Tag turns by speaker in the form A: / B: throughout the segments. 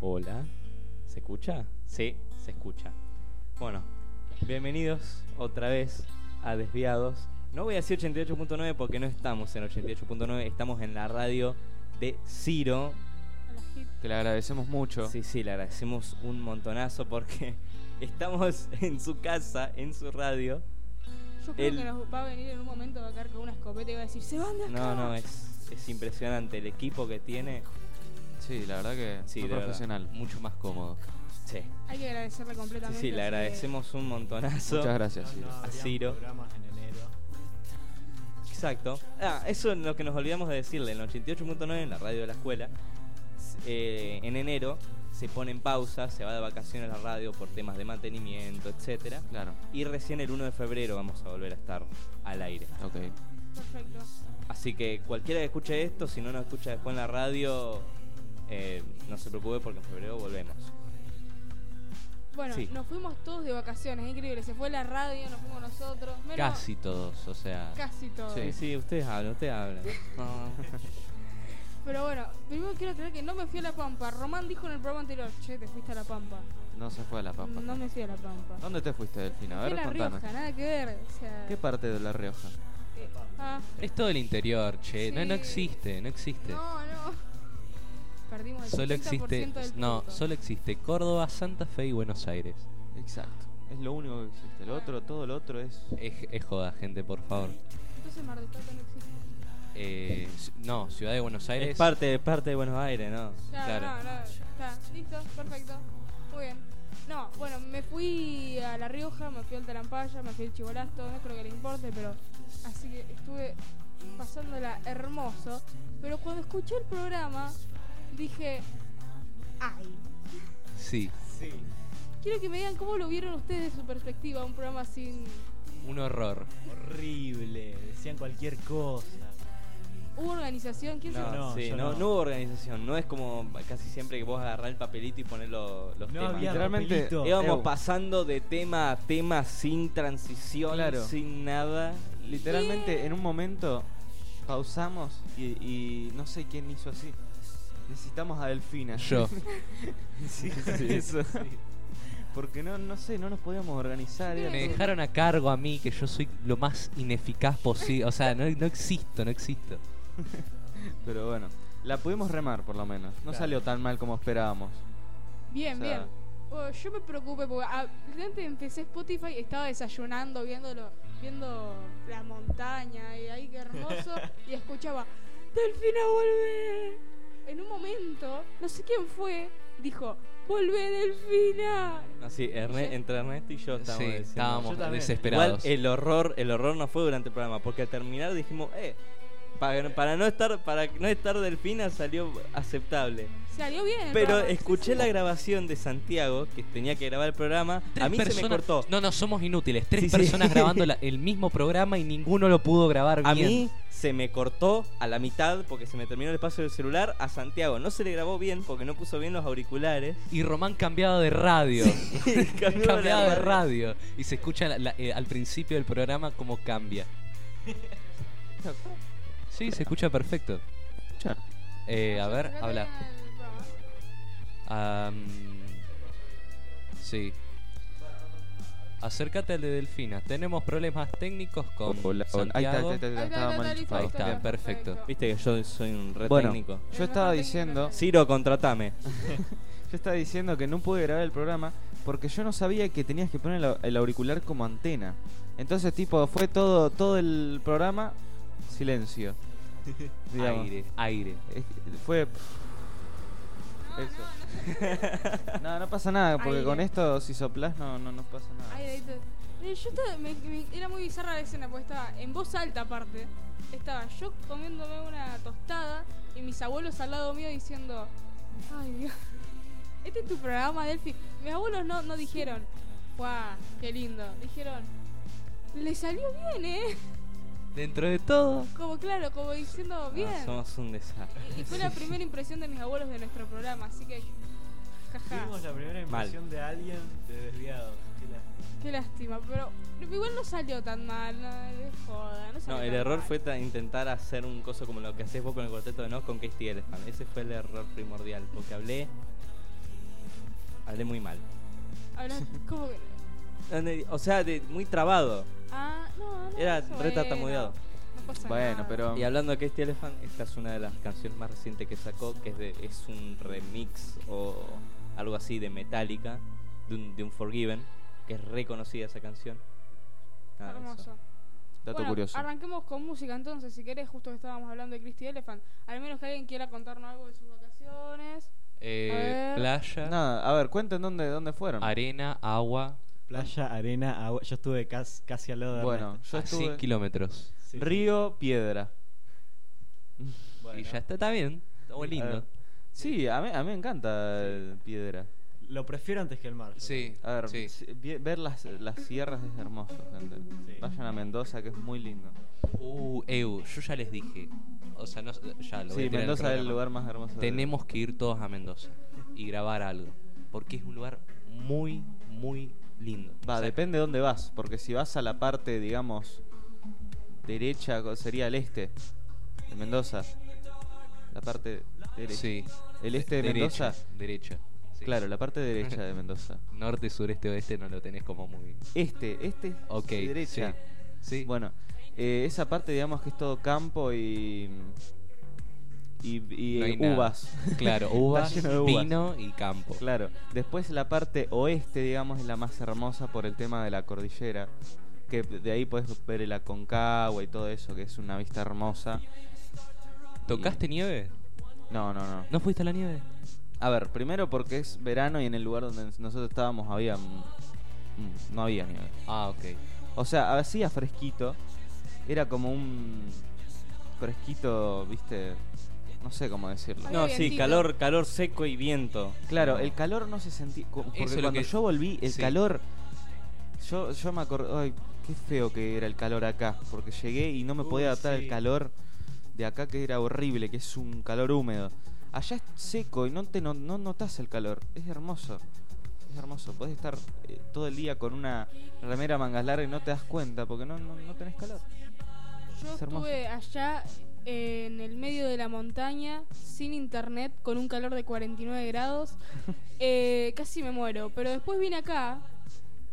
A: Hola. ¿Se escucha? Sí, se escucha. Bueno, bienvenidos otra vez a Desviados. No voy a decir 88.9 porque no estamos en 88.9, estamos en la radio de Ciro.
B: Te le agradecemos mucho.
A: Sí, sí, le agradecemos un montonazo porque estamos en su casa, en su radio.
C: Yo creo
A: El-
C: que nos va a venir en un momento va a caer con una escopeta y va a decir, se van de acá.
A: No, no, es, es impresionante el equipo que tiene.
B: Sí, la verdad que
A: Sí,
B: muy
A: de verdad,
B: profesional.
A: mucho más cómodo. Sí,
C: Hay que agradecerle
A: sí,
C: completamente.
A: sí, le
C: así que-
A: agradecemos un montonazo.
B: Muchas gracias. sí.
A: A Ciro.
D: programas en enero.
A: Exacto. Ah, eso es lo que nos olvidamos de decirle. En el 88.9, en la radio de la escuela, s- eh, en enero se pone en pausa, se va de vacaciones la radio por temas de mantenimiento, etcétera.
B: Claro,
A: Y recién el 1 de febrero vamos a volver a estar al aire.
B: ok.
C: Perfecto.
A: Así que cualquiera que escuche esto, si no nos escucha después en la radio, eh, no se preocupe porque en febrero volvemos.
C: Bueno,
A: Sí.
C: nos fuimos todos de vacaciones, increíble. Se fue la radio, nos fuimos nosotros. menos-
E: Casi todos, o sea.
C: Casi todos.
B: Sí.
A: Sí, sí, ustedes hablan, ustedes hablan.
C: Pero bueno, primero quiero aclarar que no me fui a La Pampa. Román dijo en el programa anterior, che, te fuiste a La Pampa.
B: No se fue a La Pampa.
C: No me fui a La Pampa.
B: ¿Dónde te fuiste, Delfina? A
C: Fui a
B: ver,
C: La
B: contanos.
C: Rioja, nada que ver. O sea,
B: ¿Qué parte de La Rioja?
C: eh, ah,
E: Es todo el interior, che. No, no
C: Sí.
E: existe, no existe.
C: no, no. Perdimos el
E: solo
C: 60%
E: existe.
C: del
E: No,
C: punto.
E: solo existe Córdoba, Santa Fe y Buenos Aires.
B: Exacto. Es lo único que existe. El otro, todo lo otro es.
E: Es, es joda, gente, por favor.
C: Entonces Mar del Plata no existe.
E: Eh, ci- no, Ciudad de Buenos Aires.
A: es parte, parte de Buenos Aires, ¿no?
C: Ya,
E: Claro.
C: no, no, está, listo, perfecto. Muy bien. No, bueno, me fui a La Rioja, me fui al Talampaya, me fui al Chibolasto, no creo que le importe, pero. Así que estuve pasándola hermoso. Pero cuando escuché el programa, dije. ¡Ay!
E: Sí.
C: Quiero que me digan cómo lo vieron ustedes de su perspectiva, un programa sin.
E: Un horror.
D: Horrible, decían cualquier cosa.
C: ¿Hubo organización? ¿Quién
A: No,
C: se.?
D: No,
A: sí,
D: yo
A: no,
D: no.
A: no hubo organización. No es como casi siempre que vos agarrás el papelito y ponés lo- los
D: No
A: temas.
D: había
B: Literalmente,
D: papelito.
A: Íbamos
B: Ew.
A: pasando de tema a tema sin transición,
B: Claro.
A: sin nada. Y-
B: Literalmente, en un momento pausamos y, y no sé quién hizo así. Necesitamos a Delfina.
E: Yo.
B: Sí, eso. Porque no, no sé, no nos podíamos organizar. era
E: Me
B: todo-
E: dejaron a cargo a mí que yo soy lo más ineficaz posible. O sea, no, no existo, no existo.
B: Pero bueno, la pudimos remar por lo menos. No
A: Claro.
B: salió tan mal como esperábamos.
C: Bien,
B: O sea-
C: bien. Oh, yo me preocupé porque ah, antes empecé Spotify, estaba desayunando, viéndolo, viendo la montaña y ahí qué hermoso. y escuchaba, Delfina vuelve. En un momento, no sé quién fue, dijo, vuelve Delfina.
A: No, sí, Erne- entre Ernesto y yo estábamos
E: sí,
A: diciendo.
E: estábamos
D: Yo también.
A: Igual
E: desesperados.
A: el horror, el horror no fue durante el programa, porque al terminar dijimos, eh, para, para no estar, para no estar delfina salió aceptable.
C: Salió bien. el
A: Pero
C: programa, sí,
A: escuché
C: sí.
A: la grabación de Santiago, que tenía que grabar el programa,
E: Tres
A: a mí se me
E: personas-
A: cortó.
E: No, no, somos inútiles. Tres
A: Sí, sí.
E: personas grabando la- el mismo programa y ninguno lo pudo grabar
A: A
E: bien.
A: mí se me cortó a la mitad porque se me terminó el espacio del celular. A Santiago no se le grabó bien porque no puso bien los auriculares.
E: Y Román cambiado de radio.
A: Cambió la
E: cambiado de radio. Y se escucha la- la- eh, al principio del programa cómo cambia. Sí, se escucha perfecto.
B: Escucha.
E: Eh, a ver,
C: Acá
E: habla.
C: tenía el programa.
E: Am, sí. Acércate al de Delfina. Tenemos problemas técnicos con
B: Hola, hola. Ahí está,
E: Santiago.
B: ahí está, ahí está,
C: Ahí está,
B: estaba
C: ahí está,
B: mal
C: listo,
B: enchufado.
E: ahí está.
B: Bien.
E: perfecto.
A: Viste que yo soy un re
B: Bueno.
A: técnico.
B: Yo estaba diciendo,
A: Ciro, contratame.
B: yo estaba diciendo que no pude grabar el programa porque yo no sabía que tenías que poner el, el auricular como antena. Entonces, tipo, fue todo todo el programa silencio. Digamos.
E: Aire, aire.
B: Es- Fue eso. No, no pasa nada, porque
C: Aire.
B: con esto si soplás no no nos pasa nada.
C: Ay, ahí te- Eh, yo estaba, me- me- era muy bizarra la escena, porque estaba en voz alta aparte. Estaba yo comiéndome una tostada y mis abuelos al lado mío diciendo, ay Dios, este es tu programa, Delphi. Mis abuelos no, no dijeron, guau, qué lindo. Dijeron, le salió bien, ¿eh?
E: Dentro de todo.
C: Como claro, como diciendo, bien.
A: Ah, somos un desastre.
C: Y- Y fue la primera impresión de mis abuelos de nuestro programa, así que, jaja.
D: Tuvimos la primera
A: Mal.
D: impresión de alguien de desviado. Qué lástima.
C: Qué lástima, pero igual no salió tan mal, no, de joda. No, salió
A: No, el
C: tan
A: error
C: mal.
A: fue ta- intentar hacer un coso como lo que haces vos con el cuarteto de Nos con Casey Elefant. Ese fue el error primordial, porque hablé Hablé muy mal.
C: Hablas como que.
A: O sea, de- muy trabado.
C: Ah, no, no.
A: Era
C: eso
A: re
C: era.
A: tartamudeado.
C: No pasa
B: Bueno,
C: nada.
B: pero.
A: Y hablando de Crazy Elephant, esta es una de las canciones más recientes que sacó, que es, de- es un remix o algo así de Metallica, de un, de un Forgiven, que es reconocida esa canción. Nada de eso.
C: Hermoso.
B: Dato
C: Bueno,
B: curioso.
C: Arranquemos con música entonces, si querés, justo que estábamos hablando de Christy Elephant. Al menos que alguien quiera contarnos algo de sus vacaciones. A
E: Eh,
C: ver.
E: playa,
B: Nada, a ver, cuenten dónde, dónde fueron.
E: arena, agua,
D: Playa, arena, agua. Yo estuve casi, casi al lado de
B: Bueno,
D: Ernesto.
B: yo
E: a 100
B: estuve.
E: kilómetros.
D: Sí, sí.
B: Río Piedra.
D: Bueno,
E: Y ya está, está bien. Está muy
B: A ver.
E: lindo.
B: Sí, a mí, a mí me encanta el Piedra.
D: Lo prefiero antes que el mar. yo
E: Sí,
B: A ver,
E: sí.
B: si- vi- ver las, las sierras es hermoso, gente.
D: Sí.
B: Vayan a Mendoza, que es muy lindo.
E: Uh, eu, yo ya les dije. O sea, no, ya lo voy
B: Sí,
E: a tirar al
B: Mendoza es el
E: programa.
B: lugar más hermoso. de-
E: Tenemos que ir todos a Mendoza y grabar algo. Porque es un lugar muy, muy lindo.
B: Va,
E: O sea,
B: depende de dónde vas, porque si vas a la parte, digamos, derecha, co- sería el este de Mendoza. La parte derecha.
E: Sí.
B: El este de
E: Derecha,
B: Mendoza.
E: Derecha. sí.
B: Claro, la parte derecha de Mendoza.
E: Norte, sureste, oeste no lo tenés como muy.
B: Este, este,
E: Ok.
B: sí, derecha.
E: Sí. sí.
B: Bueno, eh, esa parte, digamos, que es todo campo y. y, y,
E: No
B: eh,
E: hay nada.
B: uvas.
E: Claro, uvas,
B: lleno de uvas.
E: vino y campo.
B: Claro. Después la parte oeste, digamos, es la más hermosa por el tema de la cordillera. Que de ahí puedes ver el Aconcagua y todo eso, que es una vista hermosa.
E: ¿Tocaste nieve?
B: No, no, no.
E: ¿No fuiste a la nieve?
B: A ver, primero porque es verano y en el lugar donde nosotros estábamos había. mm, mm, No había nieve.
E: Ah, ok.
B: O sea, hacía fresquito. Era como un. fresquito, viste. No sé cómo decirlo.
C: Había
A: No, sí,
C: vientito.
A: calor, calor seco y viento.
B: Claro, el calor no se sentía. Porque
E: es lo
B: cuando
E: que-
B: yo volví, el
E: sí.
B: calor. Yo, yo me acordé. Ay, qué feo que era el calor acá. Porque llegué y no me podía
D: Uy,
B: adaptar al
D: sí.
B: calor de acá, que era horrible, que es un calor húmedo. Allá es seco y no te no, no notas el calor. Es hermoso. Es hermoso. Podés estar eh, todo el día con una remera mangas largas y no te das cuenta porque no, no, no tenés calor.
C: Yo
B: Es hermoso.
C: estuve allá eh, en el medio de la montaña, sin internet, con un calor de 49 grados. Eh, casi me muero. Pero después vine acá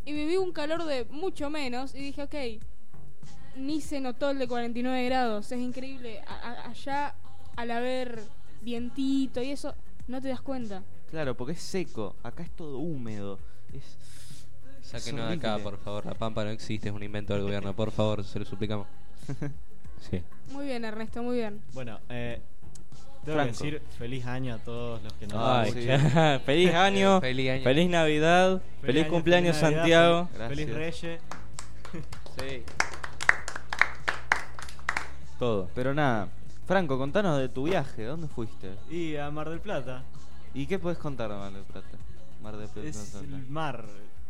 C: y viví un calor de mucho menos y dije, ok, ni se notó el de 49 grados. Es increíble. A- a- allá, al haber vientito y eso, no te das cuenta.
B: Claro, porque es seco. Acá es todo húmedo. Es.
E: Sáquenos de
B: horrible.
E: acá, por favor. La pampa no existe, es un invento del gobierno. Por favor, se lo suplicamos.
A: Sí.
C: Muy bien, Ernesto, muy bien.
D: Bueno, eh, tengo
B: Franco.
D: que decir feliz año a todos los que nos
B: Ay,
A: Ay,
B: sí.
A: ya. feliz año, feliz,
E: Feliz año.
A: Navidad, feliz,
D: año,
A: cumpleaños
D: feliz Navidad,
A: Santiago.
D: fel- Feliz,
B: Gracias.
D: Reyes.
A: Sí. Todo.
B: Pero nada. Franco, contanos de tu viaje. ¿Dónde fuiste?
D: Y a Mar del Plata.
B: ¿Y qué puedes contar de Mar del Plata? Mar del Plata.
D: Es el mar,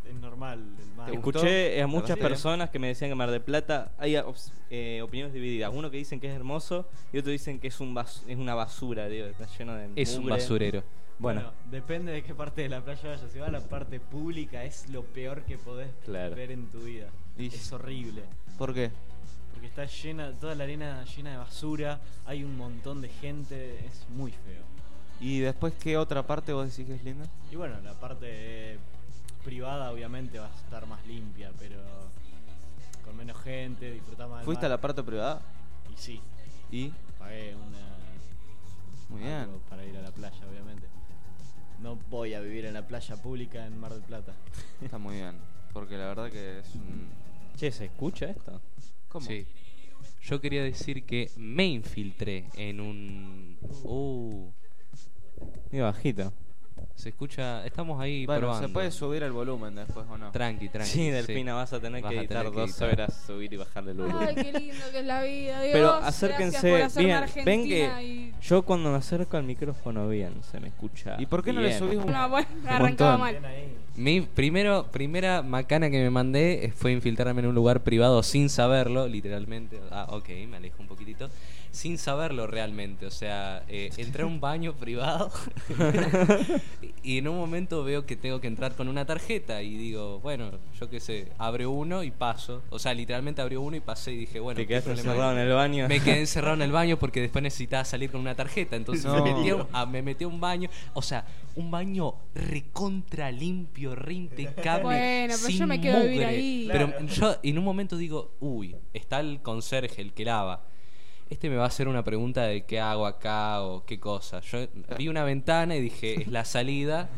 D: es normal el mar.
B: Ah, ¿Te gustó?
A: Escuché a muchas
B: Gracias.
A: personas que me decían que Mar del Plata hay ops- eh, opiniones divididas. Uno que dicen que es hermoso y otro dicen que es un bas- es una basura, digo, está lleno de
E: Es un
A: mugre.
E: basurero.
A: Bueno,
D: depende de qué parte de la playa vayas. Si vas a la parte pública es lo peor que podés
A: Claro.
D: ver en tu vida.
B: Y-
D: Es horrible.
B: ¿Por qué?
D: Porque está llena, toda la arena llena de basura, hay un montón de gente, es muy feo.
B: ¿Y después qué otra parte vos decís que es linda?
D: Y bueno, la parte eh, privada obviamente va a estar más limpia, pero con menos gente, disfrutás más. del
B: ¿Fuiste a
D: mar.
B: la parte privada?
D: Y sí,
B: ¿Y?
D: pagué una.
B: Muy bien.
D: algo Para ir a la playa, obviamente. No voy a vivir en la playa pública en Mar del Plata.
B: Está muy bien. Porque la verdad que es un...
A: che, ¿se escucha esto?
B: ¿Cómo?
E: Sí. Yo quería decir que me infiltré en un. Uh,
A: Digo, bajito.
E: se escucha. Estamos ahí
B: Bueno,
E: probando.
B: ¿se puede subir el volumen después o no?
E: Tranqui, tranqui.
A: Sí, Delfina, vas a tener
E: Vas
A: que
E: a
A: editar
E: tener que
A: dos
E: editar.
A: horas, subir y bajar del lugar.
C: Ay, qué lindo que es la vida. Dios,
A: Pero
C: gracias por
A: acérquense
C: hacerme
A: bien. Ven
C: Argentina
A: que
C: y-
A: yo cuando me acerco al micrófono bien, se me escucha.
B: ¿Y por qué no le
A: bien.
B: subís un...?
C: No, bueno, arrancaba
B: montón.
C: mal.
D: Bien ahí.
E: Mi primero, primera macana que me mandé eh, fue infiltrarme en un lugar privado sin saberlo, literalmente. Ah, ok, me alejo un poquitito. Sin saberlo realmente, o sea, eh, entré a un baño privado y en un momento veo que tengo que entrar con una tarjeta y digo, bueno, yo qué sé, abre uno y paso. O sea, literalmente abrió uno y pasé y dije, bueno,
A: Te
E: ¿qué
A: quedaste
E: problema
A: encerrado
E: hay?
A: en el baño.
E: Me quedé encerrado en el baño porque después necesitaba salir con una tarjeta. Entonces
B: No.
E: me, metí a, a- me metí a un baño. O sea, un baño recontra limpio, re impecable.
C: Bueno, pero
E: sin
C: yo me quedo a vivir
E: mugre.
C: ahí.
E: Pero
D: Claro.
E: yo en un momento digo, uy, está el conserje, el que lava. Este me va a hacer una pregunta de qué hago acá o qué cosa. Yo vi una ventana y dije, es la salida.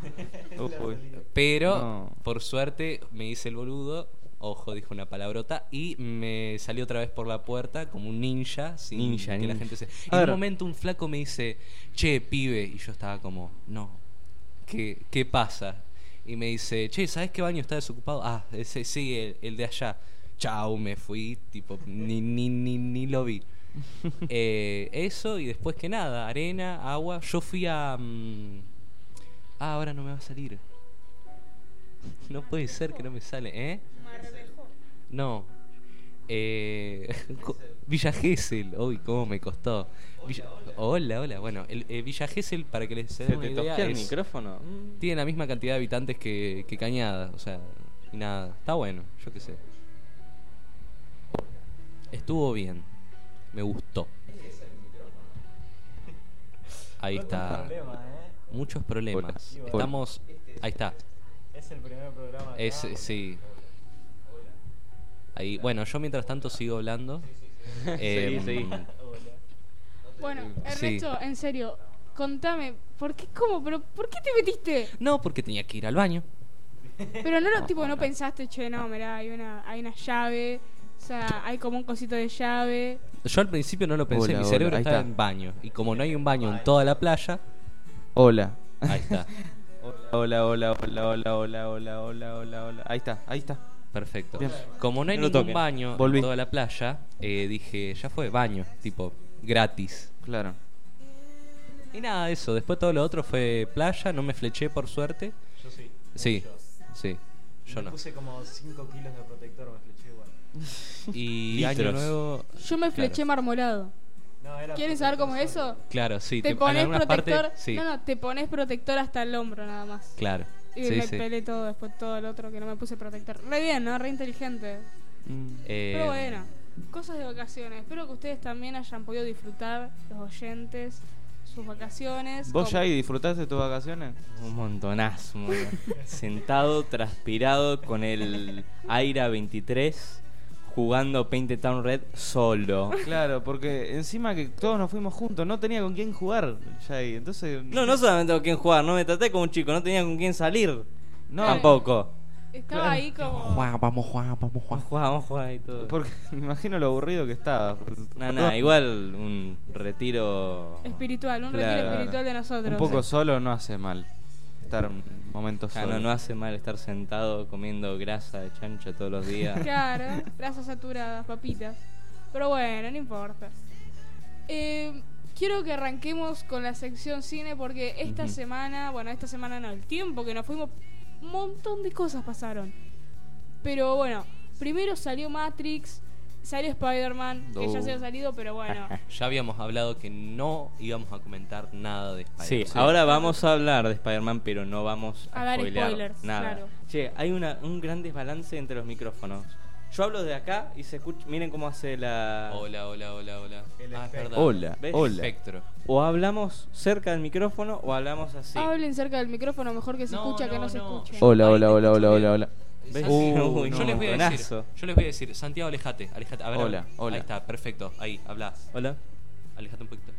B: Uy.
E: Pero
B: No.
E: por suerte me hice el boludo. Ojo, dijo una palabrota y me salí otra vez por la puerta como un ninja. Sin
A: Ninja,
E: que
A: ninja.
E: la gente se.
B: A
E: En un
B: ver.
E: momento un flaco me dice, che, pibe. Y yo estaba como, no, ¿qué, qué pasa? Y me dice, che, ¿sabes qué baño está desocupado? Ah, ese sí, el, el de allá. Chau, me fui, tipo, ni, ni, ni, ni lo vi. Eh, eso y después que nada, arena, agua. Yo fui a. mm, ah, ahora no me va a salir. No puede ser que no me sale, ¿eh?
C: Marvejo.
E: No. Eh, co- Villa Gesell, uy, cómo me costó. Villa- hola, hola. Bueno, el, eh, Villa Gesell, para que les se
A: ¿Se
E: den
A: te
E: una
A: tosquea
E: idea,
A: el
E: es-
A: micrófono? Mm.
E: tiene la misma cantidad de habitantes que, que Cañada, o sea, y nada. Está bueno, yo qué sé. Estuvo bien, me gustó. Ahí está.
D: ¿eh?
E: Muchos problemas.
D: Hola.
E: Estamos. Ahí está.
D: Es el primer programa. acá.
E: Es, sí. Ahí, bueno, yo mientras tanto sigo hablando. Em,
A: seguí.
C: Bueno,
E: Eh, Sí.
C: Ernesto, en serio, contame, ¿por qué cómo? ¿Pero por qué te metiste?
E: No, porque tenía que ir al baño.
C: Pero no lo tipo, no pensaste, che, no, mirá, hay una, hay una llave, o sea, hay como un cosito de llave.
E: Yo al principio no lo pensé,
B: Hola,
E: mi
B: hola,
E: cerebro
B: ahí
E: estaba
B: está.
E: en baño. Y como no hay un baño en toda la playa,
B: Hola.
E: ahí está.
B: Hola, hola, hola, hola, hola, hola, hola, hola, hola. Ahí está, ahí está.
E: Perfecto.
B: Bien.
E: Como no hay
A: No lo
E: ningún
A: toquen.
E: baño
B: Volví.
E: en toda la playa, eh, dije, ya fue, baño, tipo, gratis.
B: Claro.
E: Y nada, eso. Después todo lo otro fue playa, no me fleché por suerte.
D: Yo sí.
E: Sí,
D: Yo.
E: sí, yo
D: Me
E: no.
D: puse como 5 kilos de protector, me fleché igual.
E: Y año
A: Litros.
E: nuevo.
C: Yo me fleché
E: Claro.
C: marmolado.
D: No, era
C: ¿Quieren saber cómo es
D: protector
C: eso?
E: Claro, sí.
C: te
E: en
C: pones
E: algunas
C: protector.
E: partes- sí,
C: No, no, te pones protector hasta el hombro nada más.
E: claro.
C: Y
E: sí,
C: me
E: sí.
C: pelé todo, después todo el otro que no me puse protector. Re bien, ¿no? Re inteligente.
E: Eh,
C: Pero bueno, cosas de vacaciones. Espero que ustedes también hayan podido disfrutar, los oyentes, sus vacaciones.
B: ¿Vos,
C: como-
B: Jai, disfrutaste tus vacaciones?
A: Un montonazo. boludo. Sentado, transpirado, con el Aira 23, jugando Painted Town Red solo.
B: Claro, porque encima que todos nos fuimos juntos, no tenía con quién jugar, Jai. Entonces.
A: No, no solamente con quién jugar, no me traté como un chico, no tenía con quién salir.
B: No,
A: Tampoco.
C: Estaba
B: Claro.
C: ahí como.
E: Juan, vamos, Juan, vamos, Juan.
A: Vamos a jugar, vamos a jugar y todo.
B: Porque me imagino lo aburrido que estaba.
A: No, no, igual un retiro.
C: Espiritual, un retiro
A: Claro.
C: espiritual de nosotros.
B: Un poco solo no hace mal. Estar un momento
A: Ah,
B: solo.
A: no, no hace mal estar sentado comiendo grasa de chancho todos los días.
C: Claro, grasas saturadas, papitas. Pero bueno, no importa. Eh, quiero que arranquemos con la sección cine porque esta
A: Ujú.
C: semana, bueno, esta semana no, el tiempo que nos fuimos, un montón de cosas pasaron. Pero bueno, primero salió Matrix, salió Spider-Man, que ya se
B: Oh.
C: ha salido, pero bueno.
E: Ya habíamos hablado que no íbamos a comentar nada de
A: Sí,
E: Spider-Man.
A: ahora vamos a hablar de Spider-Man, pero no vamos a,
C: A dar
A: spoilear
C: spoilers,
A: nada.
C: claro.
A: Che, hay una, un gran desbalance entre los micrófonos. Yo hablo de acá y se escucha. Miren cómo hace la.
E: Hola, hola, hola, hola.
D: El
E: Ah, es
D: espectro.
E: verdad.
B: Hola,
A: ¿Ves?
B: hola.
E: Espectro.
A: O hablamos cerca del micrófono o hablamos así.
C: Hablen cerca del micrófono, mejor que se
E: No,
C: escucha que
E: no,
C: no se
E: no.
C: escuche.
B: Hola,
E: Ahí
B: hola,
E: te
B: hola,
E: escucho
B: hola,
E: bien.
B: hola, hola.
A: ¿Ves?
E: Santi,
A: Uy,
E: yo
A: no,
E: les voy a decir,
A: montonazo.
E: yo les voy a decir, Santiago, alejate, alejate. A ver,
B: Hola,
E: habla.
B: hola.
E: Ahí está, perfecto. Ahí, habla.
A: Hola,
E: Alejate un poquito.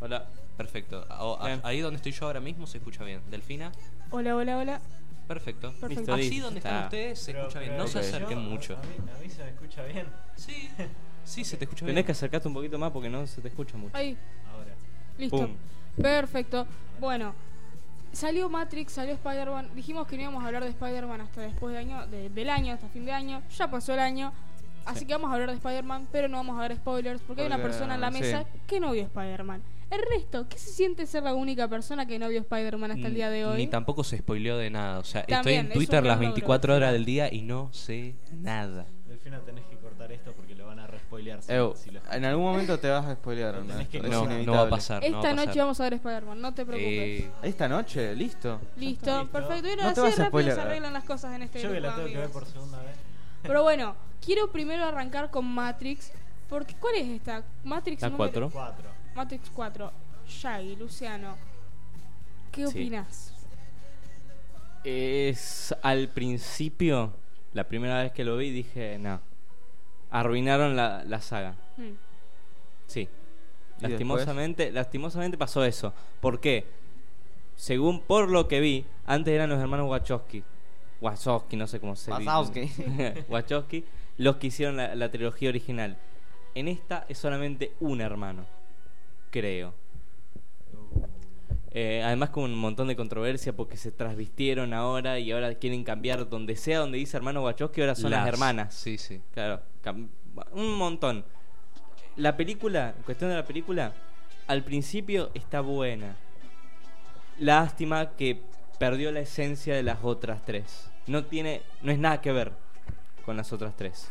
A: hola.
E: Perfecto. O- a-
A: Bien.
E: ahí donde estoy yo ahora mismo se escucha bien. Delfina,
C: Hola, hola, hola.
E: perfecto.
C: Perfecto.
E: Así donde están
A: Está.
E: ustedes se
D: Pero-
E: escucha bien.
D: pero
E: No se
B: ok.
E: acerquen
D: yo, a-
E: mucho.
D: A mí, a mí se me escucha bien.
E: Sí, sí, se te escucha bien.
A: Tenés que acercarte un poquito más porque no se te escucha mucho.
C: Ahí,
D: Ahora.
C: listo.
A: Pum.
C: Perfecto. Bueno, salió Matrix, salió Spider-Man. Dijimos que no íbamos a hablar de Spider-Man hasta después de año, de- del año, hasta fin de año. Ya pasó el año. Así
A: Sí.
C: que vamos a hablar de Spider-Man, pero no vamos a dar spoilers porque hay una
B: Porque,
C: persona en la
B: sí.
C: mesa que no vio Spider-Man. Ernesto, ¿qué se siente ser la única persona que no vio Spider-Man hasta el día de hoy?
E: Mm, Ni tampoco se spoileó de nada. O sea, estoy
C: También,
E: en
C: es un
E: Twitter
C: gran
E: las
C: logro.
E: 24 horas del día y no sé nada.
D: Delfina tenés que cortar esto porque lo van a spoilearse.
B: Ew,
D: si lo
B: en algún momento te vas a spoilear,
D: Lo tenés
B: Ernesto,
D: que
B: es
E: No, no va a
B: inevitable.
E: pasar. no va
C: Esta
E: a
C: noche
E: pasar.
C: vamos a ver Spider-Man, no te preocupes.
E: Eh,
B: Esta noche, listo.
C: Listo,
D: Listo.
C: perfecto. Y
B: No
C: ahora sí
B: te vas a
C: rápido se
B: spoilear.
C: arreglan las cosas en este
D: Yo que
C: grupo,
D: la tengo que ver
C: amigos.
D: por segunda vez.
C: Pero bueno, quiero primero arrancar con Matrix. Porque, ¿Cuál es esta? Matrix
A: La
C: número-
A: cuatro.
D: Cuatro.
C: Matrix 4. Shaggy, Luciano. ¿Qué
A: Sí.
C: opinas?
A: Es al principio, la primera vez que lo vi, dije, no. Arruinaron la, la saga.
C: Mm.
A: Sí.
B: ¿Y después?
A: Lastimosamente, lastimosamente pasó eso. ¿Por qué? Según por lo que vi, antes eran los hermanos Wachowski. Wachowski, no sé cómo se dice.
B: Wazowski.
A: Wachowski, los que hicieron la, la trilogía original. En esta es solamente un hermano, creo. Eh, además con un montón de controversia porque se trasvistieron ahora y ahora quieren cambiar donde sea donde dice hermano Wachowski, ahora son las, hermanas.
E: Sí, sí.
A: Claro, cam- un montón. La película, en cuestión de la película, al principio está buena. Lástima que perdió la esencia de las otras tres. No tiene, no es nada que ver con las otras tres.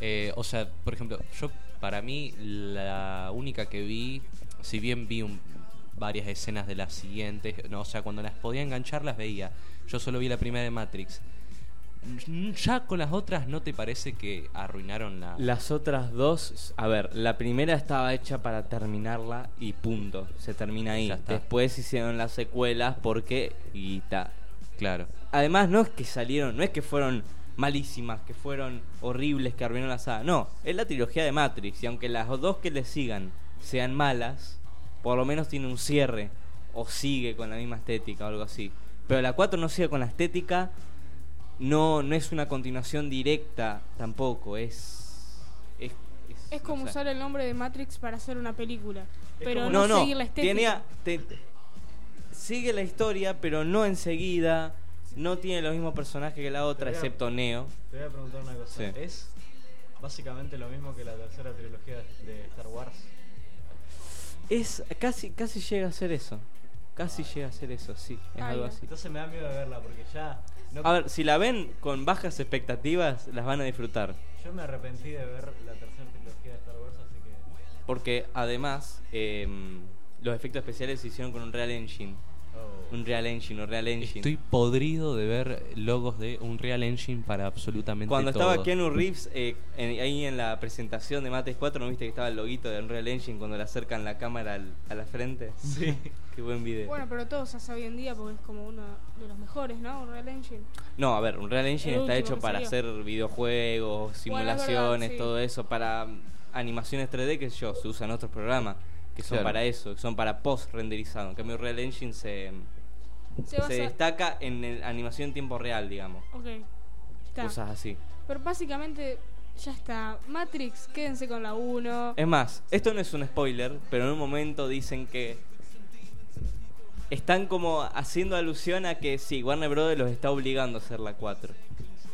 E: Eh, o sea, por ejemplo, yo para mí la única que vi, si bien vi un- varias escenas de las siguientes, no, o sea, cuando las podía enganchar las veía. Yo solo vi la primera de Matrix. Mm, Ya con las otras, ¿no te parece que arruinaron la...
A: Las otras dos, a ver, la primera estaba hecha para terminarla y punto, se termina ahí.
E: Ya está.
A: Después hicieron las secuelas porque y ta.
E: Claro.
A: Además, no es que salieron, no es que fueron malísimas, que fueron horribles, que arruinaron la saga. No, es la trilogía de Matrix. Y aunque las dos que le sigan sean malas, por lo menos tiene un cierre. O sigue con la misma estética o algo así. Pero la 4 no sigue con la estética. No, no es una continuación directa tampoco. Es. Es,
C: Es
A: no
C: como
A: sé.
C: usar el nombre de Matrix para hacer una película.
D: Es
C: Pero
D: como-
C: no, seguir la estética.
A: tenía- te- sigue la historia, pero no enseguida. No tiene los mismos personajes que la otra,
D: Tenía-
A: excepto Neo.
D: Te voy a preguntar una cosa.
A: Sí.
D: ¿Es básicamente lo mismo que la tercera trilogía de Star Wars?
A: Es casi, casi llega a ser eso. Casi llega a ser eso, sí. Es
C: Ay,
A: algo
C: no.
A: así.
D: Entonces me da miedo de verla porque ya. no-
A: A ver, si la ven con bajas expectativas, las van a disfrutar.
D: Yo me arrepentí de ver la tercera trilogía de Star Wars, así que.
A: Porque además, em, los efectos especiales se hicieron con un Real Engine.
D: oh.
A: Un Real Engine, un Real Engine.
E: Estoy podrido de ver logos de Unreal Engine para absolutamente
A: Cuando
E: todo.
A: estaba Keanu Reeves eh, en- ahí en la presentación de Mates 4, ¿no viste que estaba el loguito de Unreal Engine cuando le acercan la cámara al- a la frente?
D: Sí.
A: Qué buen video.
C: Bueno, pero todo se hace hoy en día porque es como uno de los mejores, ¿no? Unreal Engine.
A: No, a ver, Unreal Engine
C: El
A: está
C: último
A: hecho
C: que
A: para hacer
C: salió.
A: videojuegos,
C: Bueno, es verdad,
A: simulaciones,
C: sí.
A: todo eso, para mm, animaciones 3D, que yo, se usan otros programas que son
B: Claro.
A: para eso, que son para post-renderizado. En cambio, Unreal Engine se,
C: Se basa...
A: se destaca en el- animación en tiempo real, digamos.
C: Ok. Está.
A: Cosas así.
C: Pero básicamente ya está. Matrix, quédense con la 1.
A: Es más, esto no es un spoiler, pero en un momento dicen que están como haciendo alusión a que sí, Warner Brothers los está obligando a hacer la 4.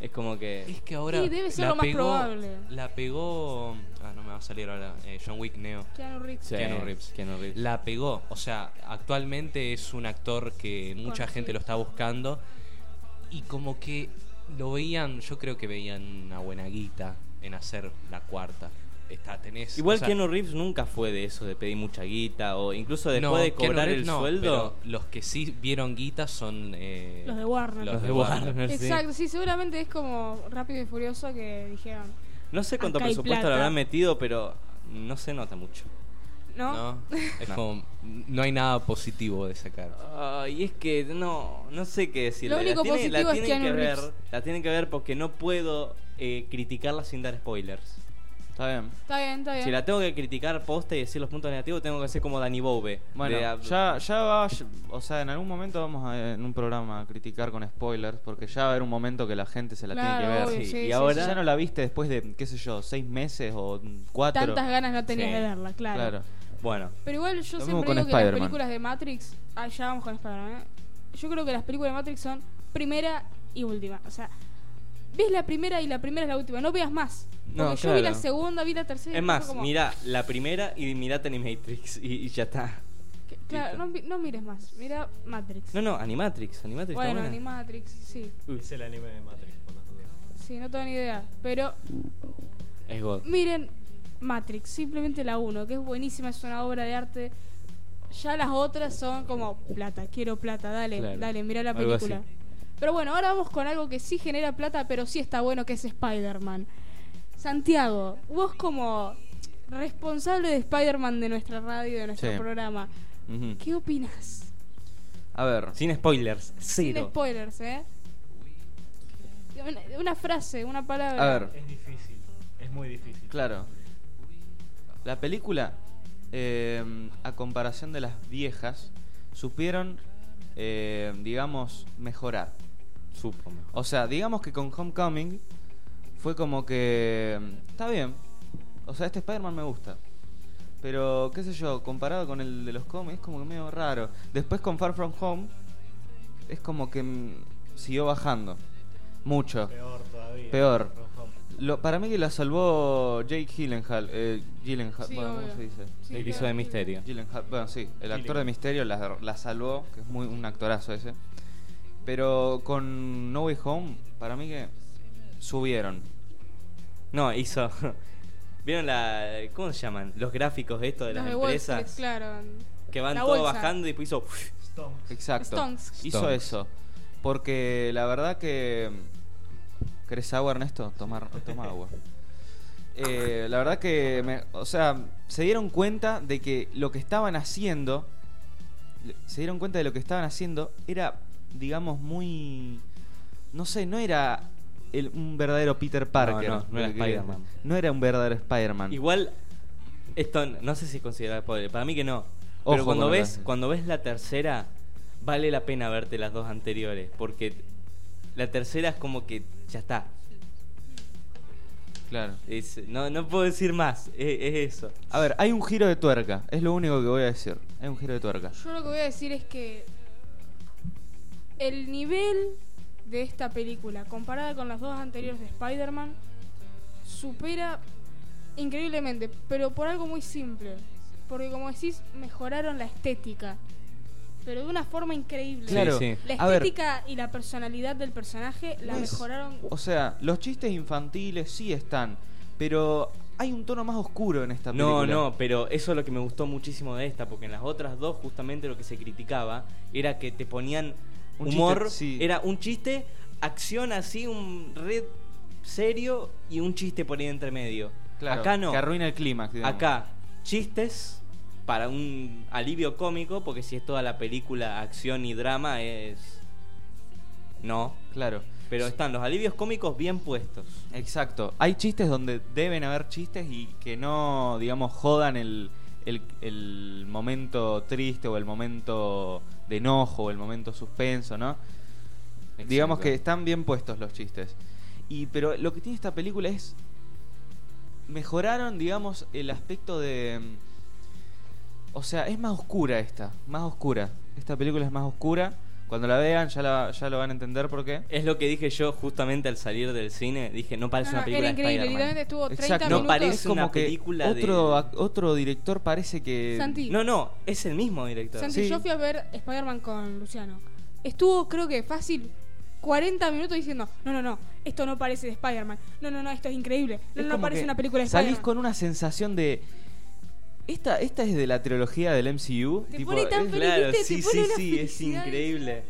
A: Es como que...
E: Es que ahora
C: Y debe ser
E: la
C: lo más
E: pegó-
C: probable.
E: La pegó... Ah, no me va a salir ahora. eh, John Wick Neo.
C: Keanu Reeves.
A: Sí,
E: Keanu Reeves.
A: Keanu Reeves.
E: La pegó. O sea, actualmente es un actor que mucha
C: Conocido.
E: gente lo está buscando. Y como que lo veían, yo creo que veían una buena guita en hacer la cuarta. Está, tenés.
A: Igual
E: o sea,
A: Keanu Reeves nunca fue de eso, de pedir mucha guita o incluso después
E: no,
A: de
E: Keanu
A: cobrar
E: Reeves
A: el
E: no,
A: sueldo.
E: pero los que sí vieron guita son. eh,
C: Los de Warner.
E: los
A: Los
E: de
A: de Warner, sí.
C: Exacto, sí, seguramente es como Rápido y Furioso que dijeron.
A: No sé cuánto
C: Acá hay
A: presupuesto le
C: plata.
A: habrán metido, pero no se nota mucho.
C: ¿No?
E: No, es
A: No.
E: como. No hay nada positivo de sacar.
A: Ay, es que no, no sé qué decirle.
C: Lo único
A: la tiene- la
C: positivo es
A: tienen
C: Keanu
A: que ver,
C: Reeves.
A: la tienen que ver porque no puedo eh, criticarla sin dar spoilers.
B: Está bien.
C: Está bien, está bien.
A: Si la tengo que criticar posta y decir los puntos negativos, tengo que hacer como Danny Bove.
B: Bueno,
A: de-
B: ya, ya va, ya- o sea, en algún momento vamos a, en un programa a criticar con spoilers, porque ya va a haber un momento que la gente se la
C: Claro,
B: tiene que ver.
C: obvio,
A: sí.
C: sí,
A: Y
C: sí,
A: ahora-
B: Si
C: sí.
B: ya no la viste después de, qué sé yo, seis meses o cuatro.
C: tantas ganas no tenías
A: Sí.
C: de verla, claro.
B: Claro.
A: Bueno,
C: Pero igual yo
B: Lo mismo
C: siempre
B: con
C: digo que las
B: Spider-Man.
C: películas de Matrix, ah, ya vamos con Spider-Man, ¿eh? Yo creo que las películas de Matrix son primera y última, o sea, ves la primera y la primera es la última, no veas más. Porque
A: No,
C: yo vi la
A: claro.
C: segunda, vi la tercera. y
A: es
C: me fue
A: más,
C: como,
A: mira la primera y mira Animatrix y, y ya está.
C: que- claro, no, vi- no mires más, mira Matrix.
A: No, no, Animatrix, Animatrix
C: bueno,
A: está buena.
C: ni Matrix, sí.
A: Uy.
D: Es el anime de Matrix, por las dudas.
C: Sí, no tengo ni idea. Pero
A: Es God.
C: Miren, Matrix, simplemente la 1, que es buenísima, es una obra de arte. Ya las otras son como plata, quiero plata, dale,
A: Claro.
C: dale, mira la
A: Algo así.
C: película. Pero bueno, ahora vamos con algo que sí genera plata, pero sí está bueno, que es Spider-Man. Santiago, vos como responsable de Spider-Man de nuestra radio, de nuestro
B: Sí.
C: programa,
B: Ujú.
C: ¿qué opinas?
B: A ver.
A: Sin spoilers,
C: Sin
A: cero.
C: spoilers, ¿eh? Una, una frase, una palabra.
B: A ver.
D: Es difícil, es muy difícil.
B: Claro. La película, eh, a comparación de las viejas, supieron, eh, digamos, mejorar.
A: Supo mejor.
B: O sea, digamos que con Homecoming fue como que... mm, Está bien. O sea, este Spider-Man me gusta. Pero, qué sé yo, comparado con el de los cómics, es como que medio raro. Después con Far From Home, es como que mm, siguió bajando. Mucho.
D: Peor todavía.
B: Peor.
D: Rojo.
B: Lo- para mí que la salvó Jake Gyllenhaal. Eh, Gyllenhaal,
C: Sí,
B: bueno,
C: obvio.
B: ¿cómo se dice?
C: Sí,
A: El que hizo
C: claro.
A: de misterio.
B: Gyllenhaal, bueno, sí, el actor
D: Gyllenhaal.
B: de Misterio la, la salvó, que es muy un actorazo ese. Pero con No Way Home, para mí que subieron.
A: No, hizo. ¿Vieron la. ¿Cómo se llaman? Los gráficos de esto de
C: Los
A: las
C: de Wall Street,
A: empresas.
C: claro.
A: Que van
C: La
A: todo
C: bolsa.
A: bajando y después hizo.
D: Stonks.
B: Exacto.
C: Stonks.
B: Hizo
E: Stonks.
B: eso. Porque la verdad que... ¿Querés agua, Ernesto? Tomar, toma agua. Eh, la verdad que, me- o sea, se dieron cuenta de que lo que estaban haciendo, se dieron cuenta de lo que estaban haciendo era, digamos, muy, no sé, no era el- un verdadero Peter Parker.
A: no, no era
B: Que-
A: Spider-Man.
B: No era un verdadero Spider-Man.
A: Igual, esto no sé si es considerado spoiler, para mí que no. Pero
B: Ojo
A: cuando
B: con
A: ves,
B: las-
A: cuando ves la tercera, vale la pena verte las dos anteriores, porque la tercera es como que ya está.
B: Claro.
A: Es- no, no puedo decir más, es, es eso.
B: A ver, hay un giro de tuerca, es lo único que voy a decir. Hay un giro de tuerca.
C: Yo lo que voy a decir es que el nivel de esta película, comparada con las dos anteriores de Spider-Man, supera increíblemente, pero por algo muy simple. Porque como decís, mejoraron la estética, pero de una forma increíble.
A: Sí,
B: Claro.
A: sí.
C: La
B: A ver.
C: estética y la personalidad del personaje la
B: No es-
C: mejoraron.
B: O sea, los chistes infantiles sí están, pero hay un tono más oscuro en esta
A: No,
B: película.
A: no, pero eso es lo que me gustó muchísimo de esta, porque en las otras dos justamente lo que se criticaba era que te ponían
B: Un
A: humor,
B: chiste, sí.
A: era un chiste, acción así, un red serio y un chiste por ahí entre medio.
B: Claro,
A: Acá no.
B: Que arruina el clímax. digamos.
A: Acá, chistes para un alivio cómico, porque si es toda la película acción y drama es... No,
B: Claro.
A: pero están los alivios cómicos bien puestos.
B: Exacto. Hay chistes donde deben haber chistes y que no, digamos, jodan el, el, el momento triste o el momento de enojo o el momento suspenso, ¿no? Digamos que están bien puestos los chistes. Y pero lo que tiene esta película es mejoraron, digamos, el aspecto de o sea, es más oscura esta, más oscura. Esta película es más oscura. Cuando la vean ya, la- ya lo van a entender por qué.
A: Es lo que dije yo justamente al salir del cine, dije, no parece
C: Ah,
A: una película
C: era
A: de
C: increíble,
A: Spider-Man.
C: literalmente estuvo 30
B: Exacto.
A: No
C: minutos.
A: parece
B: es como
A: una
B: que
A: película de-
B: otro, ac- otro director parece que
C: Santi.
A: No, no, es el mismo director.
C: Santi,
B: Sí.
C: yo fui a ver Spider-Man con Luciano. Estuvo, creo que fácil, 40 minutos diciendo: No, no, no, esto no parece de Spider-Man. No, no, no, esto es increíble. No,
B: Es
C: no
B: como
C: parece
B: que
C: una película de
B: Salís
C: Spider-Man.
B: con una sensación de esta esta es de la trilogía del MCU,
C: Te
B: tipo,
C: pone tan
B: es-
C: feliz,
A: Claro,
C: ¿viste? Te
A: sí,
C: pone
A: sí,
C: una
A: sí, es
C: felicidad.
A: increíble.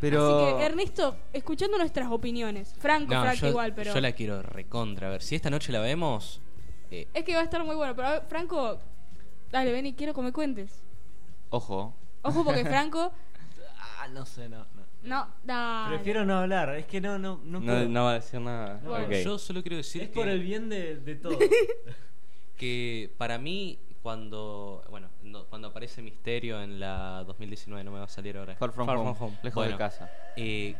B: pero
C: Así que, Ernesto, escuchando nuestras opiniones, Franco,
E: No,
C: Franco
E: yo,
C: igual, pero.
E: yo la quiero recontra. A ver, si esta noche la vemos, eh,
C: Es que va a estar muy bueno. Pero, a ver, Franco, dale, ven y quiero que me cuentes.
B: ojo,
C: Ojo, porque Franco.
D: Ah, no sé, no. no.
C: No, dale.
D: Prefiero no hablar, es que no, no, no.
A: No,
D: puedo.
A: no va a decir nada.
D: No,
A: Ok.
E: yo solo quiero decir
D: es
E: que,
D: por el bien de, de todos.
E: que para mí, cuando bueno no- cuando aparece Misterio en la 2019, no me va a salir ahora.
B: Far From,
A: Far
B: home,
A: From Home.
B: lejos
E: Bueno.
B: de casa.
E: eh,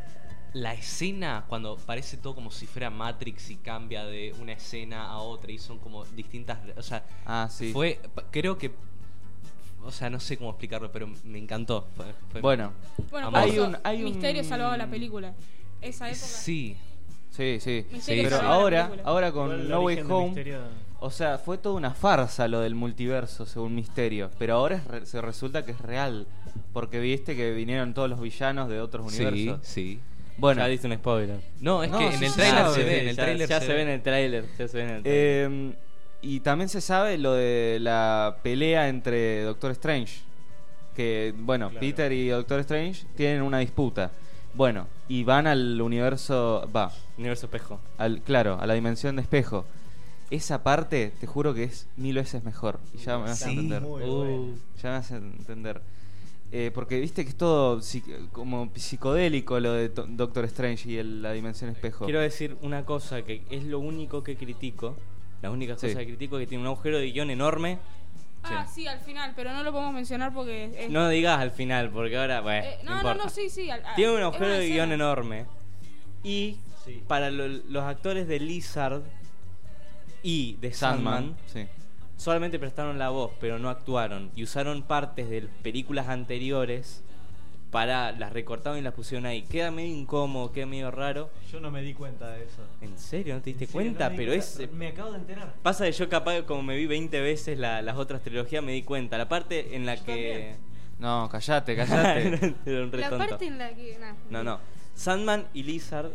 E: la escena, cuando parece todo como si fuera Matrix y cambia de una escena a otra y son como distintas. O sea,
B: Ah, sí.
E: fue. pa- Creo que. O sea, no sé cómo explicarlo, pero me encantó. Fue- fue-
B: Bueno,
C: Bueno,
E: Amor.
C: por
E: Hay
C: eso,
B: un- hay un-
C: Misterio salvaba la película. Esa época.
E: Sí.
B: sí, sí.
C: Misterio
E: Sí,
B: Pero
E: sí.
C: salvaba la
B: ahora,
C: película.
B: ahora
D: Igual
B: con
D: el
B: No Way
D: origen de
B: Home,
D: Misterio-
B: o sea, fue toda una farsa lo del multiverso, según Misterio. Pero ahora es re- se resulta que es real. Porque viste que vinieron todos los villanos de otros
E: Sí,
B: universos.
E: sí.
B: Bueno,
A: Ya dice un spoiler.
E: No, es
B: No,
E: que
B: sí,
E: en el
B: sí,
E: trailer
B: sabe.
E: se ve, en
A: Sí,
E: el
A: ya-
E: trailer
A: ya se ve en el trailer. Ya se ve en el tráiler.
B: eh, y también se sabe lo de la pelea entre Doctor Strange. Que, bueno,
D: Claro.
B: Peter y Doctor Strange tienen una disputa. Bueno, y van al universo. Va,
A: Universo espejo.
B: al, claro, a la dimensión de espejo. Esa parte, te juro que es mil veces mejor. Y ya me vas a
E: Sí.
B: entender.
D: Muy
E: Uh.
D: bueno.
B: Ya me hace entender. Eh, porque viste que es todo psi- como psicodélico lo de to- Doctor Strange y el- la dimensión espejo.
A: Quiero decir una cosa que es lo único que critico. La única
B: Sí.
A: cosa que critico es que tiene un agujero de guión enorme.
C: Ah, sí, al final, pero no lo podemos mencionar porque es-
A: No digas al final, porque ahora, bueno,
C: eh,
A: no,
C: no, no,
A: importa.
C: no, sí, sí. al- al-
A: Tiene un
C: es
A: agujero
C: una
A: de
C: escena.
A: guión enorme. Y
D: Sí.
A: para lo- los actores de Lizard y de Sandman,
B: Sandman. Sí.
A: solamente prestaron la voz, pero no actuaron. Y usaron partes de películas anteriores para las recortaron y las pusieron ahí. Queda medio incómodo, queda medio raro.
D: Yo no me di cuenta de eso.
A: ¿En serio? ¿No te diste
D: Sí,
A: cuenta?
D: no me di
A: pero es. eh,
D: cuenta. Me acabo de enterar.
A: Pasa que yo capaz, como me vi 20 veces la- las otras trilogías, me di cuenta. La parte en la que...
B: No, callate, callate.
A: Era un re
C: La
A: tonto.
C: parte en la que. nah.
A: No, no. Sandman y Lizard,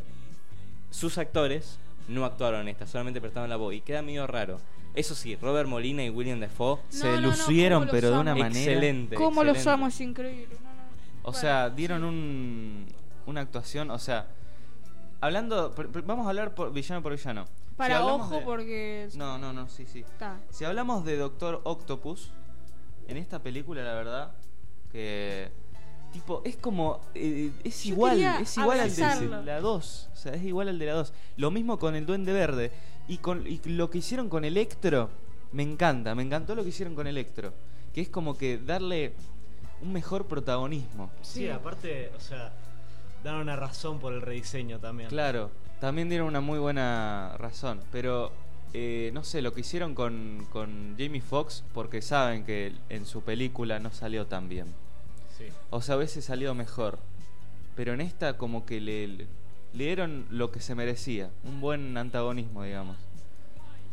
A: sus actores, no actuaron en esta, solamente prestaron la voz. Y queda medio raro. Eso sí, Robert Molina y William Dafoe...
C: No,
B: Se
C: no, no,
B: lucieron,
C: cómo los
B: pero de una
C: amo.
B: manera.
A: Excelente.
C: ¿Cómo los
A: excelente.
C: amo? Es increíble. no, no.
B: O
C: Bueno,
B: sea, dieron
C: sí.
B: un, una actuación. O sea, hablando. pr- pr- Vamos a hablar por villano por villano. Si
C: Para
B: hablamos
C: ojo,
B: de-
C: porque.
B: No, no, no, sí, sí.
C: Está.
B: Si hablamos de Doctor Octopus, en esta película, la verdad, que. Tipo, es como. eh, es
C: Yo
B: igual,
C: quería
B: es igual al
C: abrazarlo.
B: de la 2. O sea, es igual al de la 2. Lo mismo con el Duende Verde. Y, con, y lo que hicieron con Electro, me encanta, me encantó lo que hicieron con Electro. Que es como que darle un mejor protagonismo.
D: Sí,
C: Sí.
D: aparte, o sea, dan una razón por el rediseño también.
B: Claro, también dieron una muy buena razón, pero eh, no sé, lo que hicieron con, con Jamie Foxx, porque saben que en su película no salió tan bien.
D: Sí.
B: O sea, a veces salió mejor, pero en esta como que le, le dieron lo que se merecía, un buen antagonismo, digamos.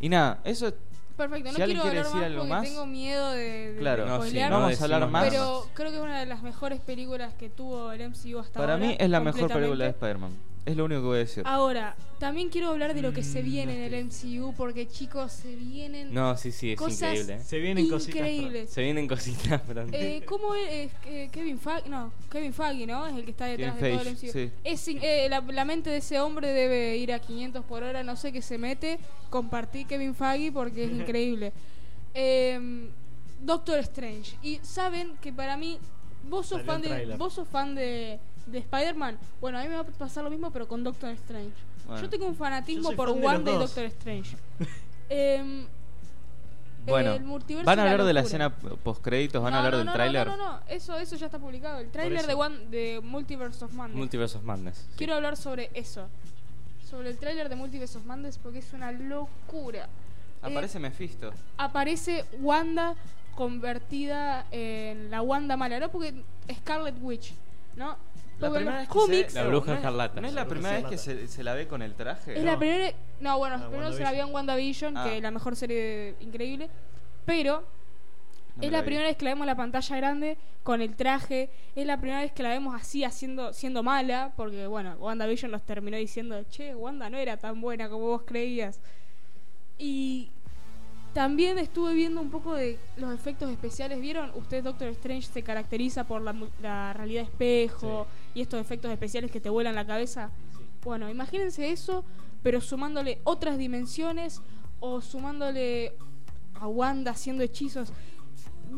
B: Y nada, eso es...
C: Perfecto, no
B: Si alguien
C: quiero hablar más
B: quiere decir algo
C: porque
B: más,
C: tengo miedo de. de
B: Claro,
A: No, sí,
C: spoilear,
A: no,
B: vamos a hablar
A: decimos
B: más.
A: nada
C: Pero creo que es una de las mejores películas que tuvo el MCU hasta
B: Para
C: ahora.
B: mí es la mejor película de
C: completamente. Ah,
B: Spider-Man, es lo único que voy a decir.
C: Ahora, también quiero hablar de lo que se
D: Mm,
C: viene
D: no
C: en el MCU porque, chicos, se vienen
A: No, sí, sí, es
C: cosas
A: increíble. ¿eh?
D: Se vienen cositas.
C: increíbles.
A: Se vienen cositas, pero...
C: Eh, ¿Cómo es eh, Kevin Feige? No, Kevin Feige, ¿no? Es el que está detrás
B: Kevin
C: de todo el
B: Feige,
C: MCU.
B: sí.
C: Es in- eh, la, la mente de ese hombre debe ir a 500 por hora, no sé qué se mete. Compartí Kevin Feige porque es increíble. Em, Doctor Strange. Y saben que para mí, vos sos
D: Salió
C: fan
D: el
C: de,
D: tráiler.
C: vos sos fan de, de Spider-Man. Bueno, a mí me va a pasar lo mismo, pero con Doctor Strange.
B: Bueno.
C: Yo tengo un
D: Yo
C: fanatismo
D: soy
C: por
D: fan de los
C: Wanda y
D: dos.
C: Doctor Strange. Em, el
B: Bueno,
C: multiverso
B: van a hablar de la
C: locura.
B: escena post créditos, van a
C: No,
B: hablar
C: no,
B: del
C: no, no,
B: tráiler.
C: No, no, no, eso, eso ya está publicado. El tráiler
D: eso.
C: de, One- de Multiverse of Madness.
A: Multiversos Madness.
C: Quiero hablar sobre eso. Sobre el tráiler de Multiverse of Madness porque es una locura. Eh,
B: Aparece Mephisto.
C: aparece Wanda convertida en la Wanda mala, ¿no? Porque Scarlet Witch, ¿no?
B: La
C: Porque en
B: primera
C: los
B: vez que se ve-
C: cómics...
A: La
B: no,
A: bruja
B: no es-
A: escarlata.
B: ¿No es la
D: La
B: primera vez
D: bruja
B: que se, se la ve con el traje?
C: Es
D: No.
C: la primera. No, bueno,
D: Ah,
C: primero se la
D: WandaVision.
C: habían WandaVision, que
B: Ah.
C: es la mejor serie increíble. Pero
B: No me
C: es
B: la
C: la
B: vi.
C: primera vez que la vemos en la pantalla grande, con el traje. Es la primera vez que la vemos así, haciendo, siendo mala. Porque, bueno, WandaVision nos terminó diciendo, che, Wanda no era tan buena como vos creías. Y también estuve viendo un poco de los efectos especiales. ¿Vieron? Usted, Doctor Strange, se caracteriza por la, mu- la realidad espejo y estos efectos especiales que te vuelan la cabeza. Bueno, imagínense eso, pero sumándole otras dimensiones o sumándole a Wanda haciendo hechizos.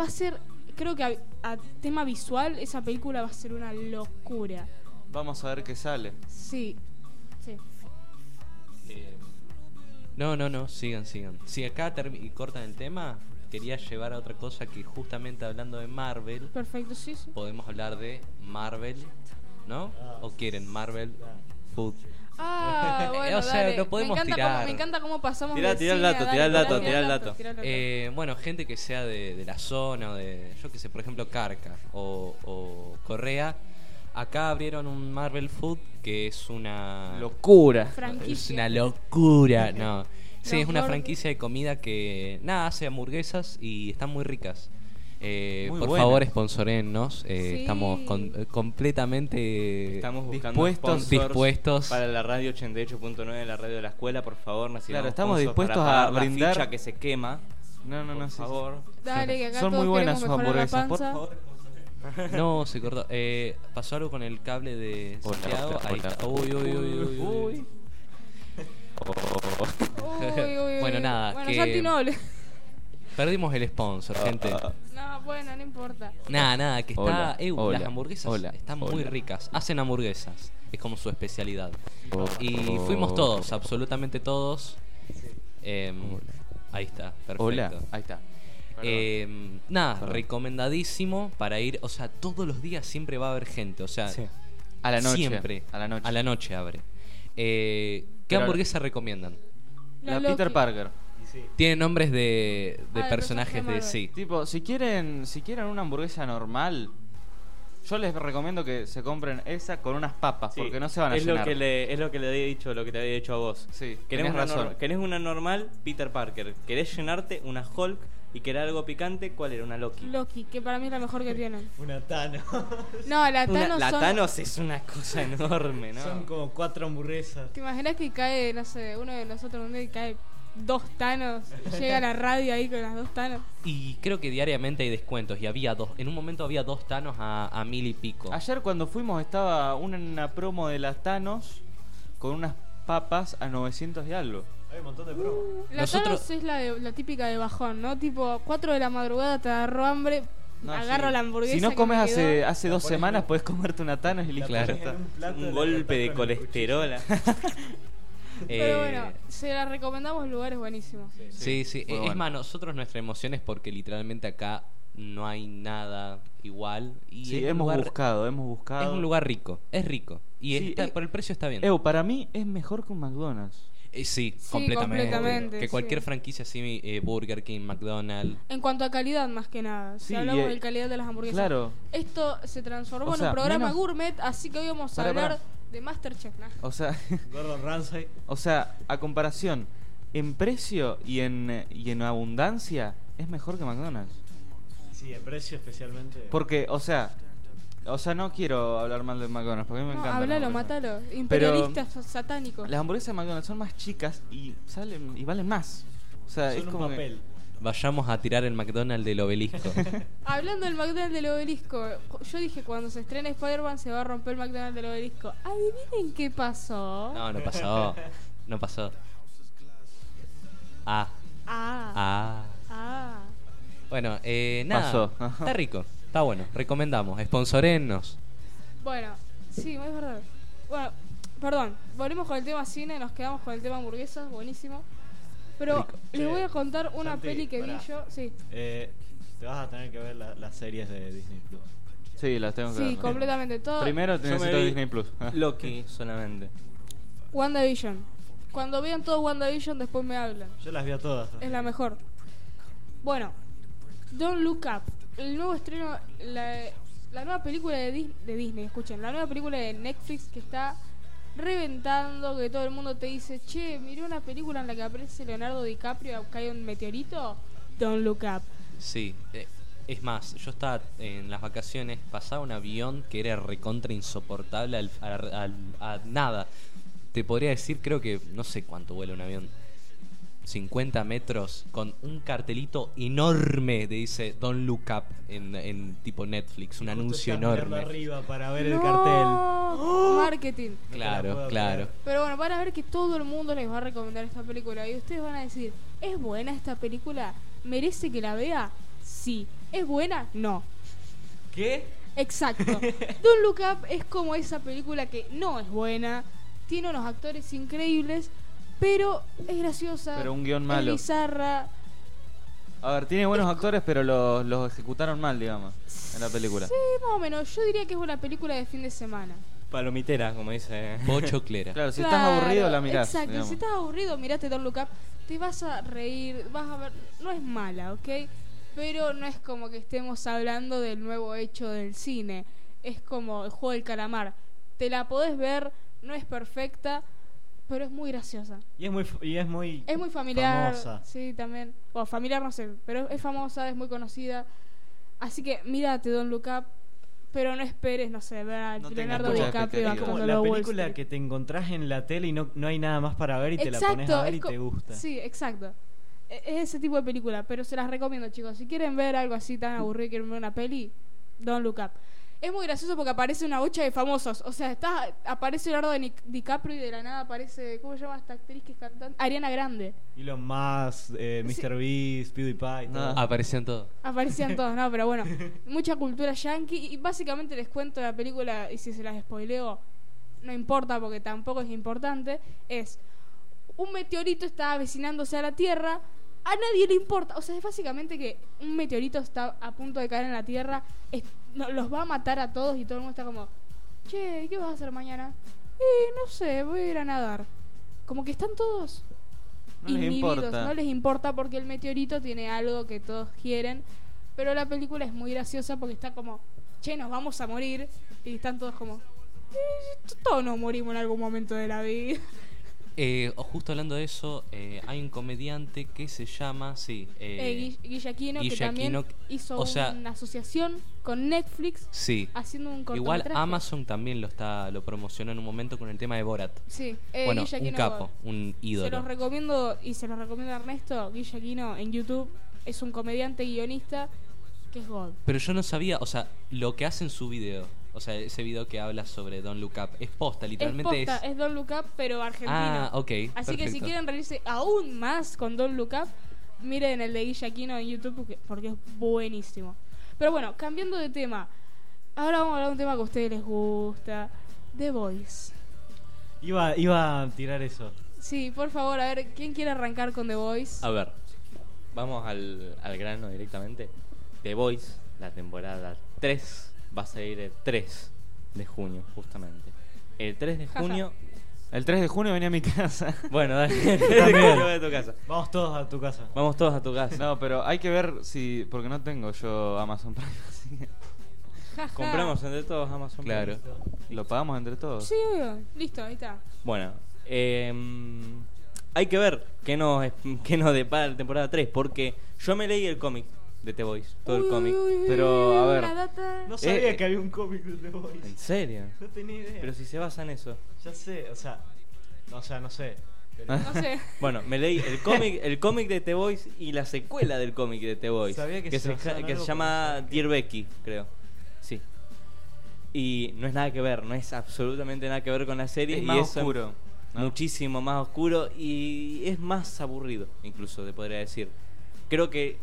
C: Va a ser, creo que a, a tema visual, esa película va a ser una locura.
B: Vamos a ver qué sale.
C: Sí, sí.
E: No, no, no, sigan, sigan. Si acá termi- y cortan el tema, quería llevar a otra cosa que justamente hablando de Marvel,
C: Perfecto, sí, sí.
E: podemos hablar de Marvel, ¿no?
D: Ah.
E: ¿O quieren Marvel Food?
C: Ah, bueno,
E: O sea,
C: dale.
E: lo podemos
C: me encanta
E: tirar.
C: Cómo, me encanta cómo pasamos
A: Tirá,
C: de
A: tirá el
C: cine a
A: dato,
C: dale,
A: tirá el dato,
C: dale,
A: tirá el dato.
C: tirá el dato.
E: Eh, bueno, gente que sea de, de la zona o de, yo que sé, por ejemplo, Carca o, o Correa, acá abrieron un Marvel Food que es una...
A: Ah.
B: Locura.
C: Franquicia.
E: Es una locura, no. Sí,
C: Los
E: es una
C: gordos.
E: franquicia de comida que nada hace hamburguesas y están muy ricas. Eh,
B: Muy
E: por
B: buena.
E: favor, sponsorennos. eh,
C: Sí.
E: Estamos con- eh, completamente
A: Estamos buscando
B: Dispuestos,
A: sponsors
E: dispuestos.
A: para la radio 88.9, la radio de la escuela, por favor, necesitamos
B: Claro, estamos
A: sponsors
B: dispuestos
A: para
B: a
A: pagar
B: brindar-
A: la ficha que se quema,
B: No, no, no.
A: por
B: sí, sí.
A: favor.
C: Dale, que acá
B: Son
C: todos
B: muy buenas sus
C: queremos mejorar la
B: hamburguesas. Por
C: panza.
B: favor.
E: No, se cortó. Eh, pasó algo con el cable de
B: Hola,
E: Santiago.
B: hola,
E: Ahí
B: hola.
E: está. Uy, uy, uy, uy, uy.
A: Uy.
C: Uy, uy, uy.
E: Bueno, nada,
C: Bueno,
E: que-
C: Santi no hable.
E: Perdimos el sponsor,
B: Ah,
E: gente.
C: No, bueno, no importa.
E: Nada, nada, que está.
B: Hola,
E: Ew,
B: hola,
E: las hamburguesas
B: hola,
E: están muy
B: hola.
E: ricas. Hacen hamburguesas. Es como su especialidad.
B: Oh,
E: Y
B: oh.
E: fuimos todos, absolutamente todos. Em, ahí está, perfecto.
B: Hola. Ahí está.
E: Em, nada,
B: Perdón.
E: recomendadísimo para ir. O sea, todos los días siempre va a haber gente. O sea,
B: A la noche.
E: siempre.
B: A la noche.
E: A la noche abre. Eh, ¿Qué
B: Pero-
E: hamburguesa recomiendan?
B: La
C: Loki.
B: Peter Parker.
D: Y sí.
E: Tiene nombres de, de
C: Ah, de
E: personajes de
C: personajes
E: sí.
B: Tipo, si quieren, si quieren una hamburguesa normal, yo les recomiendo que se compren esa con unas papas,
A: Sí,
B: porque no se van a
A: es
B: llenar.
A: Lo que le, es lo que le había dicho, lo que te había dicho a vos.
B: Sí,
A: Querés
B: tenés
A: una,
B: razón.
A: nor- querés una normal, Peter Parker. Querés llenarte una Hulk y querés algo picante, ¿cuál era? Una Loki.
C: Loki, que para mí es la mejor que tienen.
D: Una Tano.
C: No, la
A: Una-
C: Thanos
A: la
C: son-
A: Thanos es una cosa enorme, ¿no?
D: Son como cuatro hamburguesas.
C: ¿Te imaginas que cae, no sé, uno de nosotros un día y cae dos Thanos? Llega a la radio ahí con las dos Thanos.
E: Y creo que diariamente hay descuentos. Y había dos. En un momento había dos tanos a, a mil y pico.
B: Ayer cuando fuimos estaba una promo de las Thanos con unas papas a 900 y algo.
D: Hay un montón de promos.
C: La
E: Nosotros-
C: Thanos es la, de- la típica de bajón, ¿no? Tipo, 4 de la madrugada te agarró hambre,
B: No,
C: agarro
B: sí.
C: la hamburguesa.
B: Si no
C: que
B: comes
C: me
B: hace, eh,
C: quedó.
B: hace
D: La
B: dos
D: pones en
B: semanas,
D: un-
B: podés comerte una Thanos y
D: La
B: listo.
E: Claro.
D: pones
B: ya
D: en
B: está.
D: plato y
A: un
D: la
A: golpe de
D: cortás con el
A: colesterol.
C: Pero
E: Eh,
C: bueno, se la recomendamos lugares buenísimos.
D: cuchillo.
E: Sí, sí.
B: Muy
E: Eh,
B: bueno.
E: Es más, nosotros nuestra emoción es porque literalmente acá no hay nada igual. Y
B: Sí,
E: es un
B: hemos
E: lugar-
B: buscado, hemos buscado.
E: Es un lugar rico, es rico. Y
B: Sí,
E: está-
B: eh,
E: por el precio está bien.
B: Ew, para mí es mejor que un McDonald's.
E: Eh, sí,
C: Sí,
E: completamente.
C: completamente,
E: Que cualquier
C: sí.
E: franquicia así, eh, Burger King, McDonald's.
C: En cuanto a calidad, más que nada. Si
B: Sí,
C: hablamos
B: eh,
C: de calidad de las hamburguesas.
B: Claro.
C: Esto se transformó
B: O
C: en
B: sea,
C: un programa
B: menos-
C: gourmet, así que hoy vamos a
B: Pará,
C: hablar
B: pará.
C: de Masterchef. Nah.
B: O sea,
D: Gordon Ramsay.
B: o sea, a comparación, en precio y en, y en abundancia, es mejor que McDonald's.
D: Sí, el precio especialmente.
B: Porque, o sea, o sea, no quiero hablar mal de McDonald's, porque a mí me
C: No,
B: encanta.
C: hablalo, matalo. Imperialistas satánicos.
B: Las hamburguesas de McDonald's son más chicas y salen y valen más. O sea,
D: Son
B: es
D: un
B: como que-
D: papel.
E: Vayamos a tirar el McDonald's del obelisco.
C: Hablando del McDonald's del obelisco, yo dije cuando se estrena Spider-Man se va a romper el McDonald's del obelisco. Adivinen qué pasó.
E: no, no pasó. No pasó. Ah,
C: Ah,
E: ah.
C: ah.
E: Bueno, eh, nada.
B: Pasó.
E: Está rico, está bueno. Recomendamos. Sponsorennos.
C: Bueno, sí, es verdad. Bueno, perdón, volvemos con el tema cine, nos quedamos con el tema hamburguesas, buenísimo. Pero
E: Rico.
C: les
D: Che,
C: voy a contar una
D: Santi,
C: peli que
D: pará.
C: vi yo. Sí,
D: Eh, te vas a tener que ver la- las series de Disney Plus.
B: Sí, las tengo que
C: sí,
B: ver.
C: completamente todo.
B: Primero te
A: Yo me
B: necesito
A: vi
B: Disney Plus.
A: Loki solamente.
C: WandaVision. Cuando vean todo WandaVision, después me hablan.
D: Yo las vi a todas.
C: Es la mejor. Bueno, Don't Look Up. El nuevo estreno, la, la nueva película de, Dis- de Disney, escuchen, la nueva película de Netflix que está reventando, que todo el mundo te dice, che, miré una película en la que aparece Leonardo DiCaprio, cae un meteorito. Don't Look Up.
E: Sí. eh, es más, yo estaba en las vacaciones, pasaba un avión que era recontra insoportable al, al- al- a nada. Te podría decir, creo que no sé cuánto vuela un avión. 50 metros con un cartelito enorme de dice Don't Look Up en, en tipo Netflix, un
D: Justo
E: anuncio
D: estás mirando
E: enorme.
D: arriba para ver el
C: No,
D: cartel. ¡Oh!
C: Marketing.
D: te la
E: Claro,
D: puedo
E: claro.
D: creer.
C: Pero bueno, van a ver que todo el mundo les va a recomendar esta película. Y ustedes van a decir, ¿es buena esta película? ¿Merece que la vea? Sí. ¿Es buena? No.
A: ¿Qué?
C: Exacto. Don't Look Up es como esa película que no es buena, tiene unos actores increíbles, pero es graciosa,
B: Pero un guión
C: es
B: malo.
C: bizarra.
B: A ver, tiene buenos actores, pero los, los ejecutaron mal, digamos, en la película.
C: Sí, más o menos. Yo diría que es una película de fin de semana.
A: Palomitera, como dice.
E: Pochoclera.
B: Claro, si
C: Claro,
B: estás aburrido, la mirás.
C: Exacto,
B: digamos.
C: si estás aburrido, mirate Don't Look Up, te vas a reír, vas a ver, no es mala, ¿ok? Pero no es como que estemos hablando del nuevo hecho del cine, es como el juego del calamar. Te la podés ver, no es perfecta, pero es muy graciosa.
D: Y es muy. f- Y es muy.
C: Es muy familiar.
D: Famosa.
C: Sí, también. O familiar, no sé, pero es famosa, es muy conocida. Así que mírate Don Look Up, pero no esperes, no sé, ver a
D: No tengas
C: Leonardo
D: muchas
C: DiCaprio
B: expectativas.
D: Es como
C: actuando en
D: la
C: Wall
D: película
C: Street.
D: que te encontrás en la tele y no, no hay nada más para ver y te la
C: Exacto,
D: pones a ver
C: es
D: y
C: co-
D: te gusta.
C: Sí, exacto. E- Es ese tipo de película, pero se las recomiendo, chicos. Si quieren ver algo así tan aburrido y quieren ver una peli, Don't Look Up. Es muy gracioso porque aparece una bocha de famosos. O sea, está, aparece Leonardo de DiCaprio y de la nada aparece, ¿cómo se llama esta actriz que es cantante? Ariana Grande.
D: Elon Musk, eh,
C: Sí.
D: Mr. Beast, PewDiePie, todo.
B: Ah.
E: Aparecían todos.
C: Aparecían todos, no, pero bueno, mucha cultura yankee. Y básicamente les cuento la película, y si se las spoileo, no importa porque tampoco es importante. Es un meteorito está avecinándose a la Tierra, a nadie le importa. O sea, es básicamente que un meteorito está a punto de caer en la Tierra, es- no- los va a matar a todos y todo el mundo está como, che, ¿qué vas a hacer mañana? Eh, no sé, voy a ir a nadar. Como que están todos
B: No les
C: inhibidos,
B: importa.
C: no les importa porque el meteorito tiene algo que todos quieren. Pero la película es muy graciosa porque está como, che, nos vamos a morir. Y están todos como, "Eh, todos nos morimos en algún momento de la vida.
E: Eh, o justo hablando de eso, eh, hay un comediante que se llama, sí, eh,
C: Eh, Guill- Guillaquino, que
E: Guilla
C: también
E: Quino,
C: hizo
E: o sea-
C: una asociación con Netflix
E: sí.
C: haciendo un
E: Igual
C: cortometraje.
E: Amazon también lo está, lo promocionó en un momento con el tema de Borat.
C: Sí, eh,
E: bueno,
C: Guilla
E: un
C: Quino-
E: capo, un
C: Se
E: ídolo.
C: los recomiendo y se los recomiendo a Ernesto Guillaquino en YouTube. Es un comediante guionista que es God.
E: Pero yo no sabía, o sea, lo que hace en su video, o sea, ese video que habla sobre Don Look Up, es posta, literalmente
C: es,
E: es.
C: posta, es Don Look Up, pero argentino.
E: ah, ok.
C: Así que si
E: perfecto.
C: quieren reírse aún más con Don Look Up, miren el de Guillaquino en YouTube porque, porque es buenísimo. Pero bueno, cambiando de tema, ahora vamos a hablar de un tema que a ustedes les gusta: The Voice.
D: Iba, iba a tirar eso.
C: Sí, por favor, a ver, ¿quién quiere arrancar con The Voice?
A: A ver, vamos al, al grano directamente. The Voice, la temporada 3, va a salir el 3 de junio, justamente. El 3 de
C: Jaja.
A: junio.
B: El 3 de junio venía a mi casa.
A: bueno, dale, el 3 de junio voy a tu casa.
D: Vamos todos a tu casa.
A: Vamos todos a tu casa.
B: No, pero hay que ver si. Porque no tengo yo Amazon Prime, así que.
C: Jaja.
A: Compramos entre todos Amazon. Prime.
E: Claro.
B: Lo pagamos entre todos.
C: Sí, obvio. Listo, ahí está.
A: Bueno, em, hay que ver qué nos, qué nos depara la temporada 3, porque yo me leí el cómic de The Voice, todo
C: Uy,
A: el cómic.
C: uy, uy,
B: Pero,
C: uy,
B: a
C: uy,
B: ver.
C: la data.
D: No sabía
B: eh.
D: que había un cómic de The Voice.
A: ¿En serio?
D: No tenía idea.
A: Pero si se basa en eso.
D: Ya sé, o sea. O sea, no sé.
A: Ah.
D: Pero
C: No sé.
A: Bueno, me leí el cómic, el cómic de The Voice y la secuela del cómic de The Voice.
D: Sabía que se
A: se,
D: basaban en
A: que se
D: algo,
A: llama
D: pero no sabía
A: Dear Becky, creo. Sí. Y no es nada que ver, no es absolutamente nada que ver con la serie.
B: Es
A: y
B: más
A: eso-
B: oscuro. ¿no?
A: muchísimo más oscuro y es más aburrido, incluso te podría decir. Creo que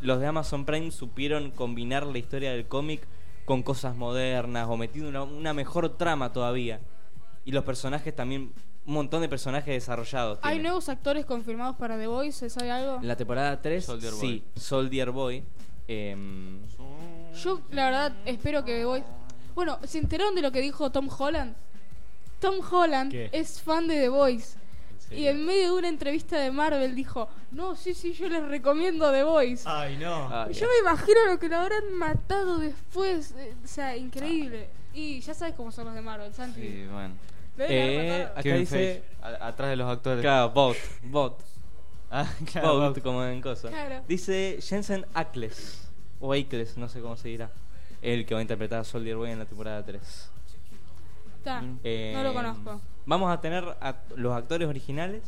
A: los de Amazon Prime supieron combinar la historia del cómic con cosas modernas o metiendo una, una mejor trama todavía. Y los personajes también, un montón de personajes desarrollados.
C: ¿Hay
A: tienen.
C: nuevos actores confirmados para The Voice? ¿Se sabe algo?
A: En la temporada 3,
B: Soldier Boy.
A: sí, Soldier Boy. em,
C: Yo, la verdad, espero que voy. Bueno, ¿se enteraron de lo que dijo Tom Holland? Tom Holland
D: ¿Qué?
C: es fan de The Voice.
D: en serio.
C: Y en medio de una entrevista de Marvel dijo, no, sí, sí, yo les recomiendo The Voice.
D: Ay, no.
A: ah,
C: yo me imagino lo que lo habrán matado después. eh, O sea, increíble. Y ya sabes cómo son los de Marvel, Santi.
B: Sí, bueno.
C: Deben haber
A: Eh,
C: matado.
A: Acá
B: Kevin
A: dice-
B: Feige, a- atrás de los actores.
A: Claro, bot, bot.
B: Ah, claro.
A: Boat, como en cosa.
C: Claro.
A: Dice Jensen Ackles, o Ackles, no sé cómo se dirá. El que va a interpretar a Soldier Boy en la temporada 3.
C: Está,
A: mm,
C: no lo conozco.
A: Eh, Vamos a tener a los actores originales,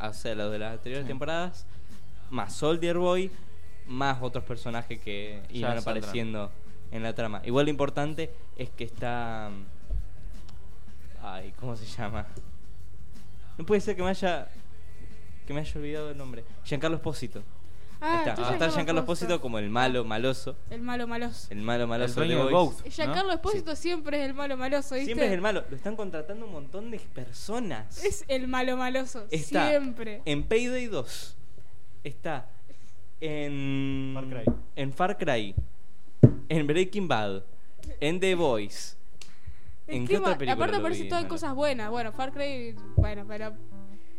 A: o sea, los de las anteriores
B: Sí.
A: temporadas, más Soldier Boy, más otros personajes que
B: Ya
A: iban
B: saldrán.
A: apareciendo en la trama. Igual lo importante es que está. mm, Ay, ¿cómo se llama? No puede ser que me haya. que me haya olvidado el nombre. Giancarlo Espósito.
C: Ah,
A: está.
C: entonces
A: Va a estar
C: Giancarlo
A: Giancarlo Espósito
C: Esposito.
A: como el malo maloso.
C: El malo maloso.
A: El malo
B: El
A: maloso de
B: dueño de
A: Boys.
B: Both.
C: Giancarlo
B: ¿no?
C: Espósito siempre es el malo maloso, ¿viste?
A: Siempre es el malo. Lo están contratando un montón de personas.
C: Es el malo maloso,
A: Está
C: siempre.
A: En Payday 2. Está en.
D: Far Cry.
A: En Far Cry. En Breaking Bad. En The Voice. ¿En qué
C: ma-
A: otra película
C: Aparte
A: lo
C: aparece
A: vi,
C: todo en
A: Manu?
C: cosas buenas. Bueno, Far Cry, bueno, pero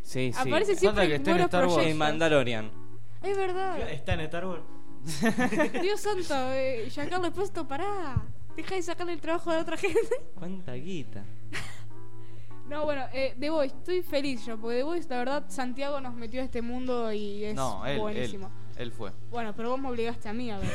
A: Sí, sí.
C: aparece
B: Falta
C: siempre
B: que
C: en
B: esté en
C: buenos
B: Star Wars.
A: En
C: proyectos.
A: Mandalorian.
C: Es verdad.
D: Está en Star Wars.
C: Dios santo, eh, Giancarlo Esposito, pará. Deja de sacarle el trabajo de otra gente.
A: ¿Cuánta guita?
C: No, bueno, eh, The Voice, estoy feliz yo, porque The Voice, la verdad, Santiago nos metió a este mundo y es
B: No, él, él.
C: buenísimo.
B: Él fue.
C: Bueno, pero vos me obligaste a mí a ver.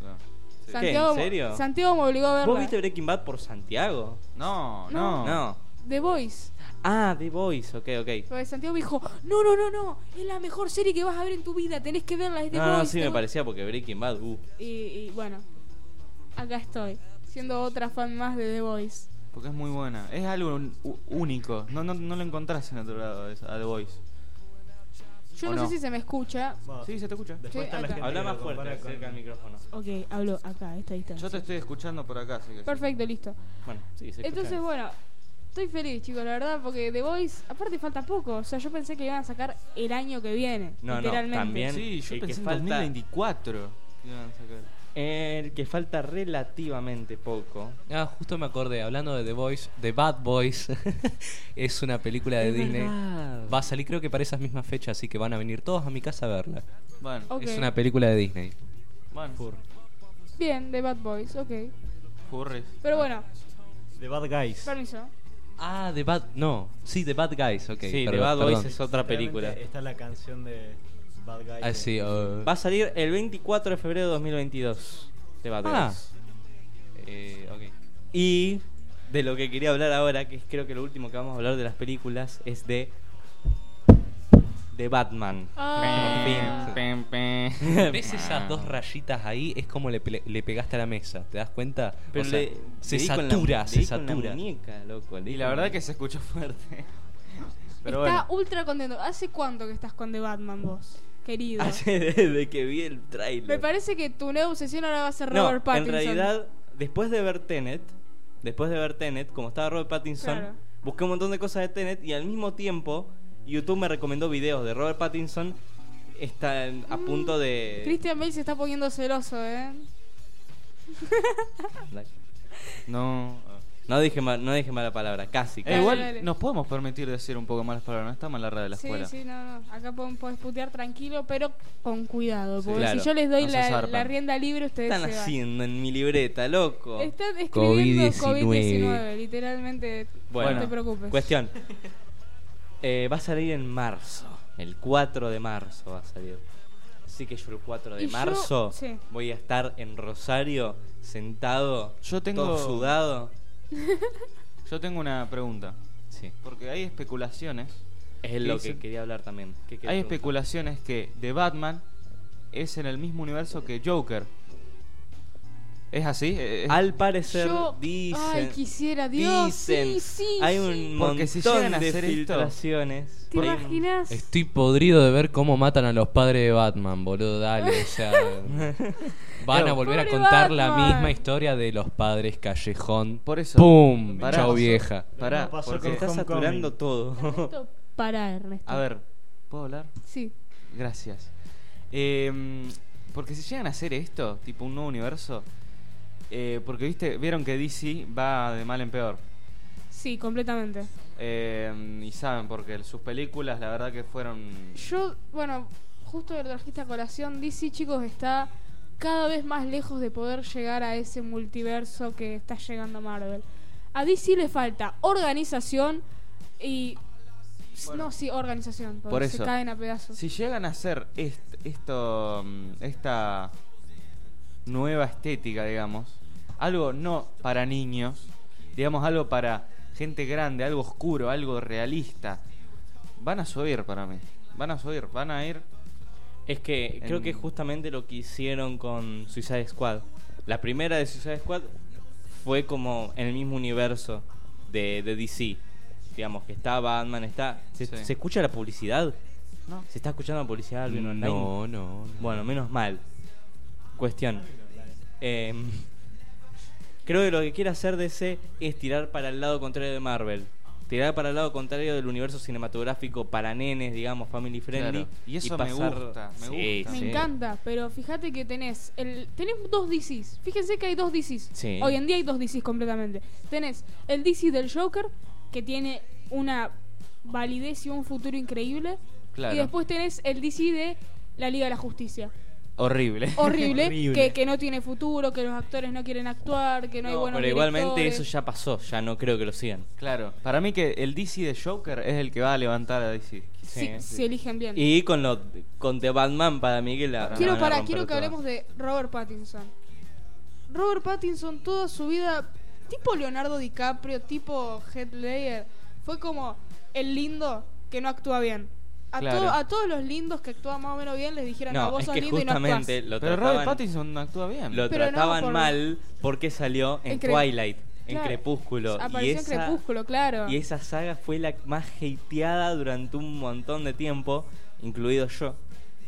B: No.
A: ¿Qué,
C: Santiago,
A: en serio?
C: Santiago me obligó a verla.
A: ¿Vos viste Breaking Bad por Santiago?
B: No,
C: No.
B: no.
A: No.
C: The Voice.
A: Ah, The Voice, ok, ok.
C: Porque Santiago me dijo, no, no, no, no, es la mejor serie que vas a ver en tu vida, tenés que verla, es The
A: No, no, sí
C: Voice, The
A: me
C: Voice".
A: parecía porque Breaking Bad, uh.
C: Y, y bueno, acá estoy, siendo otra fan más de The Voice.
B: Porque es muy buena. Es algo un- u- único. No, no, no lo encontrás en otro lado, es- a The Voice.
C: Yo
B: ¿O
C: no,
B: no?
C: sé si se me escucha.
A: Ah.
D: Bueno,
B: Sí, se te escucha.
D: Después
C: Sí,
D: está
C: acá.
D: la gente
A: Habla
D: que lo
A: más fuerte,
D: compara con-
A: cerca del micrófono.
C: Ok, hablo acá, esta distancia.
B: Yo te estoy escuchando por acá, así que. sí.
C: Perfecto, listo.
A: Bueno, sí, se escucha.
C: Entonces, bueno, estoy feliz, chicos, la verdad, porque The Voice, aparte falta poco. O sea, yo pensé que iban a sacar el año que viene.
A: No, no,
C: literalmente.
A: también.
B: Sí, yo
A: El que
B: pensé en
A: falta-
B: 2024.
A: El que falta relativamente poco.
E: Ah, justo me acordé, hablando de The Boys, The Bad Boys es una película de
A: Es
E: Disney.
A: verdad.
E: Va a salir creo que para esas mismas fechas, así que van a venir todos a mi casa a verla.
B: Bueno,
C: Ok.
E: Es una película de Disney.
B: bueno.
C: Bien, The Bad Boys, ok.
B: Furries.
A: Ah.
C: Pero bueno,
D: The Bad Guys.
C: permiso.
E: Ah, The Bad... No, sí, The Bad Guys, ok.
A: sí, The
E: perdón,
A: Bad Boys
E: perdón.
A: es otra película.
D: Realmente Está la canción de Bad Guys.
E: Ah, sí, oh.
A: Va a salir el 24 de febrero de 2022. The Bad
E: Ah.
A: Boys.
E: Eh, ok.
A: Y de lo que quería hablar ahora, que es creo que lo último que vamos a hablar de las películas, es de. de Batman.
C: Ah.
A: Por fin.
B: Pem, pem.
E: ¿Ves esas dos
B: Ah.
E: rayitas ahí? Es como le, pe- le pegaste a la mesa, ¿te das cuenta? O
A: Pero
E: sea,
A: le-
E: se
A: le di con la-
E: satura,
A: le
E: se
A: di con la
E: satura.
A: muñeca, loco, le di
B: Y la
A: con
B: verdad que se escuchó fuerte. Pero
C: Está
B: bueno.
C: ultra contento. ¿Hace cuánto que estás con The Batman vos, querido?
A: Hace desde que vi el trailer.
C: Me parece que tu nueva obsesión ahora va a ser
A: No,
C: Robert Pattinson.
A: En realidad, después de ver Tenet, después de ver Tenet, como estaba Robert Pattinson,
C: Claro.
A: busqué un montón de cosas de Tenet y al mismo tiempo YouTube me recomendó videos de Robert Pattinson está en- a
C: Mm,
A: punto de
C: Christian Bale se está poniendo celoso, ¿eh?
B: No.
A: No dije mal, no dije mala palabra, casi.
B: Eh,
A: casi.
B: igual
C: dale.
B: nos podemos permitir decir un poco malas palabras, no está mal la red de la
C: sí,
B: escuela.
C: sí, no, no. Acá pueden- podés putear tranquilo, pero con cuidado.
A: Sí,
C: Porque
A: claro.
C: si yo les doy
B: No se
C: la,
B: zarpan.
C: la rienda libre,
A: ¿Qué
C: ustedes
A: están
C: se van.
A: haciendo en mi libreta, loco?
C: Están escribiendo COVID-19,
E: COVID-19,
C: literalmente.
A: Bueno,
C: no te preocupes.
A: Cuestión. Eh, va a salir en marzo. El 4 de marzo va a salir. Así que yo el 4 de
C: Y yo-
A: marzo
C: sí.
A: voy a estar en Rosario, sentado,
B: Yo tengo-
A: todo sudado.
B: Yo tengo una pregunta,
A: Sí.
B: porque hay especulaciones.
A: Es lo que
B: dicen?
A: quería hablar también. ¿Qué querés
B: Hay
A: preguntar?
B: especulaciones que The Batman es en el mismo universo que Joker. ¿Es así? Eh, es-
A: Al parecer,
C: Yo-
A: dicen.
C: Ay, quisiera, Dios,
A: dicen,
C: sí, sí,
A: Hay
C: sí.
A: un
B: Porque
A: montón
B: si llegan a
A: de
B: hacer esto-
A: filtraciones.
C: ¿Te
A: Hay un-
C: imaginas?
E: Estoy podrido de ver cómo matan a los padres de Batman, boludo, dale, o sea... Van a volver a
C: Pobre
E: contar la
C: Batman.
E: misma historia de los padres Callejón.
B: Por eso.
E: ¡Pum!
B: Pará.
E: Chau vieja.
B: Pará,
D: No pasó
A: Porque
B: porque-
A: está
D: Homecoming.
A: saturando todo.
C: Esto Para, Ernesto.
B: A ver, ¿puedo hablar?
C: Sí.
B: Gracias. Eh, porque si llegan a hacer esto, tipo un nuevo universo, eh, porque viste, vieron que DC va de mal en peor.
C: Sí, completamente.
B: Eh, y saben, porque sus películas la verdad que fueron...
C: Yo, bueno, justo lo trajiste a colación. DC, chicos, está cada vez más lejos de poder llegar a ese multiverso que está llegando Marvel. A DC le falta organización y. No, sí, organización. Porque
B: Por
C: se
B: eso.
C: caen a pedazos.
B: Si llegan a hacer est- esto, mm, esta nueva estética, digamos, algo no para niños, digamos algo para gente grande, algo oscuro, algo realista, van a subir para mí. Van a subir, van a ir.
A: Es que creo
B: En-
A: que es justamente lo que hicieron con Suicide Squad. La primera de Suicide Squad fue como en el mismo universo de, de DC. Digamos que está Batman, está. ¿Se,
B: Sí.
A: se escucha la publicidad?
B: No.
A: ¿Se está escuchando la publicidad Alvin
E: No,
A: online?
E: no, no.
A: Bueno, menos mal. Cuestión. Em, creo que lo que quiere hacer DC es tirar para el lado contrario de Marvel. Tirar para el lado contrario del universo cinematográfico para nenes, digamos, family friendly.
B: Claro. Y eso me gusta, me
A: Sí,
B: gusta.
C: Me
A: sí.
C: encanta, pero fíjate que tenés el tenés dos DCs. Fíjense que hay dos DCs.
A: Sí.
C: Hoy en día hay dos DCs completamente. Tenés el DC del Joker que tiene una validez y un futuro increíble
B: Claro.
C: y después tenés el DC de la Liga de la Justicia.
B: Horrible.
C: Horrible,
D: Horrible.
C: Que, que no tiene futuro, que los actores no quieren actuar, que no, hay
A: No,
C: buenos
A: pero igualmente
C: directores.
A: eso ya pasó, ya no creo que lo sigan.
B: Claro. Para mí que el DC de Joker es el que va a levantar a DC.
C: Si-
A: Sí,
C: si
A: sí.
C: eligen bien.
A: Y con lo con The Batman para mí que la
B: Para
A: la
C: quiero
A: van a
C: para,
A: romper
C: quiero que
A: toda.
C: hablemos de Robert Pattinson. Robert Pattinson toda su vida, tipo Leonardo DiCaprio, tipo Heath Ledger, fue como el lindo que no actúa bien. A,
B: Claro.
C: to- a todos los lindos que actúan más o menos bien les dijeron, no,
A: No,
C: vos
A: es
C: sos
A: que
C: lindo
A: justamente
C: y no
A: lo
B: Pero Robert
A: trataban,
B: Pattinson actúa bien.
A: lo
C: Pero no
A: trataban
C: por-
A: mal porque salió en
C: En Cre-
A: Twilight, en
C: Claro.
A: Crepúsculo.
C: actúas.
A: y
C: Apareció
A: esa,
C: en Crepúsculo, claro.
A: Y esa saga fue la más hateada durante un montón de tiempo, incluido yo.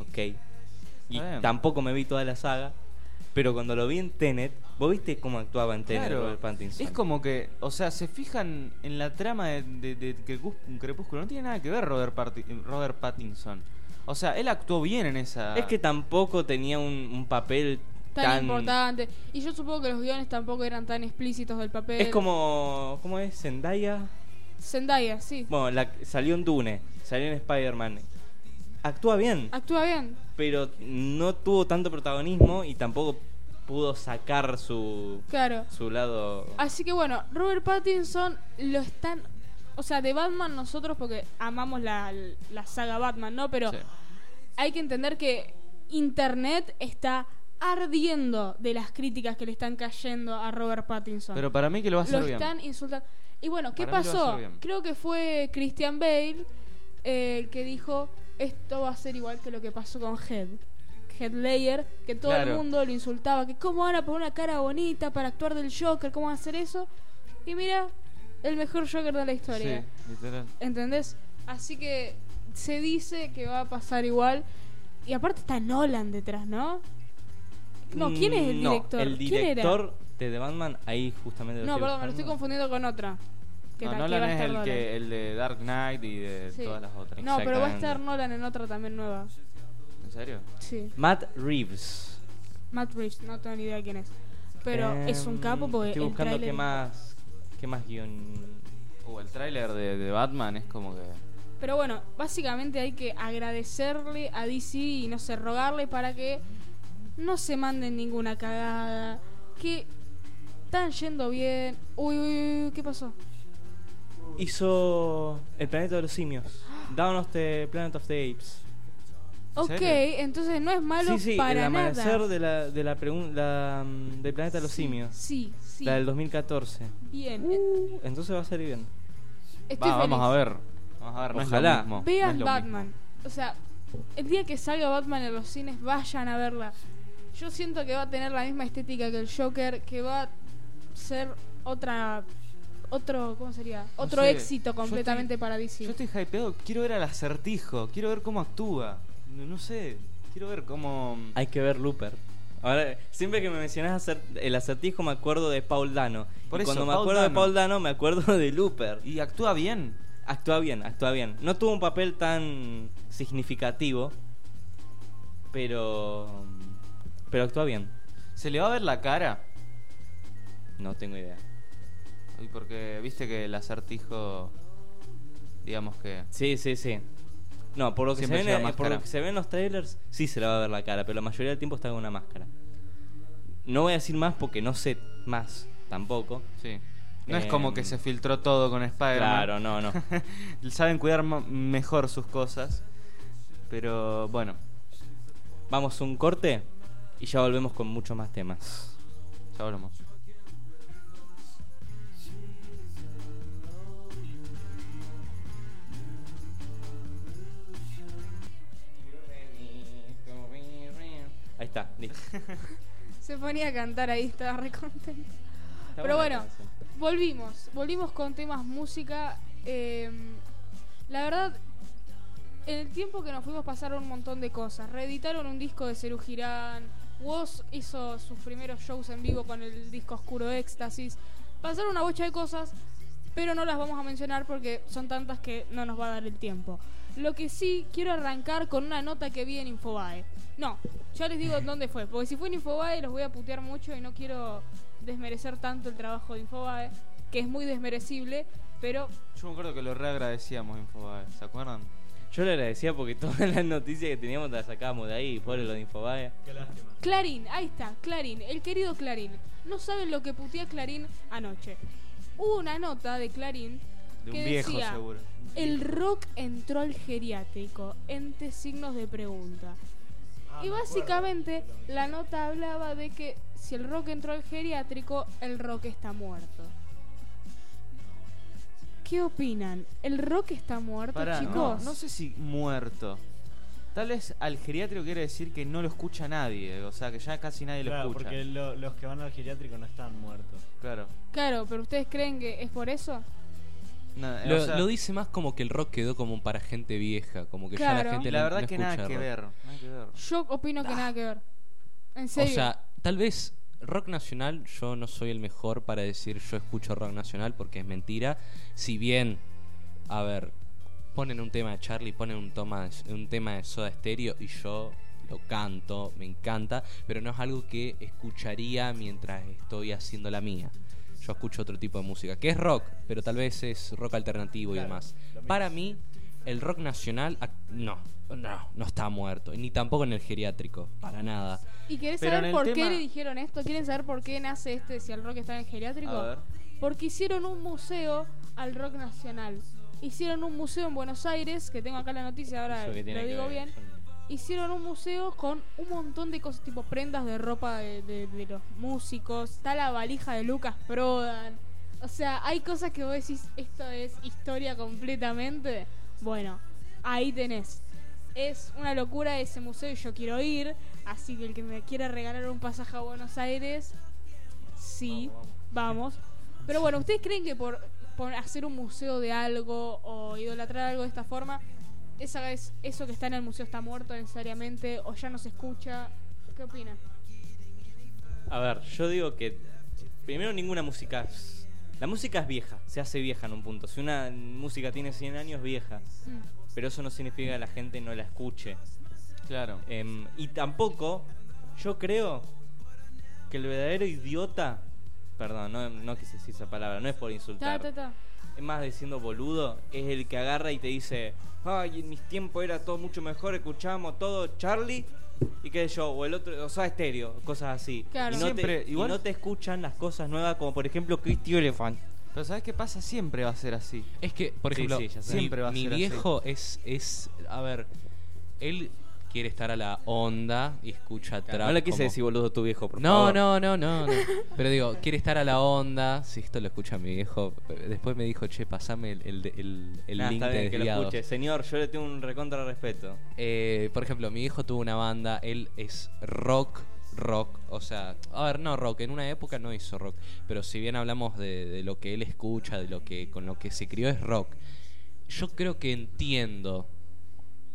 A: Ok. Y
B: Está bien.
A: tampoco me vi toda la saga. Pero cuando lo vi en Tenet, vos viste cómo actuaba en Tenet
B: Claro.
A: Robert Pattinson.
B: Es como que, o sea, se fijan en la trama de, de- de Crepús- Crepúsculo. No tiene nada que ver Robert, Parti- Robert Pattinson. O sea, él actuó bien en esa.
A: Ah. Es que tampoco tenía un, un papel
C: tan,
A: tan,
C: importante. Y yo supongo que los guiones tampoco eran tan explícitos del papel.
A: Es como. ¿Cómo es? Zendaya.
C: Zendaya, sí.
A: Bueno, la- salió en Dune, salió en Spider-Man. Actúa bien,
C: Actúa bien.
A: pero no tuvo tanto protagonismo y tampoco pudo sacar su,
C: Claro.
A: su lado.
C: Así que bueno, Robert Pattinson lo están. O sea, de Batman nosotros, porque amamos la, la saga Batman, ¿no? Pero
B: Sí.
C: hay que entender que Internet está ardiendo de las críticas que le están cayendo a Robert Pattinson.
B: Pero para mí que lo va a hacer
C: lo
B: bien.
C: están insultando. Y bueno, ¿qué
B: Para mí lo va a
C: pasó?
B: hacer bien.
C: Creo que fue Christian Bale eh, el que dijo, esto va a ser igual que lo que pasó con Head. Head Layer, que todo el
B: Claro.
C: mundo lo insultaba, que cómo van a poner una cara bonita para actuar del Joker, cómo van a hacer eso. Y mira, el mejor Joker de la historia.
B: Sí, literal.
C: ¿Entendés? Así que se dice que va a pasar igual. Y aparte está Nolan detrás, ¿no? No, ¿quién es el
B: Mm,
A: No,
C: director?
A: el
C: ¿Quién era?
A: director de The Batman, ahí justamente lo
C: No,
A: estoy
C: perdón, me lo estoy
A: buscando.
C: confundiendo con otra. Que
B: No,
C: ta- que
B: Nolan
C: va a
B: es
C: estar
B: el,
C: Nolan.
B: que, el de Dark Knight y de
C: Sí.
B: todas las otras.
C: No, pero va a estar
A: Exactamente.
C: Nolan en otra también nueva.
B: ¿En serio?
C: Sí,
A: Matt Reeves.
C: Matt Reeves, no tengo ni idea quién es. Pero
A: Em,
C: es un capo porque
A: Estoy
C: el
A: buscando qué
C: tráiler-
A: más, qué más guión.
B: O el tráiler de, de Batman es como que.
C: Pero bueno, básicamente hay que agradecerle a DC y no sé, rogarle para que no se manden ninguna cagada. Que están yendo bien. Uy, uy, uy, ¿qué pasó?
A: Hizo El planeta de los simios. Dawn of the Planet of the Apes.
C: Ok,
B: serio?
C: entonces no es malo
A: Sí, sí,
C: para
A: el amanecer
C: nada.
A: de la, de la pregun- la, mm, del planeta de los simios.
C: Sí, sí.
A: La del 2014.
C: Bien.
A: Uh, entonces va a salir bien.
C: Estoy
B: Va, vamos
C: feliz.
B: a ver. Vamos a ver, no es
A: Ojalá.
B: lo mismo. no
C: Vean
B: es lo
C: Batman. O sea, el día que salga Batman en los cines, vayan a verla. Yo siento que va a tener la misma estética que el Joker, que va a ser otra. Otro, ¿cómo sería?
B: No
C: Otro
B: sé,
C: éxito
B: yo
C: completamente para DC.
B: Yo estoy hypeado, quiero ver al acertijo, quiero ver cómo actúa. No, no sé, quiero ver cómo.
A: Hay que ver Looper. Ahora, siempre que me mencionas acer- el acertijo me acuerdo de Paul Dano.
B: Por
A: y
B: eso,
A: cuando me
B: Paul
A: acuerdo de
B: Dano.
A: Paul Dano me acuerdo de Looper. Y
B: Y actúa bien.
A: actúa bien, actúa bien. No tuvo un papel tan significativo, pero pero actúa bien.
B: Se le va a ver la cara.
A: No tengo idea.
B: Uy, porque viste que el acertijo. Digamos que.
A: Sí, sí, sí. No, por lo que, se
B: Siempre
A: ven,
B: lleva
A: eh, por
B: máscara.
A: lo que se ven los trailers, sí se le va a ver la cara, pero la mayoría del tiempo está con una máscara. No voy a decir más porque no sé más tampoco.
B: Sí. No es
A: Em,
B: como que se filtró todo con
A: Claro,
B: Spider-Man.
A: no, no.
B: Saben cuidar mo- mejor sus cosas. Pero bueno,
A: Vamos a un corte y ya volvemos con muchos más temas.
B: ya hablamos.
A: Ahí está, listo.
C: Se ponía a cantar ahí, estaba re contento.
A: Está
C: Pero
A: buena la
C: bueno,
A: canción.
C: volvimos. Volvimos con temas música. eh, la verdad, en el tiempo que nos fuimos pasaron un montón de cosas. Reeditaron un disco de Cerú Girán. Woz hizo sus primeros shows en vivo con el disco Oscuro Éxtasis. Pasaron una bocha de cosas, pero no las vamos a mencionar porque son tantas que no nos va a dar el tiempo. Lo que sí quiero arrancar con una nota que vi en Infobae. No, ya les digo dónde fue, porque si fue en Infobae los voy a putear mucho y no quiero desmerecer tanto el trabajo de Infobae, que es muy desmerecible, pero
B: Yo me acuerdo que lo reagradecíamos, Infobae. ¿Se acuerdan?
A: Yo le agradecía porque todas las noticias que teníamos las sacábamos de ahí, pobre lo de Infobae.
D: Qué lástima.
C: Clarín, ahí está, Clarín, el querido Clarín. No saben lo que putea Clarín anoche. Hubo una nota de Clarín
B: De un
C: que
B: viejo,
C: decía, Eh,
B: seguro.
C: el rock entró al geriátrico, entre signos de pregunta.
D: Ah,
C: Y
D: me acuerdo.
C: básicamente la nota hablaba de que Si el rock entró al geriátrico, el rock está muerto. ¿Qué opinan? ¿El rock está muerto,
B: Pará, no,
C: chicos?
B: No, sé si muerto. Tal vez al geriátrico quiere decir que no lo escucha nadie, o sea, que ya casi nadie
D: Claro,
B: lo escucha.
D: porque lo- los que van al geriátrico no están muertos.
B: Claro.
C: Claro, pero ¿ustedes creen que es por eso?
B: No, eh,
E: Lo,
B: o sea,
E: lo dice más como que el rock quedó como para gente vieja, como que ya
C: Claro.
E: la gente
B: y la
E: no-
B: verdad
E: no
B: que
E: escucha
B: nada que,
E: rock.
B: ver, nada que ver.
C: Yo opino que nada que ver. En serio.
E: Ah. O sea, tal vez rock nacional, yo no soy el mejor para decir yo escucho rock nacional porque es mentira. Si bien, a ver, ponen un tema de Charlie, ponen un, toma de- un tema de Soda Stereo y yo lo canto, me encanta, pero no es algo que escucharía mientras estoy haciendo la mía. Yo escucho otro tipo de música, que es rock, pero tal vez es rock alternativo y
D: Claro,
E: demás.
D: lo mismo.
E: Para mí, el rock nacional ac- no, no, no está muerto, ni tampoco en el geriátrico, para nada.
C: ¿Y querés
B: Pero en
C: saber
B: el
C: por
B: tema-
C: qué le dijeron esto? ¿Quieren saber por qué nace este si el rock está en el geriátrico?
B: A ver.
C: Porque hicieron un museo al rock nacional. Hicieron un museo en Buenos Aires, que tengo acá la noticia, ahora
A: Eso que tiene
C: lo
A: que
C: digo
A: ver,
C: bien. Hicieron un museo con un montón de cosas, tipo prendas de ropa de, de- de los músicos. Está la valija de Lucas Prodan. O sea, hay cosas que vos decís, esto es historia completamente. Bueno, ahí tenés. Es una locura ese museo y yo quiero ir. Así que el que me quiera regalar un pasaje a Buenos Aires, sí, vamos. Pero bueno, ¿ustedes creen que por, por hacer un museo de algo o idolatrar algo de esta forma, esa es, eso que está en el museo está muerto necesariamente o ya no se escucha? ¿Qué opinan?
A: A ver, yo digo que primero ninguna música... es- La música es vieja, se hace vieja en un punto. Si una música tiene 100 años, es vieja.
C: Mm.
A: Pero eso no significa que la gente no la escuche.
B: Claro.
A: Em, y tampoco, yo creo que el verdadero idiota... Perdón, no, no quise decir esa palabra, no es por
C: Ta,
A: insultar.
C: ta, ta.
A: es más diciendo boludo, es el que agarra y te dice, ay, en mis tiempos era todo mucho mejor, escuchábamos todo Charlie y qué sé yo, o el otro, o sea, estéreo, cosas así.
C: Claro.
A: Y no,
B: Siempre,
A: te, y
B: igual-
A: no te escuchan las cosas nuevas, como por ejemplo Christy Elephant.
B: Pero ¿sabes qué pasa? Siempre va a ser así.
E: Es que, por
A: Sí,
E: ejemplo,
A: sí, ya sé.
E: mi-
B: Siempre va a
E: mi
B: ser así.
E: viejo es, es. A ver, él quiere estar a la onda y escucha trap.
A: no le quise
E: como-
A: decir boludo a tu viejo, por
E: No,
A: favor.
E: no, no, no, no. Pero digo, quiere estar a la onda. Si esto lo escucha mi viejo, después me dijo, che, pasame el, el, el- el
A: Nah,
E: link
A: Ah, está
E: de
A: bien que lo
E: Desviados".
A: escuche. Señor, yo le tengo un recontra respeto.
E: Eh, por ejemplo, mi hijo tuvo una banda, él es rock, rock, o sea, a ver, no rock, en una época no hizo rock, pero si bien hablamos de, de lo que él escucha, de lo que con lo que se crió es rock, yo creo que entiendo,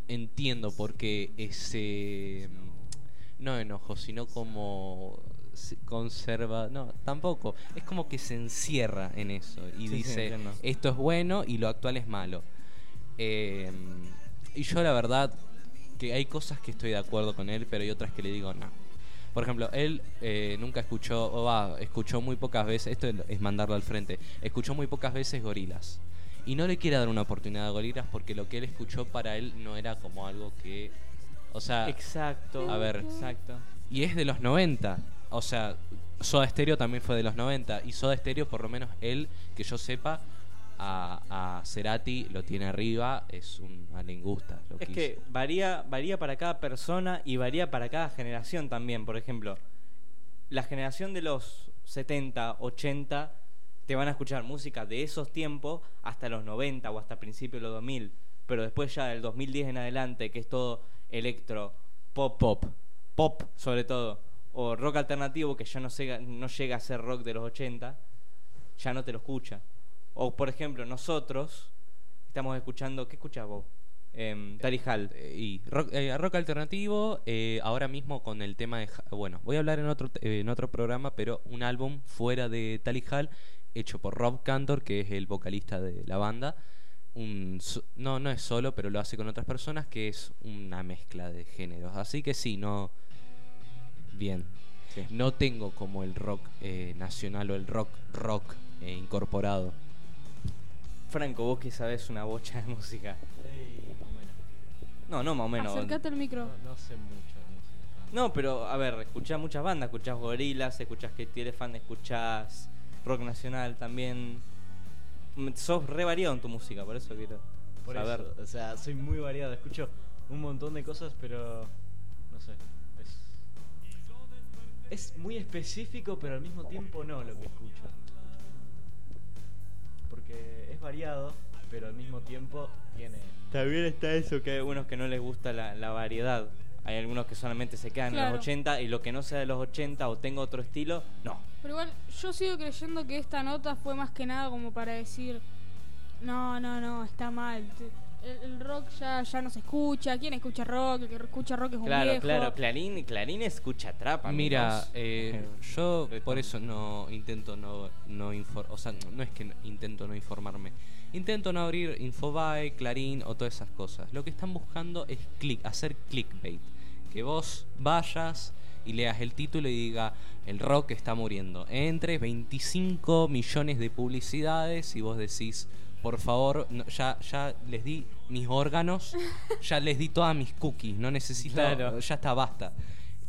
E: entiendo porque ese, mm, no enojo, sino como se conserva, no, tampoco, es como que se encierra en eso y
A: Sí, sí,
E: dice,
A: entiendo.
E: esto es bueno y lo actual es malo. Eh, y yo la verdad que hay cosas que estoy de acuerdo con él, pero hay otras que le digo no. Por ejemplo, él eh, nunca escuchó, o va, escuchó muy pocas veces, esto es mandarlo al frente, escuchó muy pocas veces gorilas. Y no le quiere dar una oportunidad a gorilas porque lo que él escuchó para él no era como algo que... O sea,
A: Exacto.
E: A ver.
A: Ah. Exacto.
E: y es de los 90. O sea, Soda Stereo también fue de los 90. Y Soda Stereo, por lo menos él, que yo sepa, a, a Cerati lo tiene arriba. Es una lingusta. Lo
A: Es
E: hizo.
A: que varía, varía para cada persona y varía para cada generación también. Por ejemplo, la generación de los 70, 80 te van a escuchar música de esos tiempos hasta los 90 o hasta principios de los 2000. Pero después ya del 2010 en adelante, que es todo electro, pop,
E: Pop.
A: pop sobre todo, o rock alternativo que ya no, llega- no llega a ser rock de los 80, ya no te lo escucha. O por ejemplo, nosotros estamos escuchando, ¿qué escuchás vos? Em, Tari Hall.
E: Eh, y rock, eh, rock alternativo eh, ahora mismo con el tema de Ja- bueno voy a hablar en otro te- eh, en otro programa pero un álbum fuera de Tally Hall hecho por Rob Cantor que es el vocalista de la banda un so- no no es solo pero lo hace con otras personas que es una mezcla de géneros así que sí no bien no tengo como el rock eh, nacional o el rock rock eh, incorporado
A: Franco, vos que sabés una bocha de música.
D: Ey, más o menos.
A: No, no, más o menos.
C: Acercate al micro.
D: No, no sé mucho de música.
A: No, pero a ver, escuchás muchas bandas, escuchás Gorilas, escuchás Katy Elephant, escuchás rock nacional también. Mm, Sos re variado en tu música, por eso quiero
D: Por
A: saber.
D: eso, o sea, soy muy variado, escucho un montón de cosas, pero no sé. Es... Es muy específico, pero al mismo tiempo no lo que escucho. Porque es variado, pero al mismo tiempo tiene.
A: También está eso que hay algunos que no les gusta la, la variedad. Hay algunos que solamente se quedan en
C: Claro.
A: los 80 y lo que no sea de los 80 o tenga otro estilo, no.
C: Pero igual, yo sigo creyendo que esta nota fue más que nada como para decir: No, no, no, está mal. te- El, el rock ya, ya no se escucha. ¿Quién escucha rock? El que escucha rock es un
A: Claro,
C: viejo.
A: claro, Clarín, Clarín escucha trapa.
E: Mira,
A: amigos.
E: eh, yo
A: De
E: por
A: todo.
E: eso no intento no, no infor- o sea, no es que no- intento no informarme. Intento no abrir Infobae, Clarín o todas esas cosas. Lo que están buscando es click, hacer clickbait. Que vos vayas y leas el título y diga, el rock está muriendo. Entre 25 millones de publicidades y vos decís, por favor, no- ya, ya les di mis órganos, ya les di todas mis cookies, no necesito,
A: Claro.
E: ya está, basta.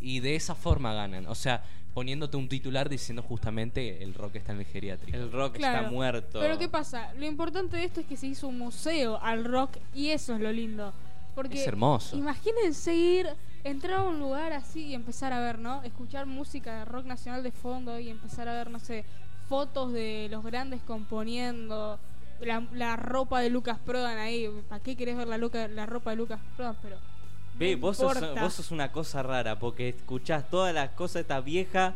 E: Y de esa forma ganan. O sea, poniéndote un titular diciendo justamente el rock está en el geriátrico.
A: El rock
C: Claro.
A: está muerto.
C: Pero ¿qué pasa? Lo importante de esto es que se hizo un museo al rock y eso es lo lindo. Porque
E: Es hermoso.
C: Imagínense ir, entrar a un lugar así y empezar a ver, ¿no? Escuchar música de rock nacional de fondo y empezar a ver, no sé, fotos de los grandes componiendo, la, la ropa de Lucas Prodan ahí. ¿Para qué querés ver la, Luca- la ropa de Lucas Prodan? Pero. no
A: Ve, vos sos,
C: importa.
A: vos sos una cosa rara porque escuchás todas las cosas esta vieja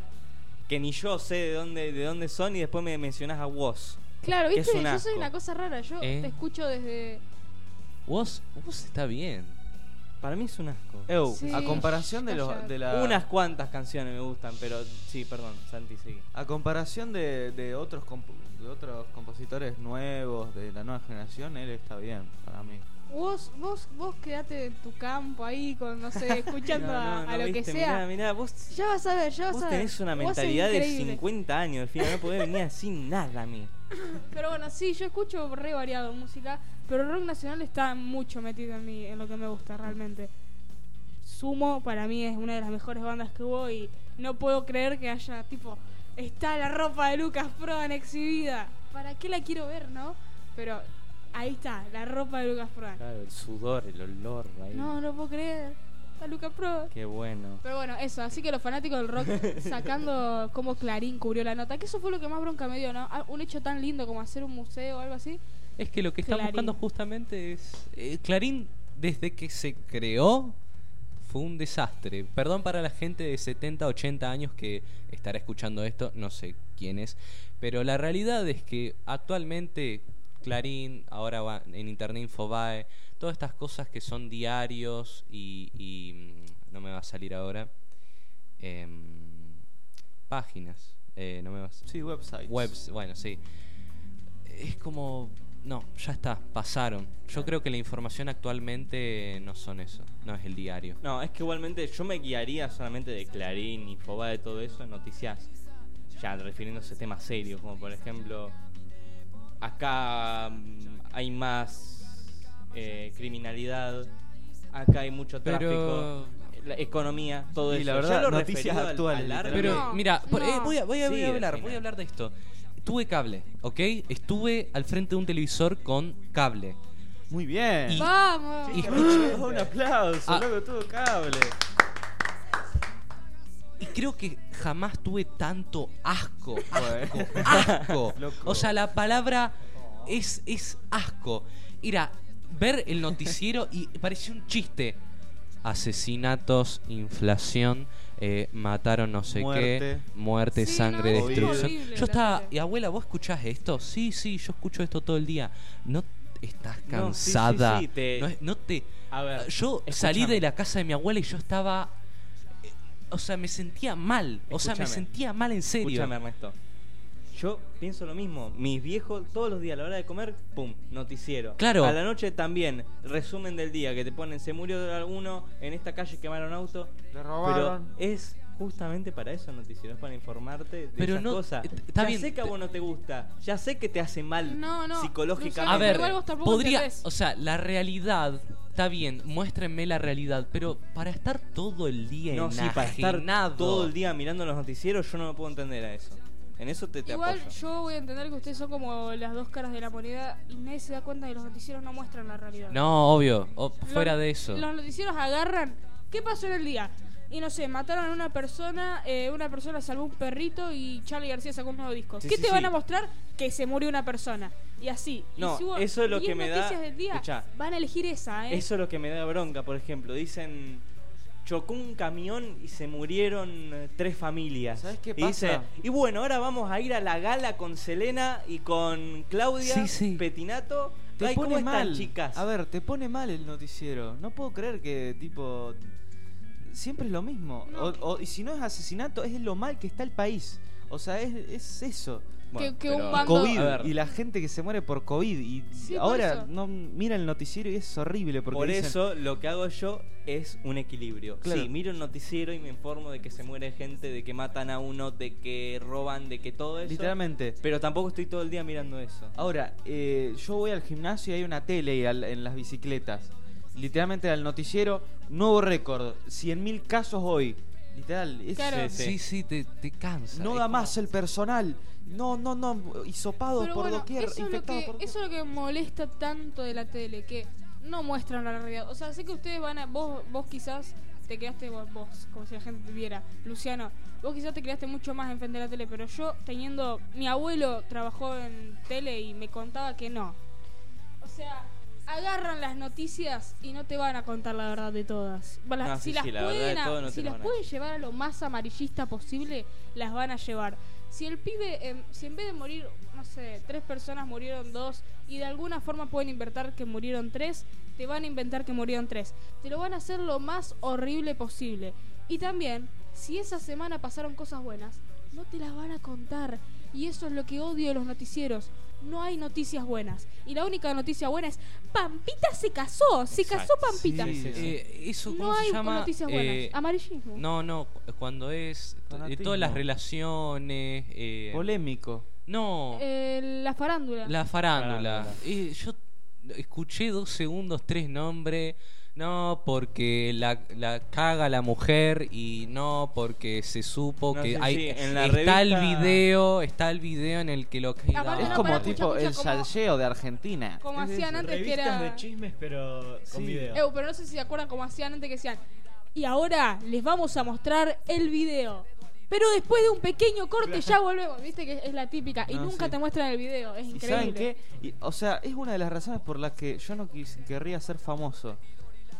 A: que ni yo sé de dónde, de dónde son y después me mencionás a vos.
C: Claro,
A: que es
C: viste,
A: un
C: yo soy
A: asco.
C: una cosa rara. Yo
E: ¿Eh?
C: te escucho desde.
E: Vos, vos está bien.
A: Para mí es un asco.
B: Ew,
C: Sí,
B: a comparación de, los, de Eh, la...
A: Unas cuantas canciones me gustan, pero sí, perdón, Santi, sí.
B: A comparación de, de otros compo- de otros compositores nuevos, de la nueva generación, él está bien para mí.
C: Vos, vos, vos quedate en tu campo ahí con, no sé, escuchando
A: No,
C: a,
A: no,
C: a
A: no,
C: lo que
A: viste,
C: sea.
A: Mirá, mirá, vos,
C: Ya vas a ver, ya vas
A: vos
C: a ver.
A: tenés una
C: Vos sos
A: mentalidad de
C: increíble.
A: 50 años, al final no podés venir así nada a mí.
C: Pero bueno, sí, yo escucho re variado música, pero el rock nacional está mucho metido en mí, en lo que me gusta realmente. Sumo para mí es una de las mejores bandas que hubo y no puedo creer que haya tipo está la ropa de Lucas Prodan exhibida. ¿Para qué la quiero ver, no? Pero ahí está, la ropa de Lucas Prodan.
A: Claro, el sudor, el olor ahí.
C: No, no puedo creer. Está Lucas Prodan.
A: Qué bueno.
C: Pero bueno, eso, así que los fanáticos del rock sacando cómo Clarín cubrió la nota, que eso fue lo que más bronca me dio, ¿no? Ah, Un hecho tan lindo como hacer un museo o algo así.
E: Es que lo que está
C: Clarín.
E: buscando justamente es... eh, Clarín, desde que se creó, fue un desastre. Perdón para la gente de 70, 80 años que estará escuchando esto, no sé quién es. Pero la realidad es que actualmente Clarín, ahora va en Internet Infobae, todas estas cosas que son diarios y... y, mm, no me va a salir ahora. em, páginas. eh, no me va a
B: Sí, websites.
E: webs, bueno, sí. Es como. No, ya está, pasaron. Yo creo que la información actualmente no son eso, no es el diario.
A: No, es que igualmente yo me guiaría solamente de Clarín, Infobae, de todo eso en noticias. Ya refiriéndose a temas serios, como por ejemplo, acá mm, hay más eh, criminalidad, acá hay mucho
E: Pero-
A: tráfico, la economía, todo
B: Y
A: eso.
B: la
A: Yo
B: verdad,
A: lo
B: noticias
A: referido al-
B: actuales,
A: al arte.
E: Pero
C: No,
E: mira, por- eh,
C: no.
E: voy, a, voy a- voy a
A: Sí,
E: hablar, voy
A: defina.
E: a hablar de esto. Tuve cable, ¿ok? Estuve al frente de un televisor con cable.
B: Muy bien.
E: Y-
C: ¡Vamos!
E: Y
B: Ah, un aplauso,
E: Ah.
B: loco, todo cable.
E: Y creo que jamás tuve tanto asco. Asco.
B: Bueno.
E: asco.
B: Loco.
E: O sea, la palabra es, es asco. Mira, ver el noticiero y parecía un chiste. Asesinatos, inflación, eh, mataron no sé
B: Muerte.
E: qué, muerte,
C: Sí,
E: sangre,
B: no, es
E: destrucción.
C: horrible,
E: yo estaba,
C: realmente.
E: y abuela, ¿vos escuchás esto? Sí, sí, yo escucho esto todo el día. No estás
A: sí, sí,
E: cansada. No,
A: sí, te-
E: es- no te...
A: A ver,
E: Yo salí
A: escúchame.
E: de la casa de mi abuela y yo estaba. eh, O sea, me sentía mal. O sea, me
A: Escúchame.
E: sentía mal en serio.
A: Escúchame, Ernesto. Yo pienso lo mismo. Mis viejos, todos los días a la hora de comer, pum, noticiero.
E: Claro.
A: A la noche también, resumen del día, que te ponen, se murió alguno, en esta calle quemaron auto.
B: Le
A: Pero
B: robaron.
A: es justamente para eso el noticiero, es para informarte de
E: Pero
A: esas
E: no-
A: cosas.
E: eh, está
A: ya
E: bien,
A: sé que a
E: te-
A: vos no te gusta, ya sé que te hace mal
C: No, no,
E: A
A: psicológicamente.
E: ver,
C: Igual vos tampoco
E: podría.
C: entendés.
E: O sea, la realidad. Está bien, muéstrenme la realidad. Pero para estar todo el día
A: no, sí, para estar
E: enajenado,
A: todo el día mirando los noticieros, yo no me puedo entender a eso. En eso te, te
C: Igual
A: apoyo.
C: yo voy a entender que ustedes son como las dos caras de la moneda y nadie se da cuenta que los noticieros no muestran la realidad.
E: No, obvio. o-
C: Los-
E: fuera de eso.
C: Los noticieros agarran. ¿Qué pasó en el día? y no sé, mataron a una persona, eh, una persona salvó un perrito y Charlie García sacó un nuevo disco.
A: Sí,
C: ¿Qué
A: sí,
C: te van
A: sí.
C: a mostrar? Que se murió una persona. Y así. Y
A: No,
C: si hubo
A: eso es lo
C: 10
A: que me da-
C: noticias del día,
A: Escuchá.
C: van a elegir esa, ¿eh?
A: Eso es lo que me da bronca, por ejemplo. Dicen, chocó un camión y se murieron eh, tres familias.
B: ¿Sabes qué
A: Y, dice,
B: pasa?
A: y bueno, ahora vamos a ir a la gala con Selena y con Claudia
E: Sí, sí.
A: Petinato.
B: Te
A: Ay,
B: pone
A: ¿cómo están,
B: mal.
A: chicas?
B: A ver, te pone mal el noticiero. No puedo creer que, tipo. Siempre es lo mismo.
C: No.
B: O- o- y si no es asesinato, es lo mal que está el país. O sea, es, es eso.
A: Bueno,
C: que- que un
A: pero-
C: bando-
B: COVID
A: A ver.
B: y la gente que se muere por COVID. Y
C: Sí, por
B: ahora
C: eso.
B: no mira el noticiero y es horrible. Porque
A: Por
B: dicen,
A: eso lo que hago yo es un equilibrio.
B: Claro.
A: Sí, miro el noticiero y me informo de que se muere gente, de que matan a uno, de que roban, de que todo eso.
B: Literalmente. Ah,
A: Pero tampoco estoy todo el día mirando eso.
B: Ahora, eh, yo voy al gimnasio y hay una tele y al- en las bicicletas. Literalmente al noticiero, nuevo récord. 100.000 casos hoy. Literal. es-
C: Claro.
A: Sí,
E: Sí, sí, te, te cansa.
B: No
E: es
B: da
E: como-
B: más el personal. No, no, no. Hisopado
C: Pero
B: por
C: bueno,
B: doquier.
C: eso, es lo
B: infectado
C: que,
B: por
C: eso es lo que molesta tanto de la tele, que no muestran la realidad. O sea, sé que ustedes van a. Vos, vos quizás te quedaste vos, vos, como si la gente te viera. Luciano, vos quizás te quedaste mucho más enfrente de la tele, pero yo teniendo. Mi abuelo trabajó en tele y me contaba que no. O sea. Agarran las noticias y no te van a contar la verdad de todas. Va- las-
A: No,
C: si
A: sí,
C: las
A: sí, la verdad de
C: pueden, a-
A: todo no te
C: si
A: la
C: las
A: van a
C: pueden llevar a lo más amarillista posible, las van a llevar. Si el pibe, em, si en vez de morir, no sé, tres personas murieron dos y de alguna forma pueden inventar que murieron tres, te van a inventar que murieron tres. Te lo van a hacer lo más horrible posible. Y también, si esa semana pasaron cosas buenas, no te las van a contar. Y eso es lo que odio de los noticieros. No hay noticias buenas. Y la única noticia buena es, Pampita se casó, se
A: Exacto.
C: casó Pampita.
B: Sí, sí, sí.
E: Eh, eso, ¿cómo
C: No hay
E: se llama?
C: noticias buenas.
E: Eh,
C: Amarillismo.
E: no, no, cuando es eh,
B: Fanatismo.
E: todas las relaciones. eh,
B: Polémico.
E: no,
C: Eh, la farándula.
E: la farándula.
A: Farándula.
E: Eh, yo escuché dos segundos, tres nombres. No, porque la, la caga la mujer y no, porque se supo
A: No,
E: que
A: sí,
E: hay
A: sí, en la
E: está el
A: revista-
E: video, está el video en el que lo que
C: Aparte
B: es
C: no,
B: como
C: pará, escucha,
B: tipo
C: escucha,
B: el
C: como-
B: salseo de Argentina.
C: Como
B: Es
C: hacían
B: eso.
C: antes que
D: Revistas
C: era.
D: de chismes, pero con
B: Sí.
D: video.
C: Ew, pero no sé si se acuerdan como hacían antes que decían. Y ahora les vamos a mostrar el video. Pero después de un pequeño corte ya volvemos. Viste que es la típica. Y
B: No,
C: nunca
B: sí.
C: te muestran el video. Es
B: ¿Y
C: increíble.
B: saben qué? Y, o sea, es una de las razones por las que yo no quis- querría ser famoso.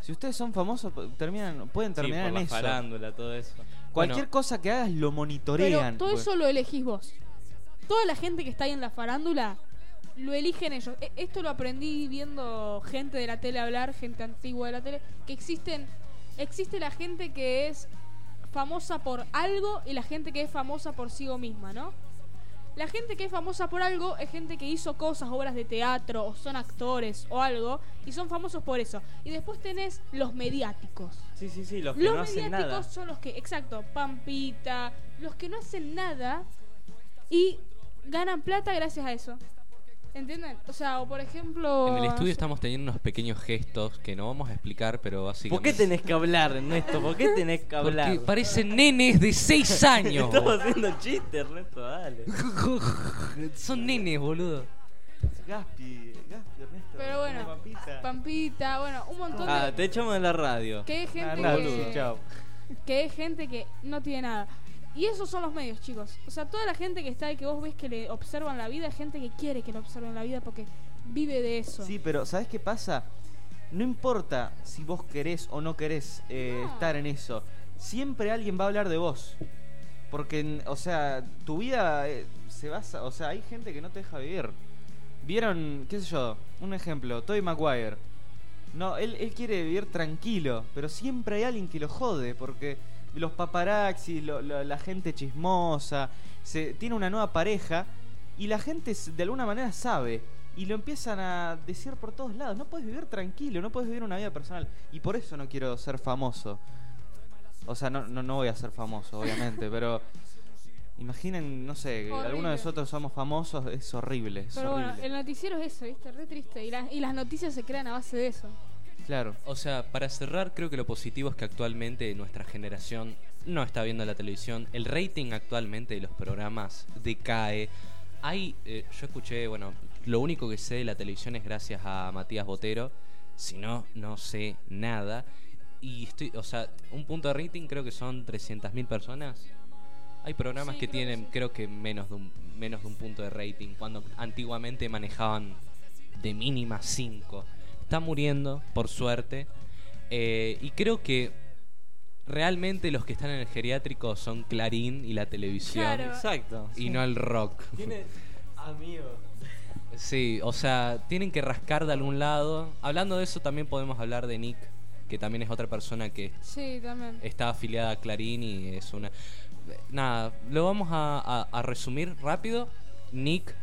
B: Si ustedes son famosos, p- terminan, pueden
A: Sí,
B: terminar
A: por la
B: en eso.
A: farándula, todo eso.
B: Cualquier
E: Bueno.
B: cosa que hagas lo
C: Pero
B: monitorean.
C: todo
B: pues.
C: eso lo elegís vos. Toda la gente que está ahí en la farándula lo eligen ellos. E- Esto lo aprendí viendo gente de la tele hablar, gente antigua de la tele, que existen existe la gente que es famosa por algo y la gente que es famosa por sí misma, ¿no? La gente que es famosa por algo es gente que hizo cosas, obras de teatro, o son actores o algo, y son famosos por eso. Y después tenés los mediáticos.
A: Sí, sí, sí, los que
C: Los
A: no hacen
C: mediáticos
A: nada.
C: son los que, exacto, Pampita, los que no hacen nada y ganan plata gracias a eso. ¿Entienden? O sea, o por ejemplo.
E: En el
C: no
E: estudio
C: sé,
E: estamos teniendo unos pequeños gestos que no vamos a explicar, pero así
A: ¿Por qué tenés que hablar, Ernesto? ¿Por qué tenés que hablar?
E: Porque parecen nenes de 6 años.
A: Estamos haciendo chistes, Ernesto, dale.
E: Son nenes, boludo.
B: Gaspi, Gaspi, Ernesto.
C: Pero bueno,
D: Pampita.
C: Pampita, bueno, un montón
A: Ah,
C: de.
A: te echamos de la radio.
C: Que es gente
B: Nada,
C: que,
B: boludo, chao.
C: que es gente que no tiene nada. Y esos son los medios, chicos. O sea, toda la gente que está y que vos ves que le observan la vida, es gente que quiere que le observen la vida porque vive de eso.
B: Sí, pero ¿sabes qué pasa? No importa si vos querés o no querés eh,
C: No.
B: estar en eso. Siempre alguien va a hablar de vos. Porque, en- o sea, tu vida eh, se basa. O sea, hay gente que no te deja vivir. Vieron, qué sé yo, un ejemplo, Toy Maguire. No, él, él quiere vivir tranquilo, pero siempre hay alguien que lo jode, porque los paparazzis, lo- lo- la gente chismosa, se, tiene una nueva pareja y la gente s- de alguna manera sabe y lo empiezan a decir por todos lados. No puedes vivir tranquilo, no puedes vivir una vida personal y por eso no quiero ser famoso. O sea, no, no, no voy a ser famoso, obviamente, pero imaginen, no sé,
C: Horrible.
B: algunos de nosotros somos famosos, es horrible, es
C: Pero bueno,
B: horrible.
C: el noticiero es eso, ¿viste? Re triste. Y, la- y las noticias se crean a base de eso.
B: Claro.
E: O sea, para cerrar, creo que lo positivo es que actualmente nuestra generación no está viendo la televisión. El rating actualmente de los programas decae. Hay, eh, yo escuché, bueno, lo único que sé de la televisión es gracias a Matías Botero. Si no, no sé nada. Y estoy, o sea, un punto de rating creo que son 300.000 personas. Hay programas
C: Sí,
E: que
C: creo que
E: tienen,
C: sí.
E: creo que menos de, un, menos de un punto de rating, cuando antiguamente manejaban de mínima 5. Está muriendo, por suerte. Eh, y creo que realmente los que están en el geriátrico son Clarín y la televisión.
C: Claro.
A: Exacto.
E: Y no el rock.
D: Tiene. Amigo.
E: Sí, o sea, tienen que rascar de algún lado. Hablando de eso, también podemos hablar de Nick, que también es otra persona que
C: Sí, también.
E: está afiliada a Clarín y es una... Nada, lo vamos a, a- a resumir rápido. Nick...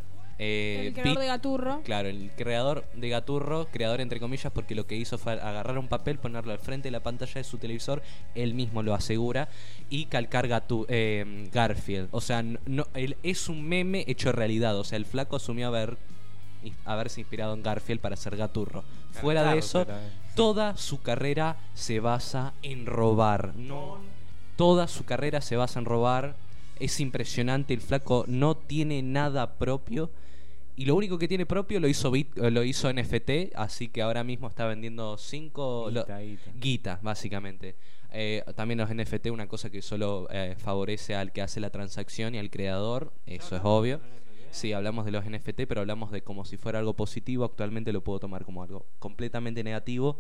A: Este,
E: eh,
C: el creador
E: Pete-
C: de Gaturro.
E: Claro, el creador de Gaturro, creador entre comillas, porque lo que hizo fue agarrar un papel, ponerlo al frente de la pantalla de su televisor, él mismo lo asegura, y calcar Gatu- eh, Garfield. O sea, no, no- él es un meme hecho realidad. O sea, el flaco asumió haber, ins- haberse inspirado en Garfield para ser Gaturro. Fuera de eso, toda su carrera se basa en robar. No. Toda su carrera se basa en robar. Es impresionante, el flaco no tiene nada propio. Y lo único que tiene propio lo hizo, bit- eh, lo hizo NFT, así que ahora mismo está vendiendo 5
A: Guita, guita.
E: guita, básicamente. Eh, también los NFT, una cosa que solo eh, favorece al que hace la transacción y al creador, eso es obvio. Sí, hablamos de los NFT, pero hablamos de como si fuera algo positivo. Actualmente lo puedo tomar como algo completamente negativo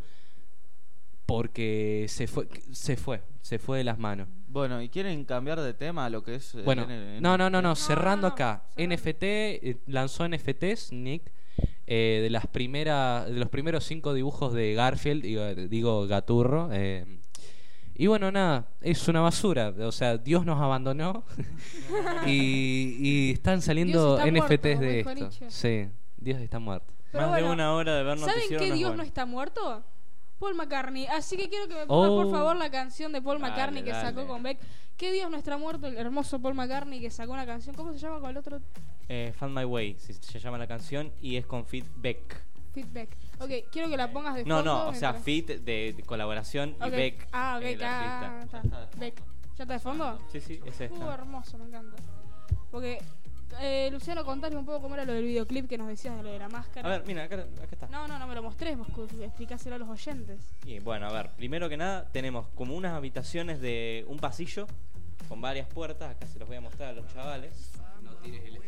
E: porque se fue, se fue, se fue de las manos.
B: Bueno, ¿y quieren cambiar de tema a lo que es... eh,
E: Bueno,
B: en el- en-
E: no, no, no, no,
C: No,
E: cerrando
C: no, no,
E: acá.
C: cerrando.
E: NFT eh, lanzó NFTs, Nick, eh, de las primeras, de los primeros cinco dibujos de Garfield, digo, eh, digo Gaturro. eh, y bueno, nada, es una basura. O sea, Dios nos abandonó y, y están saliendo
C: está muerto,
E: NFTs
C: como
E: de
C: dijo
E: esto.
C: Nietzsche.
E: Sí, Dios está muerto.
C: Pero
A: Más
C: bueno,
A: de una hora de ver
C: ¿Saben
A: noticiero
C: que
A: no es
C: Dios no
A: bueno.
C: está muerto? Paul McCartney. Así que quiero que me pongan
E: Oh.
C: por favor la canción de Paul
A: Dale,
C: McCartney que
A: dale.
C: sacó con Beck. Que Dios no está muerto, el hermoso Paul McCartney que sacó una canción. ¿Cómo se llama con el otro?
A: Eh, Find My Way, si se llama la canción, y es con Fit Beck.
C: Feedback. Ok, quiero que la pongas de
A: No,
C: fondo
A: no, o sea,
C: mientras-
A: Fit de, de colaboración
C: Ok.
A: y Beck.
C: Ah,
A: el
C: Beck, ah,
A: artista.
C: está. Beck. ¿Ya está de fondo?
A: Sí, sí, es
C: Uh,
A: esta.
C: hermoso, me encanta. Porque, eh, Luciano, contanos un poco cómo era lo del videoclip que nos decías de lo de la máscara.
A: A ver, mira, acá, acá está.
C: No, no, no me lo mostrés, vos cu- explicáselo a los oyentes.
A: Y bueno, a ver, primero que nada tenemos como unas habitaciones de un pasillo con varias puertas, acá se los voy a mostrar a los chavales.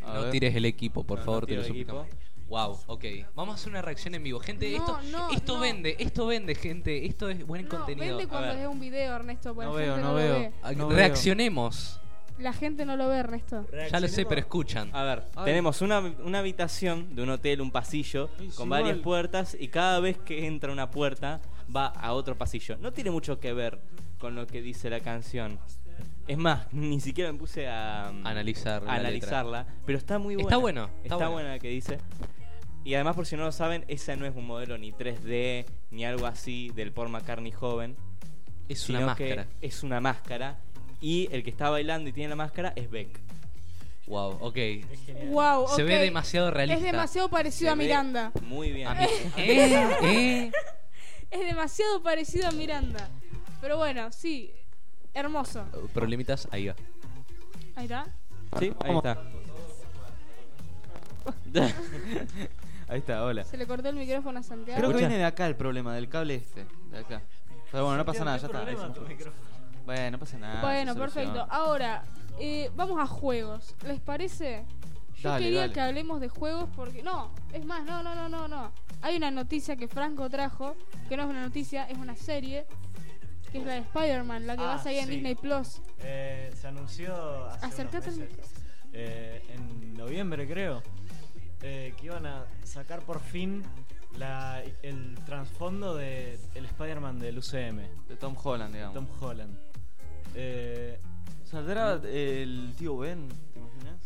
B: A
E: no
B: ver.
E: tires el equipo, por
A: No, no
E: favor, te
A: tiro
E: lo
A: el
E: suplicamos.
A: equipo.
E: Wow, ok. Vamos a hacer una reacción en vivo. Gente,
C: No,
E: esto,
C: no,
E: esto
C: no.
E: vende, esto vende, gente. Esto es buen
C: no,
E: contenido.
C: vende cuando
A: ver.
C: ve un video, Ernesto. porque
B: No
C: la
B: veo,
C: gente
B: no
C: lo
B: veo.
C: ve.
E: Ah,
B: No veo.
E: Reaccionemos.
C: La gente no lo ve, Ernesto.
E: Ya lo sé, pero escuchan.
A: A ver,
B: Ay.
A: tenemos una, una habitación de un hotel, un pasillo,
B: Ay, sí,
A: con varias
B: igual.
A: puertas y cada vez que entra una puerta va a otro pasillo. No tiene mucho que ver con lo que dice la canción. Es más, ni siquiera me puse a mm,
E: Analizar la
A: a analizarla, pero está muy buena.
E: Está bueno, está
A: Está,
E: bueno.
A: buena la que dice. Y además, por si no lo saben, ese no es un modelo ni 3D ni algo así del Paul McCartney joven,
E: Es
A: sino
E: una
A: que
E: máscara.
A: es una máscara y el que está bailando y tiene la máscara es Beck.
E: Wow, ok.
D: Es genial.
C: Wow,
A: Oh,
E: Se
C: ok.
E: ve demasiado realista.
C: Es demasiado parecido
A: Se
C: a
A: ve
C: Miranda.
A: Muy bien.
E: A mí- Eh, eh.
C: Es demasiado parecido a Miranda. Pero bueno, sí. Hermoso.
E: Problemitas, ahí va.
C: Ahí está.
A: Sí, ahí está.
B: Ahí está, hola.
C: Se le cortó el micrófono a Santiago.
B: Creo que
A: Escucha.
B: viene de acá el problema, del cable este. De acá. Pero bueno, no pasa nada, ya está.
D: Problema
B: hicimos
D: tu
B: juego.
D: micrófono.
B: Bueno, no pasa nada.
C: Bueno,
B: Ah, se
C: perfecto.
B: soluciona.
C: Ahora, eh, vamos a juegos. ¿Les parece? Yo
B: Dale,
C: quería
B: dale.
C: que hablemos de juegos porque. No, es más, no, no, no, no, no. Hay una noticia que Franco trajo, que no es una noticia, es una serie, que es la de Spider-Man, la que
D: Ah,
C: vas ahí en
D: sí.
C: Disney Plus.
D: Eh, se anunció hace
C: Acercate al
D: unos meses, eh, en noviembre creo, eh, que iban a sacar por fin la- el trasfondo de el Spider-Man del UCM,
B: De Tom Holland, digamos.
D: Tom Holland. Eh,
B: ¿Saldrá el tío Ben? ¿Te imaginas?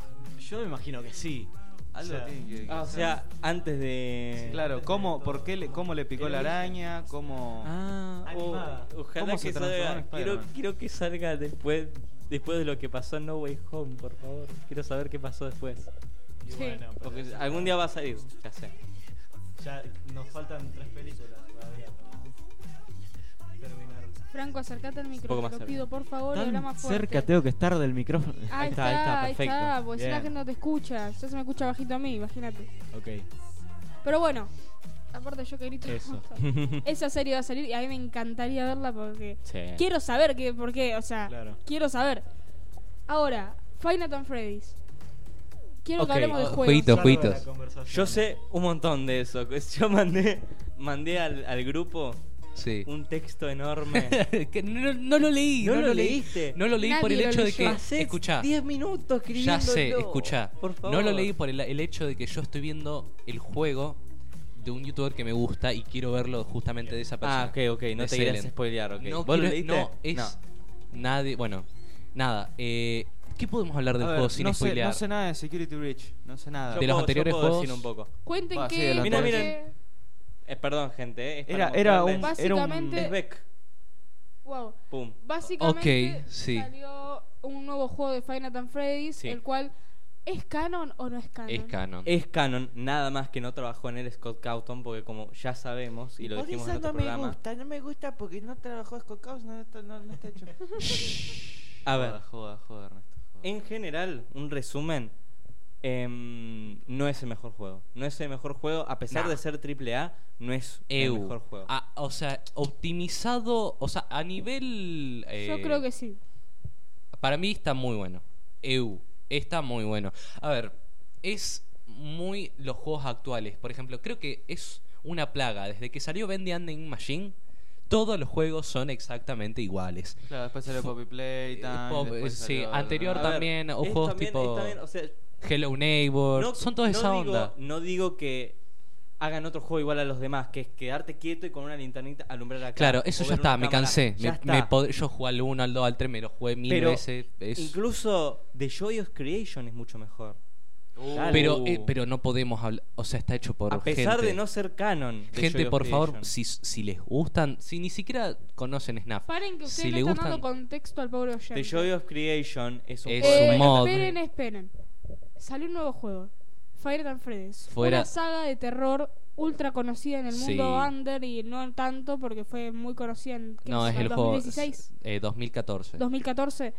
D: yo me imagino que sí. O
B: Algo
D: sea,
B: tiene que- que
A: Ah, o
B: ser.
A: sea, antes de.
B: Claro, ¿cómo, por qué le, cómo le picó
D: El
B: la
D: origen.
B: araña? ¿Cómo.?
A: Ah, oh,
D: Animada.
A: ojalá
B: ¿Cómo se
A: que
B: transformó en
A: salga. Quiero,
B: Spider-Man?
A: quiero que salga después, después de lo que pasó en No Way Home, por favor. Quiero saber qué pasó después.
D: y
C: Sí.
D: bueno, pero
A: Porque algún día va a salir, ya sé.
D: ya nos faltan tres películas todavía para terminar.
C: Franco, acercate al
A: poco
C: micrófono.
A: más
C: Te lo
A: cerca.
C: pido, por favor, y habla más fuerte.
D: cerca tengo que estar del micrófono.
C: Ahí
A: está, ahí está,
C: está, ahí
A: perfecto.
C: está, porque si la
D: Bien.
C: gente no te escucha, ya se me escucha bajito a mí, imagínate.
D: Ok.
C: Pero bueno, Aparte yo que grito.
D: Eso.
C: bastante. Esa serie va a salir y a mí me encantaría verla porque
A: Sí.
C: quiero saber qué, por qué, o sea,
D: Claro.
C: quiero saber. Ahora, Five Nights at Freddy's. Quiero
A: Ok,
C: que hablemos de
E: o-
C: juegos.
E: Ah, jueguito. Los
D: Salva
E: jueguitos.
D: la conversación.
A: Yo sé un montón de eso. Yo mandé, mandé al, al grupo
E: Sí.
A: un texto enorme.
E: Que no, no lo leí.
A: ¿No
E: No,
A: lo
E: lo leí.
A: leíste?
E: No lo leí por el
C: Nadie lo
E: hecho de
C: leyó.
E: que. Escuchá.
A: 10 minutos
E: Ya sé, escuchá.
A: Por favor.
E: No lo leí por el, el hecho de que yo estoy viendo el juego de un youtuber que me gusta y quiero verlo justamente de esa persona.
A: Ah, ok, ok. No
E: De
A: te irás a
E: Selen.
A: spoilear, ok.
E: No,
A: ¿Vos lo
E: quiero-
A: leíste?
E: no, es nadie. Bueno, nada. eh, ¿Qué podemos hablar
B: A
E: del
B: ver,
E: juego sin
B: no, sé,
E: spoilear?
B: no sé nada de Security Breach, no sé nada.
A: Yo
E: de los
A: puedo- yo
E: anteriores
A: puedo
E: juegos-
A: decir un poco.
C: Cuenten
B: Ah, sí,
C: qué,
B: adelante.
C: por
A: Mira,
C: qué.
A: Eh, perdón, gente. eh, es
B: Era,
A: para
B: era un.
A: mostrarles.
B: Era un
C: Básicamente-
A: Es Beck.
C: Wow.
A: Pum.
C: Básicamente
E: Ok, sí.
C: salió un nuevo juego de Final Fantasy Freddy's,
A: Sí.
C: el cual es canon o no es canon.
E: Es canon.
A: Es canon, nada más que no trabajó en él Scott Cawthon, porque como ya sabemos y lo
F: Por
A: dijimos
F: eso
A: en otro
F: no me
A: programa.
F: gusta, no me gusta porque no trabajó Scott Cows, no, está- no, no está hecho.
A: A ver, Eh,
B: Joda, joda, joda, Ernesto. joda.
A: en general, un resumen. em, no es el mejor juego. No es el mejor juego, a pesar
E: Nah.
A: de ser triple A, no es
E: EU.
A: el mejor juego.
E: Ah, o sea, optimizado. O sea, a nivel.
C: Yo
E: eh,
C: creo que sí.
E: Para mí está muy bueno. EU. Está muy bueno. A ver, es muy los juegos actuales. Por ejemplo, creo que es una plaga. Desde que salió Ben the Ending Machine, todos los juegos son exactamente iguales.
B: Claro, después salió Poppy
A: eh,
B: Playtime.
E: Pop-
B: después
E: sí,
B: salió-
E: anterior
A: A
B: Ah,
A: ver,
E: también, o
A: es
E: juegos
A: también-
E: tipo-
A: es también, o sea,
E: Hello Neighbor.
A: No-
E: son todos
A: no
E: esa
A: digo-
E: onda.
A: No digo que hagan otro juego igual a los demás, que es quedarte quieto y con una linternita alumbrar acá.
E: Claro,
A: o
E: eso ya
A: ver
E: está,
A: una
E: me
A: cámara.
E: cansé.
A: Ya
E: Me-
A: está.
E: me pod- yo jugué al 1, al 2, al 3, me lo jugué mil
A: Pero
E: veces. es-
A: Incluso The Joyous Creation es mucho mejor. Dale.
E: Pero, eh, pero no podemos hablar. O sea, está hecho por.
A: a pesar
E: gente.
A: de no ser canon. The
E: Gente,
A: Joyous
E: por favor,
A: Creation.
E: si, si les gustan, si ni siquiera conocen Snap,
C: Paren que ustedes
E: si
C: no
E: le
C: están
E: gustan-
C: dando contexto al pobre oyente.
A: The Joyous Creation es un
E: Es
A: juego.
C: Eh,
E: un mod.
C: Esperen, esperen. Salió un nuevo juego. Fire and Freddy's.
E: Fuera-
C: Una saga de terror ultra conocida en el mundo
E: Sí.
C: under y no tanto porque fue muy conocida en ¿qué
E: no es
C: en
E: el juego.
C: 2016,
E: eh, 2014.
C: 2014.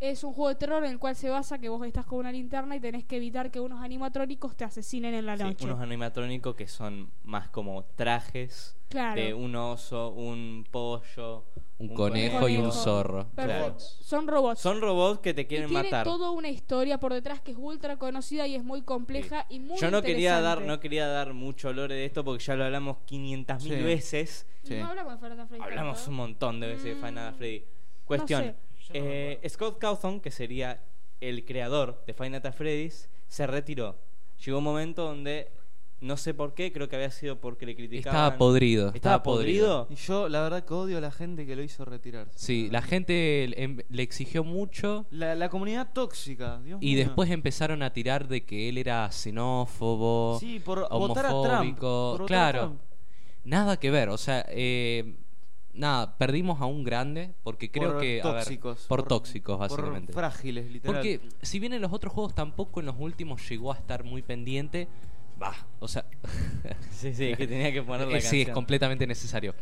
C: Es un juego de terror en el cual se basa que vos estás con una linterna y tenés que evitar que unos animatrónicos te asesinen en la
A: Sí,
C: noche.
A: unos animatrónicos que son más como trajes
C: Claro.
A: de un oso, un pollo,
E: Un conejo y un
C: conejo.
E: zorro.
C: Perfecto.
A: Claro.
C: Son robots.
A: Son robots que te
C: y
A: quieren
C: tiene
A: matar.
C: toda una historia por detrás que es ultra conocida y es muy compleja y muy
A: Yo no quería dar
C: interesante.
A: no quería dar mucho lore de esto porque ya lo hablamos 500.000
B: Sí.
A: veces.
B: Sí.
C: No hablamos de Final Fantasy
A: Hablamos
C: tanto, ¿eh?
A: un montón de veces de Final Fantasy Freddy. Cuestión.
C: Mm. sé.
D: Yo no me
A: eh, Scott Cawthon, que sería el creador de Final Fantasy Freddy's, se retiró. Llegó un momento donde no sé por qué, creo que había sido porque le criticaban.
E: Estaba podrido.
A: Estaba, podrido.
B: Y yo, la verdad, que odio a la gente que lo hizo retirarse.
E: Sí, la gente le- em- le exigió mucho
B: La, la comunidad tóxica, Dios
E: y
B: mío.
A: Ah.
E: después empezaron a tirar de que él era xenófobo,
B: Sí, por votar a Trump.
E: homofóbico.
B: por votar a
E: claro.
B: Trump.
E: Nada que ver, o sea, eh, nada, perdimos a un grande porque creo
B: Por
E: que. a ver,
B: tóxicos.
E: por, tóxicos,
B: por
E: básicamente.
B: frágiles, literal.
E: Porque si bien en los otros juegos tampoco en los últimos llegó a estar muy pendiente, va, o sea,
A: Sí, sí, que tenía que poner la
E: eh, sí, es
A: canción.
E: completamente necesario.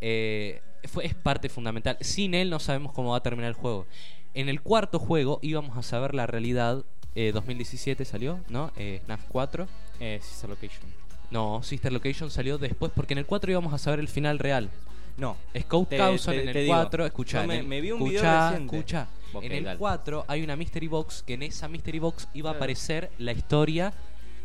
E: Eh, fue, es parte fundamental. Sin él no sabemos cómo va a terminar el juego. En el cuarto juego íbamos a saber la realidad. eh, 2017 salió, ¿no? Eh, FNAF 4.
A: Eh, Sister Location.
E: No, Sister Location salió después porque en el 4 íbamos a saber el final real.
A: No.
E: Scout
A: Te-
E: Cawson
A: te-
E: en
A: te
E: el
A: digo,
E: 4, escucha,
A: yo
E: en
A: me-
E: el-
A: me vi un video
E: escucha,
A: reciente.
E: escucha.
A: Ok,
E: en el
A: dale.
E: 4 hay una Mystery Box que en esa Mystery Box iba a
B: Claro.
E: aparecer la historia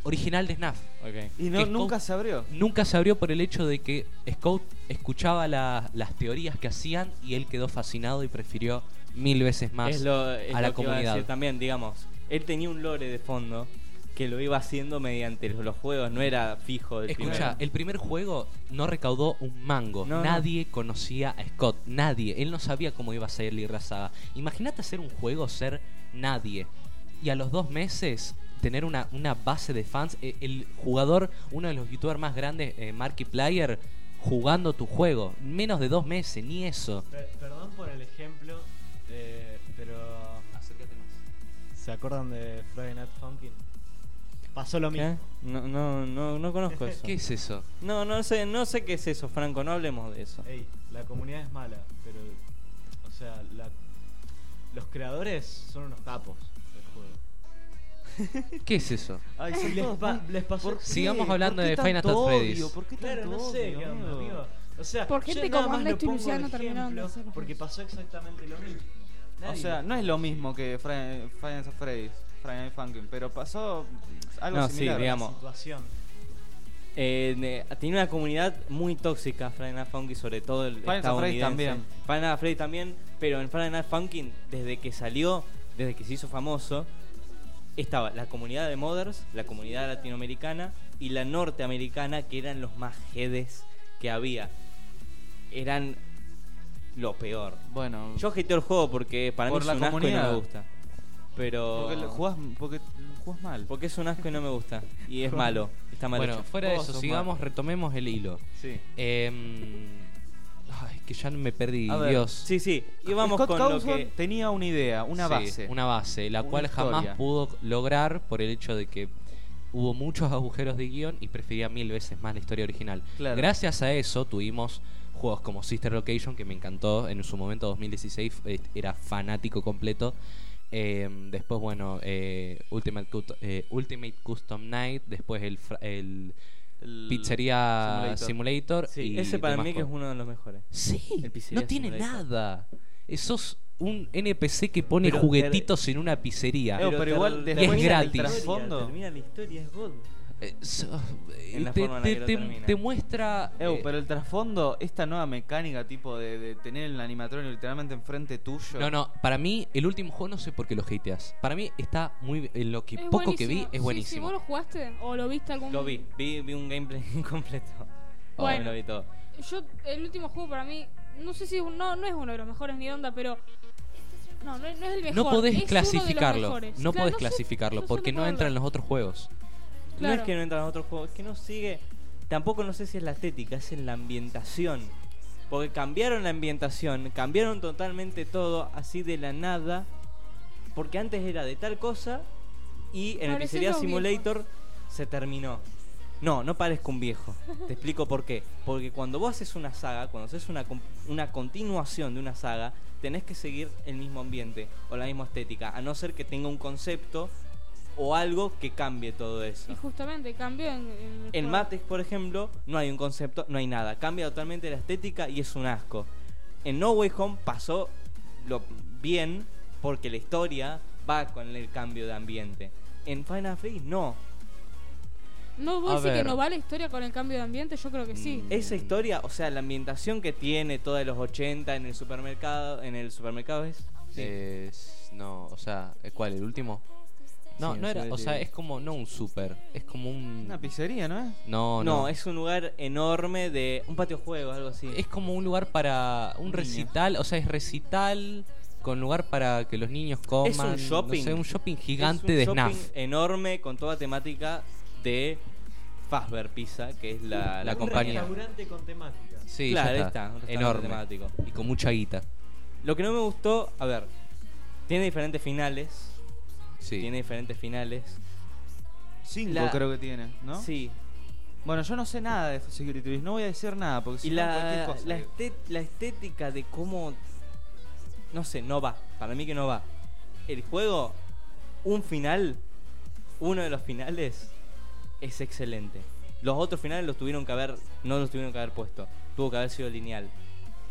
E: original de Snaf.
A: Ok.
B: y no,
E: que Scott-
B: nunca se abrió.
E: Nunca se abrió por el hecho de que Scout escuchaba la- las teorías que hacían y él quedó fascinado y prefirió mil veces más
A: es lo, es
E: a la
A: lo que iba
E: comunidad.
A: decir también, digamos. Él tenía un lore de fondo que lo iba haciendo mediante los, los juegos, no era fijo del
E: Escucha,
A: primero.
E: el primer juego no recaudó un mango.
A: No, no.
E: nadie conocía a Scott, nadie. Él no sabía cómo iba a salir la saga. Imagínate hacer un juego, ser nadie. Y a los dos meses tener una, una base de fans. Eh, El jugador, uno de los youtubers más grandes, eh, Markiplier, jugando tu juego. Menos de dos meses, ni eso.
D: Pe- perdón por el ejemplo, eh, pero. ¿Se acuerdan de Friday Night Funkin'? Pasó lo mismo.
A: ¿Qué? ¿Eh? No, no, no, no conozco eso.
E: ¿Qué es eso?
A: No, no sé, no sé qué es eso, Franco, no hablemos de eso.
D: Ey, la comunidad es mala, pero. O sea, la- los creadores son unos capos del juego.
G: ¿Qué es eso?
D: Ay, sí, les, pa- les pasó.
F: ¿Por qué?
G: Sigamos
F: ¿Por
G: hablando
F: qué
G: de
F: tanto
G: Final Fantasy
F: odio?
G: Freddy's.
F: ¿Por qué
D: Claro,
F: tanto
D: no sé,
F: odio,
D: qué onda,
F: amigo?
D: amigo. O sea,
C: Por gente
D: yo nada
C: como
D: más lo
C: Nacho y
D: pongo de
C: Luciano terminaron de
D: ejemplo
C: hacer los
D: Porque
C: juegos.
D: pasó exactamente lo mismo.
B: O
D: Nadie-
B: sea, no es lo mismo que Fre- Final Fantasy Freddy's, Final Funkin, pero pasó algo
A: No, sí,
B: similar.
A: digamos.
D: situación.
A: Eh, ne- tiene una comunidad muy tóxica, Friday Night Funkin', sobre todo el
B: Friday Night
A: estadounidense.
B: Freddy's también.
A: Friday Night Freddy's también, pero en Friday Night Funkin', desde que salió, desde que se hizo famoso, estaba la comunidad de modders, la comunidad latinoamericana y la norteamericana, que eran los más jedes que había. Eran lo peor.
B: Bueno,
A: Yo hateo el juego porque para
B: Por
A: mí
B: la
A: es un asco y no me
B: comunidad.
A: gusta. Pero...
B: porque lo jugás, porque lo jugás mal.
A: Porque es un asco y no me gusta. Y es malo. Está mal
E: Bueno,
A: hecho.
E: fuera de
B: Vos
E: eso,
B: sos
E: sigamos, retomemos el hilo.
B: Sí.
E: Em, ay, que ya me perdí,
B: A ver,
E: Dios.
A: Sí, sí. Y vamos
B: Scott
A: con
B: Cawthon
A: lo que...
B: tenía una idea, una
E: Sí,
B: base.
E: Una base, la
B: Una
E: cual jamás
B: historia.
E: pudo lograr por el hecho de que hubo muchos agujeros de guión y prefería mil veces más la historia original.
B: Claro.
E: Gracias a eso tuvimos juegos como Sister Location, que me encantó en su momento 2016, eh, era fanático completo. Eh, después, bueno, eh, Ultimate, Cust- eh, Ultimate Custom Night, después el, fra- el
B: El-
E: Pizzería
B: Simulator.
E: Simulator.
A: Sí,
E: y
A: ese para
E: demás
A: mí que es
E: juegos.
A: uno de los mejores.
E: Sí,
A: El pizzería
E: no tiene
A: Simulator.
E: nada. Sos un NPC que pone
A: Pero te-
E: juguetitos en una pizzería.
B: Eh, pero
A: te-
B: igual
A: te-
B: después
E: es
A: termina la
E: gratis.
A: historia,
B: trasfondo.
A: Termina la historia, es God.
E: Eh, sos- eh,
A: En la
E: te,
A: forma en la
E: te-
A: que lo
E: te-
A: termina.
E: te muestra.
B: Ew,
E: eh,
B: pero el trasfondo, esta nueva mecánica tipo de, de tener el animatrónico literalmente enfrente tuyo.
E: no, no, para mí, el último juego no sé por qué lo hateas. Para mí está muy. En lo que
C: Es
E: poco que vi
C: buenísimo.
E: es
C: Sí, sí,
E: buenísimo.
C: ¿Vos lo jugaste o lo viste algún
A: Lo vi. vi. Vi un gameplay incompleto.
C: Bueno.
A: Lo vi todo.
C: Yo, el último juego para mí, no sé si es un- no, no es uno de los mejores ni onda, pero. No, no, es- no es el mejor.
E: no podés
C: es uno de los
E: clasificarlo.
C: mejores.
E: No
C: Claro,
E: podés
C: sé-
E: clasificarlo
C: sé
E: porque no
C: cómo
E: entra en
C: hablar.
E: los otros juegos.
A: No
C: Claro.
A: es que no entran a otro juego, es que no sigue. Tampoco no sé si es la estética, es en la ambientación. Porque cambiaron la ambientación, cambiaron totalmente todo, así de la nada. Porque antes era de tal cosa y en el
C: Parecés
A: Pizzería
C: los
A: Simulator se terminó. No, no parezco un viejo. Te explico por qué. Porque cuando vos haces una saga, cuando haces una, com- una continuación de una saga, tenés que seguir el mismo ambiente o la misma estética. A no ser que tenga un concepto o algo que cambie todo eso.
C: Y justamente cambió en. En, el
A: En
C: juego.
A: Matrix, por ejemplo, no hay un concepto, no hay nada. Cambia totalmente la estética y es un asco. En No Way Home pasó lo bien porque la historia va con el cambio de ambiente. En Final Fantasy no.
C: No, vos
E: A
C: decís que
E: ver. Mm.
C: no va la historia con el cambio de ambiente, yo creo que sí.
E: Eh,
A: Esa historia, o sea, la ambientación que tiene toda de los 80 en el supermercado, en el supermercado es
E: Eh, s- no, o sea, eh, ¿cuál? ¿El último? No,
A: Sí,
E: no
A: o
E: era.
A: sea,
E: O sea,
A: de-
E: es como. No un super. Es como un.
B: Una pizzería, ¿no es?
E: No, no.
A: no, es un lugar enorme de un patio juego, algo así.
E: Es como un lugar para un
B: Niños.
E: recital, o sea, es recital con lugar para que los niños coman.
A: Es un
E: no
A: shopping.
E: sé, un shopping
A: Es
E: gigante
A: un
E: de
A: shopping
E: snaf.
A: enorme con toda temática de Fazbear Pizza, que es la,
E: La
A: la
D: Un
E: compañía.
D: restaurante con temática.
E: Sí, ya
A: claro, ahí
E: está.
A: está, un restaurante
E: enorme.
A: temático.
E: Y con mucha guita.
A: Lo que no me gustó, a ver, tiene diferentes finales.
E: Sí.
A: Tiene diferentes finales.
B: Cinco
A: La-
B: creo que tiene, ¿no?
A: Sí.
B: Bueno, yo no sé nada de Security Risk, no voy a decir nada porque si
A: Y
B: no, cualquier
A: la,
B: cosa
A: la,
B: digo.
A: este- la estética de cómo. No sé, no va. Para mí que no va. El juego, un final, uno de los finales, es excelente. Los otros finales los tuvieron que haber. No los tuvieron que haber puesto. Tuvo que haber sido lineal.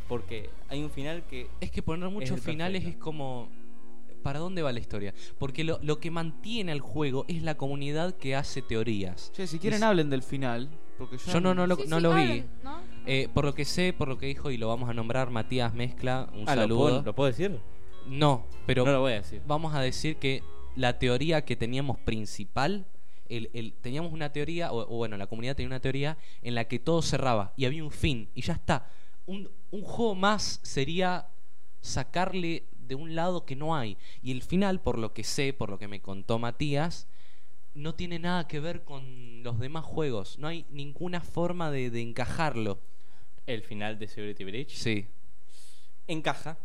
A: Porque hay un final que.
E: Es que poner muchos
A: el
E: finales
A: perfecto.
E: es como. ¿Para dónde va la historia? Porque lo, lo que mantiene al juego es la comunidad que hace teorías.
B: Che, si
E: es-
B: quieren hablen del final, porque yo,
E: Yo no, no lo,
C: Sí,
E: no
C: sí,
E: lo vi.
C: hablan, ¿no?
E: Eh, por lo que sé, por lo que dijo, y lo vamos a nombrar Matías Mezcla, un
A: Ah, ¿lo,
E: saludo.
A: puedo, ¿Lo puedo decir?
E: No, pero
A: no lo voy a decir.
E: vamos a decir que la teoría que teníamos principal, el, el- teníamos una teoría, o, o bueno, la comunidad tenía una teoría en la que todo cerraba y había un fin y ya está. Un, un juego más sería sacarle de un lado que no hay. Y el final, por lo que sé, por lo que me contó Matías, no tiene nada que ver con los demás juegos. No hay ninguna forma de, de encajarlo.
A: El final de Security Breach.
E: Sí.
A: encaja.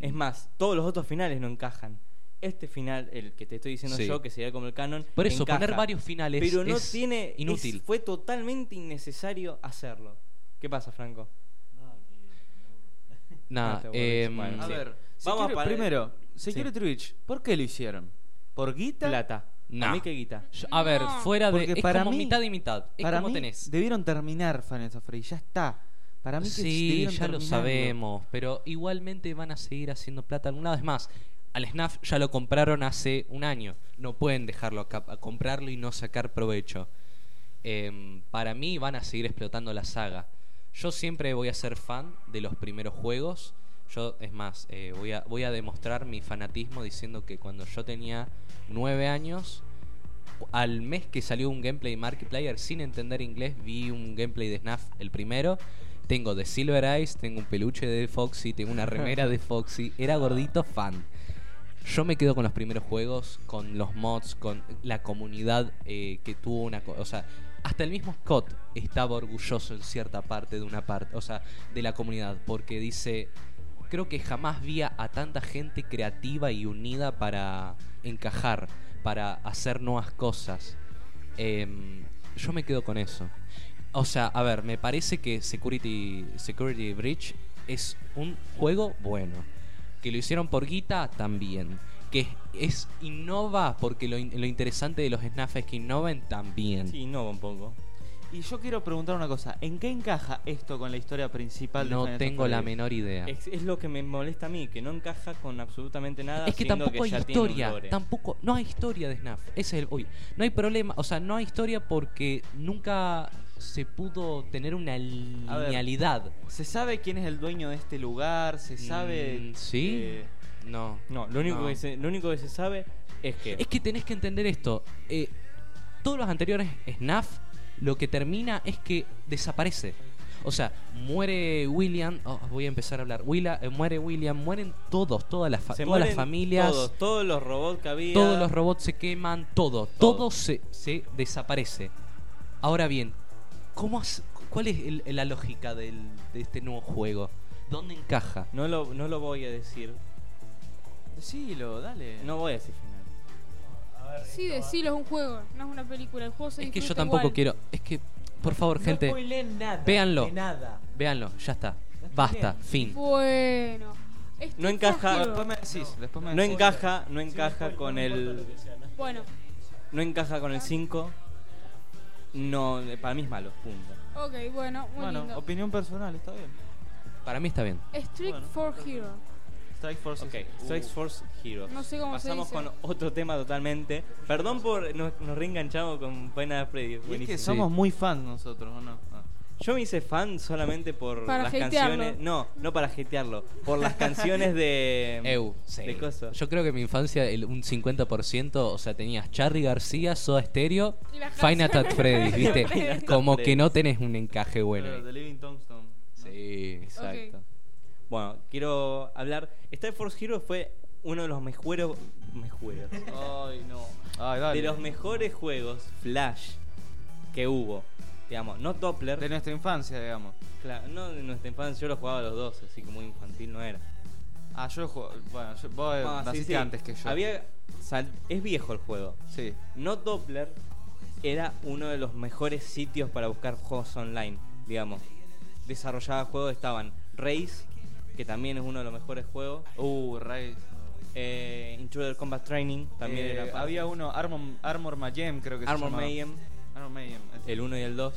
A: Es más, todos los otros finales no encajan. Este final, el que te estoy diciendo
E: Sí.
A: yo, que sería como el canon.
E: Por eso,
A: encaja.
E: poner varios finales
A: Pero no
E: es
A: tiene. es-
E: inútil.
A: fue totalmente innecesario hacerlo. ¿Qué pasa, Franco?
E: Nada,
A: Ah, te volvés,
E: em,
A: bueno,
B: A
A: sí.
B: ver,
A: Vamos
B: Vamos
A: a parar-
B: primero, Security Risk, ¿por qué lo hicieron? ¿Por guita?
A: Plata.
E: No.
A: A mí que guita.
E: Yo- a ver,
C: No.
E: fuera de.
B: Porque
E: es
B: para
E: como
B: mí-
E: mitad y mitad. Es
B: Para
E: como
B: mí,
E: tenés.
B: debieron terminar Final Fantasy, ya está. Para mí que
E: sí, ya
B: debieron
E: lo
B: terminarlo.
E: sabemos, pero igualmente van a seguir haciendo plata alguna vez más. Al SNAF ya lo compraron hace un año. No pueden dejarlo acá, a comprarlo y no sacar provecho. Em, para mí van a seguir explotando la saga. Yo siempre voy a ser fan de los primeros juegos. Yo, es más, eh, voy, a, voy a demostrar mi fanatismo diciendo que cuando yo tenía nueve años, al mes que salió un gameplay de Markiplier sin entender inglés, vi un gameplay de Snaf, el primero. Tengo de Silver Eyes, tengo un peluche de Foxy, tengo una remera de Foxy. Era gordito fan. Yo me quedo con los primeros juegos, con los mods, con la comunidad eh, que tuvo una co- O sea, hasta el mismo Scott estaba orgulloso en cierta parte de una parte, o sea, de la comunidad, porque dice, creo que jamás vi a a tanta gente creativa y unida para encajar, para hacer nuevas cosas. Em, yo me quedo con eso. O sea, a ver, me parece que Security, Security Breach es un juego bueno. Que lo hicieron por guita también. Que es, es- innova, porque lo, in- lo interesante de los snafes es que innoven también.
A: Sí, innova un poco.
B: Y yo quiero preguntar una cosa, ¿en qué encaja esto con la historia principal de
E: no
B: Final
E: tengo la
B: Fantasy?
E: menor idea.
A: Es, es lo que me molesta a mí, que no encaja con absolutamente nada.
E: Es que
A: siendo
E: tampoco hay
A: ya tiene un
E: historia,
A: lore.
E: tampoco, no hay historia de Snaf. Ese es el, uy, no hay problema, o sea, no hay historia porque nunca se pudo tener una
B: A ver.
E: linealidad.
B: ¿Se sabe quién es el dueño de este lugar? ¿Se sabe...?
E: Mm, sí,
B: eh,
E: no.
A: No, lo único,
E: No.
A: Que se, lo único que se sabe es que.
E: Es que tenés que entender esto. eh, todos los anteriores Snaf, lo que termina es que desaparece. O sea, muere William. oh, voy a empezar a hablar. Willa- eh, muere William, mueren todos, todas las, fa-
A: se
E: todas las
A: mueren
E: familias.
A: Todos, todos los robots que había.
E: Todos los robots se queman, todo, todo,
A: Todo.
E: se, se desaparece. Ahora bien, ¿cómo has- ¿cuál es el- la lógica del- de este nuevo juego? ¿Dónde encaja?
A: No lo, no lo voy a decir.
B: Decilo, dale.
A: No voy a decir final.
D: A ver,
C: Sí,
D: esto va-
C: decirlo, es un juego, no es una película. El juego se
E: es que yo
C: disfruta
E: tampoco
C: igual.
E: quiero. Es que, por favor,
D: No
E: gente,
D: spoileen nada.
E: véanlo.
D: de nada.
E: véanlo, ya está.
D: No estoy
E: Basta,
D: bien.
E: fin.
C: Bueno. estoy
A: No encaja-
C: flojero.
B: Después me decís, después me
A: No
B: decís.
A: encaja, no
D: Sí,
A: encaja
D: spoil-
A: con
D: no importa
A: el.
D: lo que sea, no spoil-
C: Bueno,
A: No encaja con el 5. No, eh, para mí es malo, punto.
C: ok, bueno, muy
B: Bueno,
C: lindo.
B: opinión personal, está bien.
E: Para mí está bien.
C: Street
B: Bueno.
C: for Hero.
B: Strike Uh, Force.
A: Ok,
B: es-
A: Strike Force Heroes.
C: No sé cómo se
A: Pasamos
C: dice.
A: con otro tema totalmente. Perdón por. Nos, nos reenganchamos con Pena de Freddy.
B: Uh, y es
A: buenísimo.
B: que somos muy fans nosotros, ¿o no? Ah.
A: Yo me hice fan solamente por
C: Para
A: las
C: hatearlo.
A: canciones. No, no para hatearlo. Por las canciones de.
E: Eu,
A: Em, De coso.
E: Yo creo que en mi infancia el, un 50%, o sea, tenías Charlie García, Soda Stereo,
C: Y las canciones
E: Final Tat
C: de
E: Freddy, ¿viste?
C: Freddy.
A: Final Tat
E: Como
A: Freddy.
E: que no tenés un encaje bueno.
B: Pero The Living Tombstone. ¿no?
E: Sí.
A: Exacto. Bueno, quiero hablar. Star Force Heroes fue uno de los mejores. Mejores.
B: Ay, no. Ay, dale.
A: de los mejores juegos Flash que hubo. Digamos, no Doppler.
B: De nuestra infancia, digamos.
A: Claro, no de nuestra infancia, yo lo jugaba a los 12, así que muy infantil no era.
B: Ah, yo juego. Bueno, yo- vos eh,
A: Ah, sí,
B: naciste
A: sí.
B: antes que yo.
A: Había, sal- es viejo el juego.
B: Sí.
A: No Doppler era uno de los mejores sitios para buscar juegos online, digamos. Desarrollaba juegos, estaban Race, que también es uno de los mejores juegos.
B: Uh, Ray.
A: eh, Intruder Combat Training también
B: Eh,
A: era parte.
B: había uno, Armor, Armor Mayhem, creo que
A: Armor
B: se llamaba.
A: Mayhem,
B: Armor Mayhem. ese.
A: el 1 y el 2.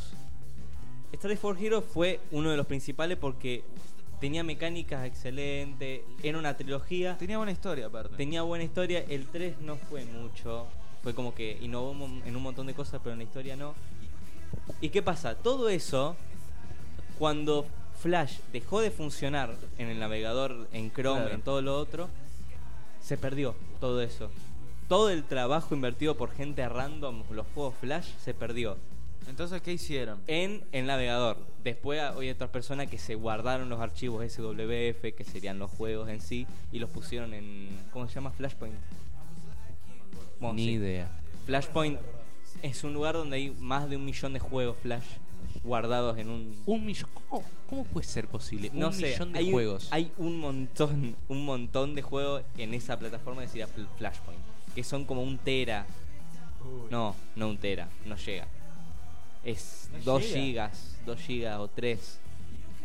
A: Star Force Heroes fue uno de los principales porque tenía mecánicas excelentes, era una trilogía.
B: Tenía buena historia, aparte.
A: Tenía buena historia, el 3 no fue mucho. Fue como que innovó mo- en un montón de cosas, pero en la historia no. ¿Y qué pasa? Todo eso, cuando Flash dejó de funcionar en el navegador, en Chrome,
B: Claro.
A: en todo lo otro, se perdió todo eso. Todo el trabajo invertido por gente random, los juegos Flash, se perdió
B: Entonces, ¿qué hicieron?
A: en el navegador. Después ah, hay otras personas que se guardaron los archivos SWF, que serían los juegos en sí, y los pusieron en. ¿Cómo se llama? Flashpoint. Bueno,
E: Ni
A: sí.
E: idea.
A: Flashpoint es un lugar donde hay más de un millón de juegos Flash guardados en un.
E: Un millón. ¿Cómo, cómo puede ser posible?
A: no
E: un
A: sé,
E: millón de
A: hay, un-
E: juegos.
A: hay un montón, un montón de juegos en esa plataforma que sería Fl- Flashpoint, que son como un tera.
D: Uy.
A: No, no un tera, no llega. Es
D: No
A: 2
D: llega.
A: gigas, 2 gigas o 3.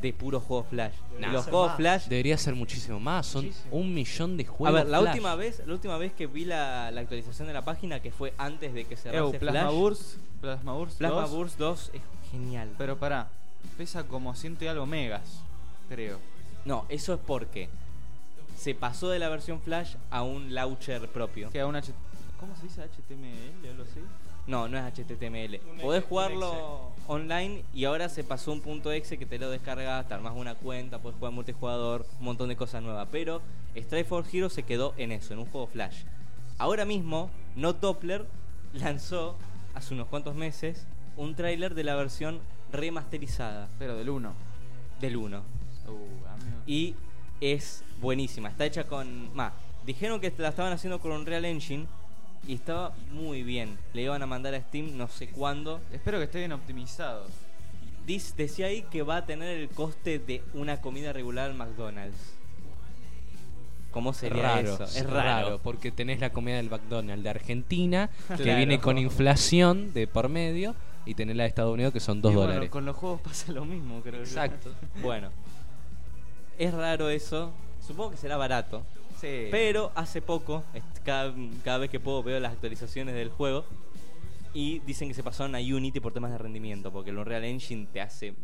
A: de puros juegos Flash.
D: Debería
A: Y los
D: ser
A: juegos
D: más.
A: Flash.
E: Debería ser muchísimo más. Son
D: Muchísimo.
E: un millón de
A: A
E: juegos.
A: ver, la
E: Flash.
A: última vez, la última vez que vi la, la actualización de la página, que fue antes de que cerrase
B: Ew, Plasma
A: Flash.
B: Burst. Plasma Burst.
A: Plasma
B: 2,
A: Burst 2 es genial.
B: Pero pará, pesa como ciento y algo megas, creo.
A: No, eso es porque se pasó de la versión Flash a un launcher propio.
B: Que a un H- ¿Cómo se dice HTML o algo así?
A: No, no es HTML.
D: Un
A: Podés
D: exe, un
A: jugarlo online y ahora se pasó un punto exe que te lo descargas, te armas una cuenta, podés jugar multijugador, un montón de cosas nuevas. Pero Strike for Hero se quedó en eso, en un juego Flash. Ahora mismo, No Doppler lanzó hace unos cuantos meses un tráiler de la versión remasterizada
B: Pero del 1.
A: del 1.
B: Uh, amigo.
A: y es buenísima. Está hecha con. Más, dijeron que la estaban haciendo con Unreal Engine y estaba muy bien. Le iban a mandar a Steam no sé cuándo.
B: Espero que esté bien optimizado.
A: Diz- decía ahí que va a tener el coste de una comida regular al McDonald's. ¿Cómo
E: Es
A: sería
E: raro,
A: eso?
E: es raro, porque tenés la comida del McDonald's de Argentina, que
A: Claro.
E: viene con inflación de por medio, y tenés la de Estados Unidos, que son
B: Y
E: 2
B: bueno,
E: dólares.
B: con los juegos pasa lo mismo, creo yo.
E: Exacto.
A: Bueno, es raro eso. Supongo que será barato.
B: Sí.
A: Pero hace poco, est- cada, cada vez que puedo veo las actualizaciones del juego y dicen que se pasaron a Unity por temas de rendimiento, porque el Unreal Engine te hace...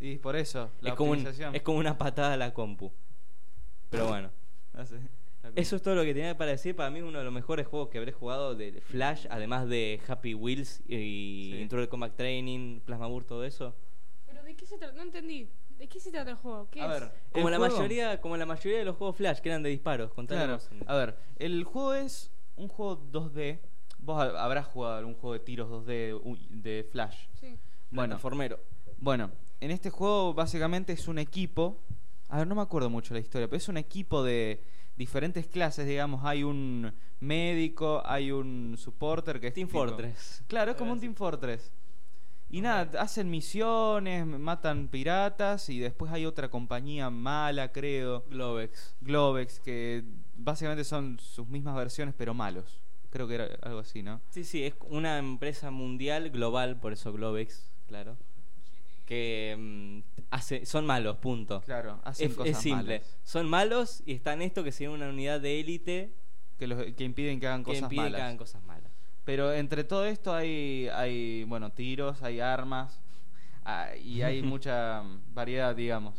B: Y por eso, la
A: es, como un-
B: optimización.
A: es como una patada a la compu. Pero bueno,
B: Ah, sí. La com-
A: eso es todo lo que tenía para decir. Para mí uno de los mejores juegos que habré jugado de Flash, además de Happy Wheels y
B: Sí.
A: Intruder Combat Training, Plasma Burst, todo eso.
C: ¿Pero de qué se trata? No entendí. ¿De qué se trata el juego? ¿Qué
B: A
C: es?
B: ver,
A: Como
B: el
A: la,
B: juego-
A: mayoría, como la mayoría de los juegos Flash, que eran de disparos. Contale
B: Claro.
A: vos.
B: A ver, el juego es un juego 2D. Vos ha- habrás jugado algún juego de tiros 2D u- de Flash.
C: Sí.
B: Bueno,
A: Plataformero.
B: Bueno, en este juego básicamente es un equipo. A ver, no me acuerdo mucho la historia, pero es un equipo de diferentes clases, digamos. Hay un médico, hay un supporter que es.
A: Team
B: Este tipo-
A: Fortress.
B: Claro, es como un Team Fortress. Y nada, hacen misiones, matan piratas y después hay otra compañía mala, creo.
A: Globex.
B: Globex, que básicamente son sus mismas versiones, pero malos. Creo que era algo así, ¿no?
A: Sí, sí, es una empresa mundial, global, por eso Globex, claro. Que mm, hace, son malos, punto.
B: Claro, hacen
A: es, es
B: cosas
A: simple.
B: malas.
A: Son malos y están esto que sería una unidad de élite
B: Que, los, que impiden que hagan
A: que
B: cosas
A: impide
B: malas.
A: que hagan cosas malas.
B: Pero entre todo esto hay, hay bueno, tiros, hay armas ah, y hay mucha mm, variedad, digamos.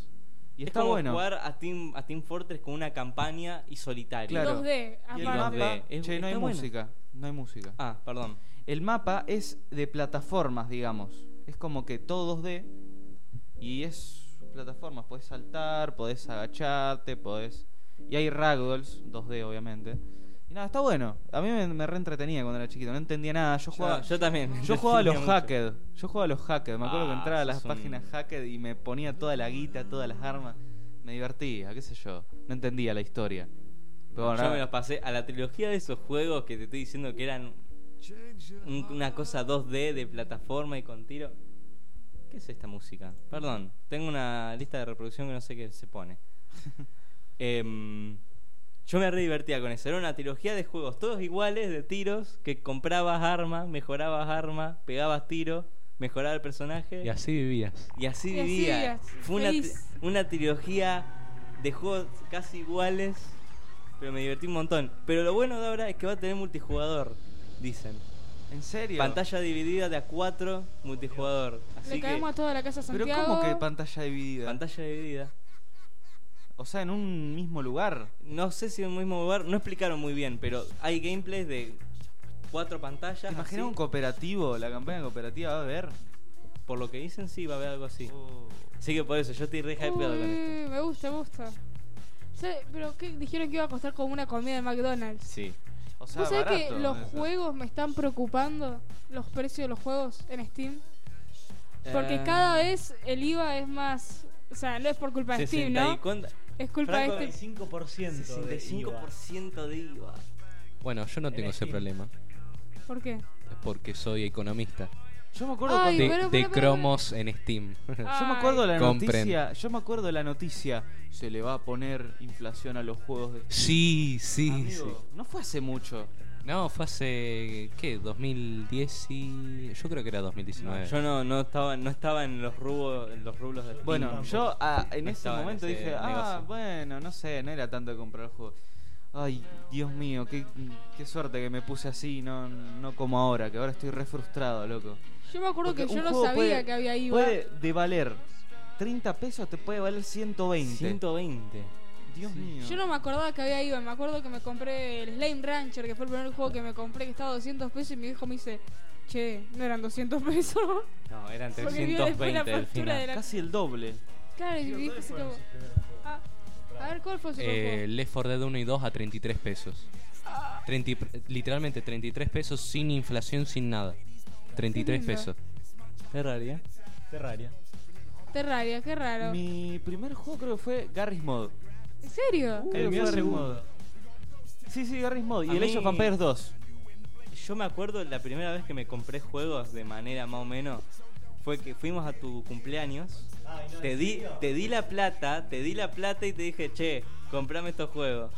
B: Y
A: es
B: está
A: como
B: bueno.
A: jugar a Team, a Team Fortress con una campaña y solitario.
B: Claro.
C: 2D,
B: Y
A: Aparte-
B: el
C: aparte.
B: mapa,
A: 2D, es-
B: che, no hay
A: está bueno.
B: música, no hay música.
A: Ah, perdón.
B: El mapa es de plataformas, digamos. Es como que todo 2D y es plataformas. Podés saltar, podés agacharte, podés... Y hay ragdolls, 2D obviamente. Y nada, está bueno. A mí me, me reentretenía cuando era chiquito, no entendía nada. Yo jugaba,
A: Yo, yo también.
B: Yo jugaba a los
A: Tenía mucho.
B: hacked. Yo jugaba a los hacked. Me acuerdo que
A: Ah,
B: entraba a las
A: sos un-
B: páginas hacked y me ponía toda la guita, todas las armas. Me divertía, qué sé yo. No entendía la historia. Pero bueno,
A: Yo me los pasé a la trilogía de esos juegos que te estoy diciendo que eran un- una cosa 2D de plataforma y con tiro. ¿Qué es esta música? Perdón, tengo una lista de reproducción que no sé qué se pone. Em, yo me re divertía con eso. Era una trilogía de juegos, todos iguales, de tiros, que comprabas armas, mejorabas armas, pegabas tiro, mejorabas el personaje.
E: Y así vivías.
A: Y así
C: Y así
A: vivía.
C: vivías,
A: Fue una,
C: feliz.
A: tri- una trilogía de juegos casi iguales, pero me divertí un montón. Pero lo bueno de ahora es que va a tener multijugador, dicen.
B: ¿En serio?
A: Pantalla dividida de a 4, multijugador. Así
C: Le
A: que,
C: caemos a toda la casa
B: Pero
C: Santiago.
B: ¿cómo que pantalla dividida?
A: pantalla dividida.
B: o sea, en un mismo lugar.
A: No sé si en el mismo lugar, no explicaron muy bien, pero hay gameplays de cuatro pantallas.
B: ¿Te imaginas
A: así.
B: un cooperativo? La campaña cooperativa va a haber.
A: Por lo que dicen, sí, va a haber algo así.
B: Oh.
A: Así que por eso, yo estoy re hypeado con esto.
C: Uy, Me gusta, me gusta. Sé- Pero ¿qué? dijeron que iba a costar como una comida de McDonald's.
A: Sí.
B: O sea,
C: ¿Vos sabés que
B: barato,
C: los
B: debe ser.
C: juegos me están preocupando? Los precios de los juegos en Steam.
B: Eh.
C: Porque cada vez el IVA es más. O sea, no es por culpa de Steam, ¿no? Es culpa
A: Franco,
C: de este Steam.
D: 65% de IVA.
A: 65% de IVA.
E: Bueno, yo no
D: En
E: tengo ese
D: Steam.
E: problema,
C: ¿Por qué?
E: porque soy economista.
B: Yo me acuerdo
C: Ay,
B: cuando-
E: de,
C: pero,
E: de
C: pero, pero,
E: cromos en Steam.
C: Ah.
B: Yo me acuerdo la
E: Compren.
B: noticia. Yo me acuerdo la noticia. Se le va a poner inflación a los juegos de
E: sí, sí,
B: Amigo, No fue hace mucho.
E: No, fue hace. ¿Qué? 2010 y. Yo creo que era 2019.
A: Yo no, no estaba, no estaba en los rubros, en los rublos del
B: Bueno,
A: Steam.
B: yo ah, en
A: No
B: ese
A: estaba en
B: momento
A: ese
B: dije, ah,
A: negocio".
B: bueno, no sé, no era tanto de comprar juegos. Ay, Dios mío, qué, qué suerte que me puse así, no, no como ahora, que ahora estoy re frustrado, loco.
C: Yo me acuerdo
B: Porque
C: que
B: un
C: yo no
B: juego
C: sabía
B: puede-
C: que había IVA.
B: Puede de valer 30 pesos, te puede valer 120.
A: 120.
B: Dios mío.
C: Yo no me acordaba que había IVA. Me acuerdo que me compré el Slime Rancher, que fue el primer juego que me compré, que estaba a 200 pesos. Y mi hijo me dice, che, no eran 200 pesos.
A: No, eran
C: Porque vio después la
A: 320 del
C: factura de
A: final.
C: la.
B: Casi el doble.
C: Claro, y mi hijo
D: ¿Cuáles
C: se
D: fueron
C: como.
D: sus primeros juegos?
C: Ah, a ver, ¿cuál fue su primer
E: Eh,
C: juego?
E: Left 4 Dead 1 y 2 a 33 pesos. 30 y pr- literalmente 33 pesos sin inflación, sin nada. 33
C: lindo.
E: pesos.
A: Terraria.
D: Terraria.
C: Terraria, qué raro.
B: Mi primer juego creo que fue Garry's Mod.
C: ¿En serio?
B: Uh,
D: el
B: fue
D: mío
B: re
D: segundo.
B: Sí, sí, Garry's Mod. Y
A: A
B: el Age of
A: mí-
B: Empires 2.
A: Yo me acuerdo la primera vez que me compré juegos de manera más o menos fue que fuimos a tu cumpleaños.
D: Ay, no,
A: Te
D: ¿en
A: di,
D: serio?
A: te di la plata, te di la plata y te dije, che, comprame estos juegos.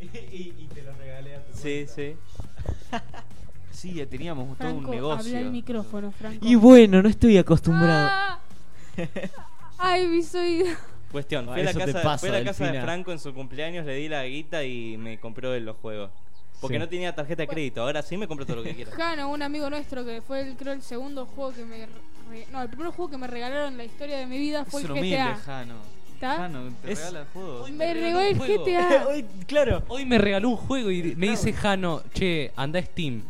D: y, y te lo regalé a tu
A: Sí,
D: cuenta.
A: sí.
B: Sí, ya teníamos todo un negocio.
C: habla al micrófono, Franco.
F: bueno, no estoy acostumbrado.
C: Ah. Ay, mis oídos.
A: Cuestión,
F: Ah,
A: fui a la
F: eso te
A: casa,
F: pasa,
A: fui a la casa de
F: Delfina.
A: Franco en su cumpleaños, le di la guita y me compró los juegos. Porque
F: Sí.
A: no tenía tarjeta de crédito, ahora sí me compro todo lo que quiero.
C: Jano, un amigo nuestro que fue el, creo el segundo juego que me re- no, el primer juego que me regalaron en la historia de mi vida fue
B: Es
C: el
B: un humilde,
C: GTA.
B: Jano.
C: ¿Está?
B: Jano, te
A: Es-
B: regalan juegos.
C: Me
E: regaló
C: regaló
E: un
C: el
E: juego.
C: GTA.
D: Hoy, claro.
E: Hoy me regaló un juego y me dice Jano, che, anda a Steam.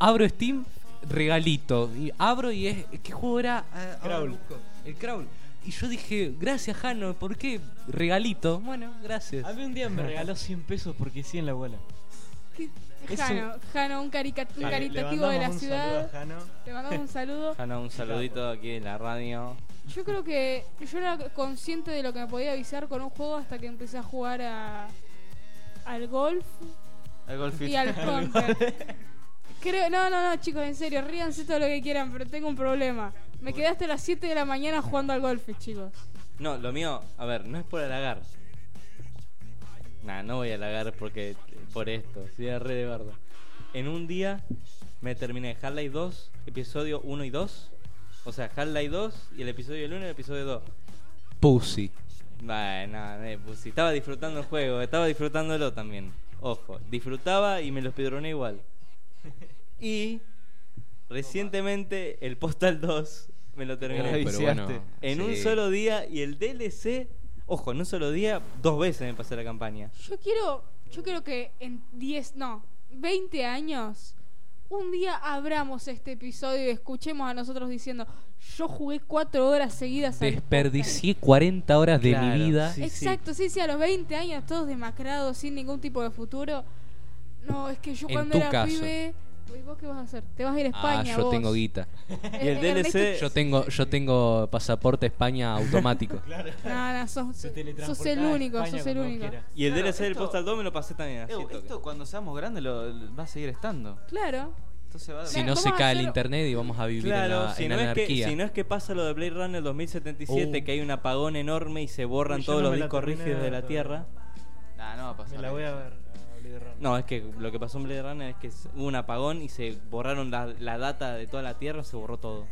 E: Abro Steam, regalito. Y abro y es. ¿Qué juego era? Ah, ahora
D: Crawl.
E: busco. El Crawl. Y yo dije, gracias Jano, ¿por qué? Regalito. Bueno, gracias.
D: A mí un día me regaló 100 pesos porque sí en la abuela.
C: ¿Qué-
D: Es
C: Jano, Jano, un, carica- un
D: Eh, le
C: caritativo
D: mandamos
C: de la
D: un
C: ciudad.
D: saludo a Jano.
C: Te mandamos un saludo.
A: Jana, un saludito aquí en la radio.
C: Yo creo que yo no era consciente de lo que me podía avisar con un juego hasta que empecé a jugar a, al golf
B: Al golfito.
C: y al counter. Creo, no, no, no, chicos, en serio, ríanse todo lo que quieran, pero tengo un problema. Me quedé hasta las 7 de la mañana jugando al golf, chicos.
A: No, lo mío, a ver, no es por halagar. Nah, no voy a halagar porque por esto, soy re de bardo. En un día me terminé Half-Life 2, episodio 1 y 2. O sea, Half-Life 2 y el episodio 1 y el episodio 2.
E: Pussy. Oh,
A: Bueno, eh, pues si estaba disfrutando el juego, estaba disfrutándolo también. Ojo, disfrutaba y me lo speedroné igual. Y recientemente el Postal 2 me lo
E: Oh,
A: terminé.
B: Ahí
E: pero
B: viciaste.
E: bueno,
A: En un
E: sí.
A: solo día y el DLC, ojo, en un solo día, dos veces me pasé la campaña.
C: Yo quiero, yo quiero que en 10, no, 20 años, un día abramos este episodio y escuchemos a nosotros diciendo, yo jugué 4 horas seguidas al
E: Desperdicié 40 horas de
A: Claro,
E: mi vida. Ah,
A: sí.
C: podcast". Exacto, sí, sí, a los 20 años todos demacrados, sin ningún tipo de futuro. No, es que yo
E: En
C: cuando
E: tu
C: era
E: caso.
C: pibe... Uy, ¿Vos qué vas a hacer? Te vas a ir a España.
E: ah, yo
C: vos.
E: tengo guita.
A: Y el
C: Eh,
A: DLC
C: Ernesto-
E: Yo tengo, yo tengo pasaporte España automático.
C: No, no, sos,
D: Se
C: sos
D: teletransportaba
C: el
D: a
C: único,
D: España
C: sos el
D: cuando
C: único.
D: quiera.
A: Y el
B: Claro,
A: DLC del
B: esto-
A: Postal 2 me lo pasé también así.
B: Ew,
A: toque.
B: esto cuando seamos grandes lo, lo- va a seguir estando.
C: Claro.
B: Entonces va
E: si
C: Claro,
E: no se
C: vamos a
E: cae el
C: hacer-
E: internet y vamos a vivir
A: Claro,
E: en la,
A: si,
E: en
A: no
E: la
A: es que,
E: anarquía.
A: si no es que pasa lo de Blade Runner 2077,
E: Uh.
A: que hay un apagón enorme y se borran
D: Uy, yo
A: todos
D: no
A: los
D: me la
A: discos
D: terminé
A: rígidos de la
D: todavía.
A: Tierra.
B: Nah, no va a
D: Me
B: pasar.
D: la voy a ver. a Blade Runner.
A: No, es que lo que pasó en Blade Runner es que s- hubo un apagón y se borraron la, la data de toda la Tierra, se borró todo.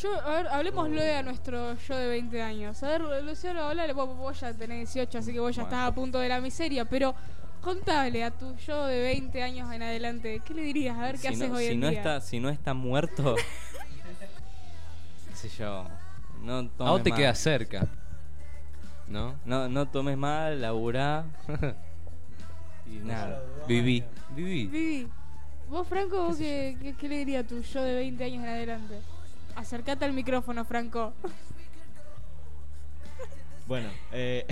C: Yo, a ver, hablemoslo a nuestro yo de 20 años. A ver, Luciano, hablale, vos, vos ya tenés 18, así que vos ya
A: Bueno.
C: estás a punto de la miseria, pero contable a tu yo de 20 años en adelante, ¿qué le dirías? A ver qué
A: si
C: haces
A: no,
C: hoy
A: si
C: en
A: no
C: día.
A: Está, si no está muerto... qué sé yo. No
E: A vos
A: tomes
E: te
A: más.
E: quedas cerca. ¿No?
A: No, no tomes mal, laburá. y nada.
E: Viví. Viví.
C: Vivi, vos, Franco, vos qué, qué- qué le dirías a tu yo de 20 años en adelante? Acercate al micrófono, Franco.
D: Bueno, eh,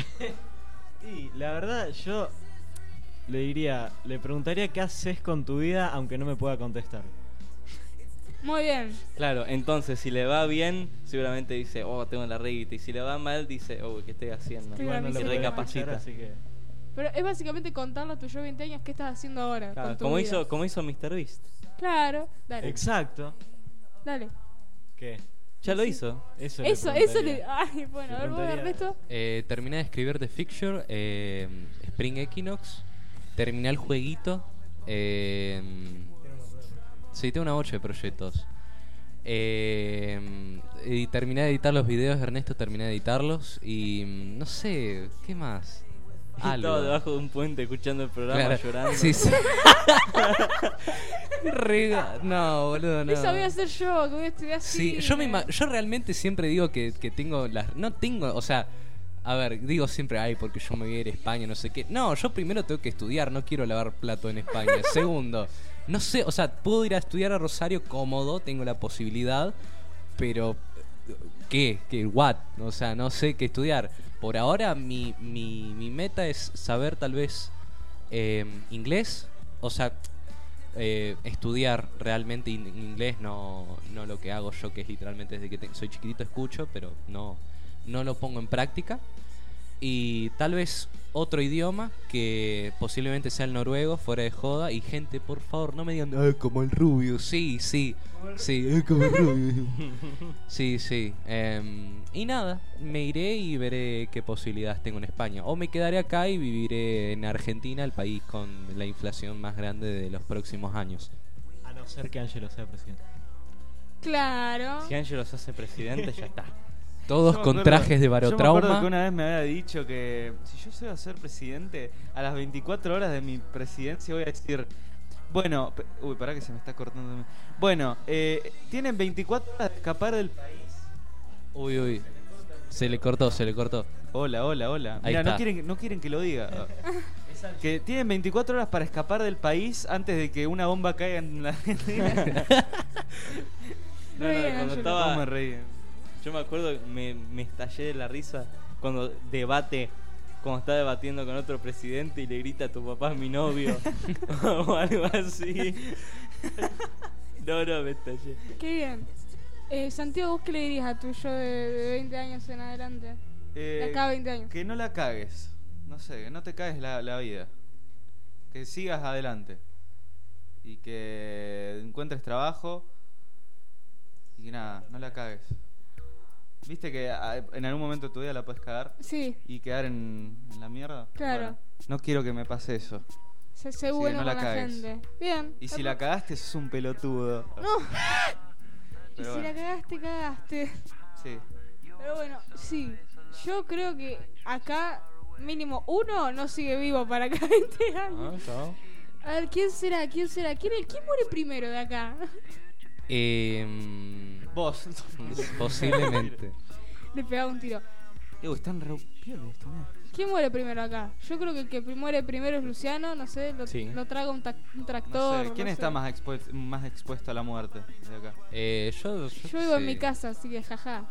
D: y la verdad yo le diría, le preguntaría qué haces con tu vida aunque no me pueda contestar.
C: Muy bien.
A: Claro, entonces si le va bien, seguramente dice, oh, tengo la reguita. Y si le va mal, dice, oh, ¿qué estoy haciendo?
C: Estoy Igual no
D: lo
A: y
C: sé.
D: puedo
A: recapacita.
D: escuchar, así que
C: Pero es básicamente contarle a tu yo de 20 años qué estás haciendo ahora.
A: Claro,
C: con tu
A: como,
C: vida.
A: hizo, como hizo Mr. Beast.
C: Claro, dale.
D: Exacto.
C: dale.
D: ¿Qué?
A: Ya lo hizo.
D: Eso le
C: Eso, eso le.
D: preguntaría.
C: Ay, bueno, a ver, vos,
D: preguntaría-
C: Ernesto.
E: Eh, terminé de escribir The Fixture, eh, Spring Equinox, Terminé el jueguito. em, sí, tengo una 8 de proyectos. Em, y terminé de editar los videos, Ernesto, terminé de editarlos. Y mm, no sé, ¿qué más?
A: Y
E: Algo.
A: Estaba debajo de un puente escuchando el programa
E: Claro.
A: llorando.
E: Sí, sí. Rega- no, boludo, no.
C: Esa voy a hacer yo, que voy a estudiar
E: Sí,
C: cine.
E: yo, me ima- yo realmente siempre digo que, que tengo las... No tengo, o sea, a ver, digo siempre, ay, porque yo me voy a ir a España, no sé qué. No, yo primero tengo que estudiar, no quiero lavar plato en España. Segundo, no sé, o sea, puedo ir a estudiar a Rosario cómodo, tengo la posibilidad, pero... eh, ¿Qué? ¿Qué? ¿What? O sea, no sé qué estudiar. Por ahora mi, mi, mi meta es saber tal vez eh, inglés, o sea, eh, estudiar realmente in- inglés, no, no lo que hago yo, que es literalmente desde que te- soy chiquitito escucho, pero no, no lo pongo en práctica. Y tal vez otro idioma que posiblemente sea el noruego, fuera de joda. Y gente, por favor, no me digan, "Ay, como el rubio, sí, sí, sí, "Ay, como el rubio. sí, sí. em, y nada, me iré y veré qué posibilidades tengo en España. O me quedaré acá y viviré en Argentina, el país con la inflación más grande de los próximos años.
C: Ah.
D: A no ser que Angelo sea presidente.
C: Claro.
A: Si Ángel los hace presidente, ya está.
E: Todos
B: Yo me
E: con
B: acuerdo-
E: trajes de
B: Yo me acuerdo
E: barotrauma.
B: que una vez me había dicho que si yo soy a ser presidente, a las 24 horas de mi presidencia voy a decir. Bueno, pe- uy, pará que se me está cortando. mi- Bueno, eh, tienen 24 horas de escapar del país.
E: Uy, uy. Se le cortó, se le cortó.
B: Hola, hola, hola.
E: Ahí
B: Mira, no
E: está.
B: quieren, no quieren que lo diga. Que tienen 24 horas para escapar del país antes de que una bomba caiga en la Argentina.
A: No,
C: Muy bien,
A: no, cuando
C: Ángel.
B: ¿Cómo me
A: estaba.
B: reí?
A: Yo me acuerdo, me, me estallé de la risa cuando debate, cuando está debatiendo con otro presidente y le grita tu papá es mi novio o algo así. No, no, me estallé.
C: Qué bien. Eh, Santiago, ¿vos qué le dirías a tu yo de, de 20 años en adelante? De
B: Eh,
C: acá a 20 años.
B: Que no la cagues. No sé, que no te cagues la, la vida. Que sigas adelante. Y que encuentres trabajo. Y que nada, no la cagues. Viste que ah, en algún momento de tu vida la puedes cagar
C: Sí,
B: y quedar en, en la mierda.
C: Claro.
B: Bueno, no quiero que me pase eso.
C: se, se
B: que
C: bueno
B: no la
C: con la,
B: cagues.
C: gente. Bien.
B: Y si la cagaste, sos un pelotudo.
C: No. Y
B: Pero
C: si la
B: bueno,
C: cagaste, cagaste.
B: sí.
C: Pero bueno, sí. Yo creo que acá mínimo uno no sigue vivo para acá 20
E: Ah.
A: Ah,
C: años. A ver, ¿quién será? ¿Quién será? ¿Quién, ¿quién muere primero de acá?
E: Em,
B: Vos.
E: posiblemente.
C: Le pegaba un tiro.
B: Eh, están re piola esto, mirá.
C: ¿Quién muere primero acá? Yo creo que el que pri- muere primero es Luciano, no sé, lo,
A: Sí.
C: lo traga un, tac- un
B: No
C: tractor.
B: sé, ¿quién
C: no
B: está
C: sé.
B: más, expues- más expuesto a la muerte de acá?
E: Eh, yo,
C: Yo vivo en
E: sí.
C: mi casa, así que jaja.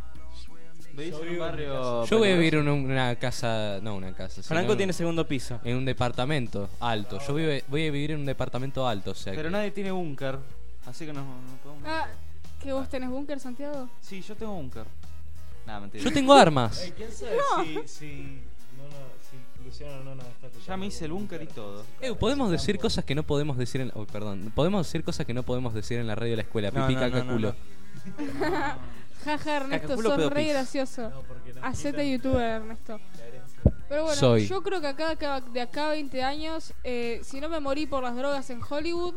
B: ¿Veis en un
D: vivo en mi
B: barrio?
E: Yo voy a vivir en una casa. No, una casa. sino
A: Franco
E: en-
A: tiene segundo piso.
E: En un departamento alto. Yo vive- voy a vivir en un departamento alto. O sea
B: Pero
E: que-
B: nadie tiene búnker, así que no, no podemos.
C: Ah, ¿que vos tenés búnker, Santiago?
B: Sí, yo tengo búnker. Nada, mentira.
E: Yo tengo armas.
D: ¿Quién sabe si, si, no, no, si Luciano no nos está escuchando?
B: Ya me hice el búnker y todo.
E: Eh, podemos decir cosas que no podemos decir en. oh, perdón. Podemos decir cosas que no podemos decir en la radio de la escuela.
A: No,
E: Pipí,
A: no,
E: caca,
A: no, no,
E: culo.
A: no.
C: Jaja, Ernesto,
A: Cacaculo,
C: sos
A: pedo
C: re
A: pis.
C: gracioso.
D: No, porque nos
C: Hacete
D: quitan
C: youtuber, Ernesto.
D: la herencia.
C: Pero bueno,
E: Soy.
C: yo creo que acá, acá- de acá a 20 años, eh, si no me morí por las drogas en Hollywood,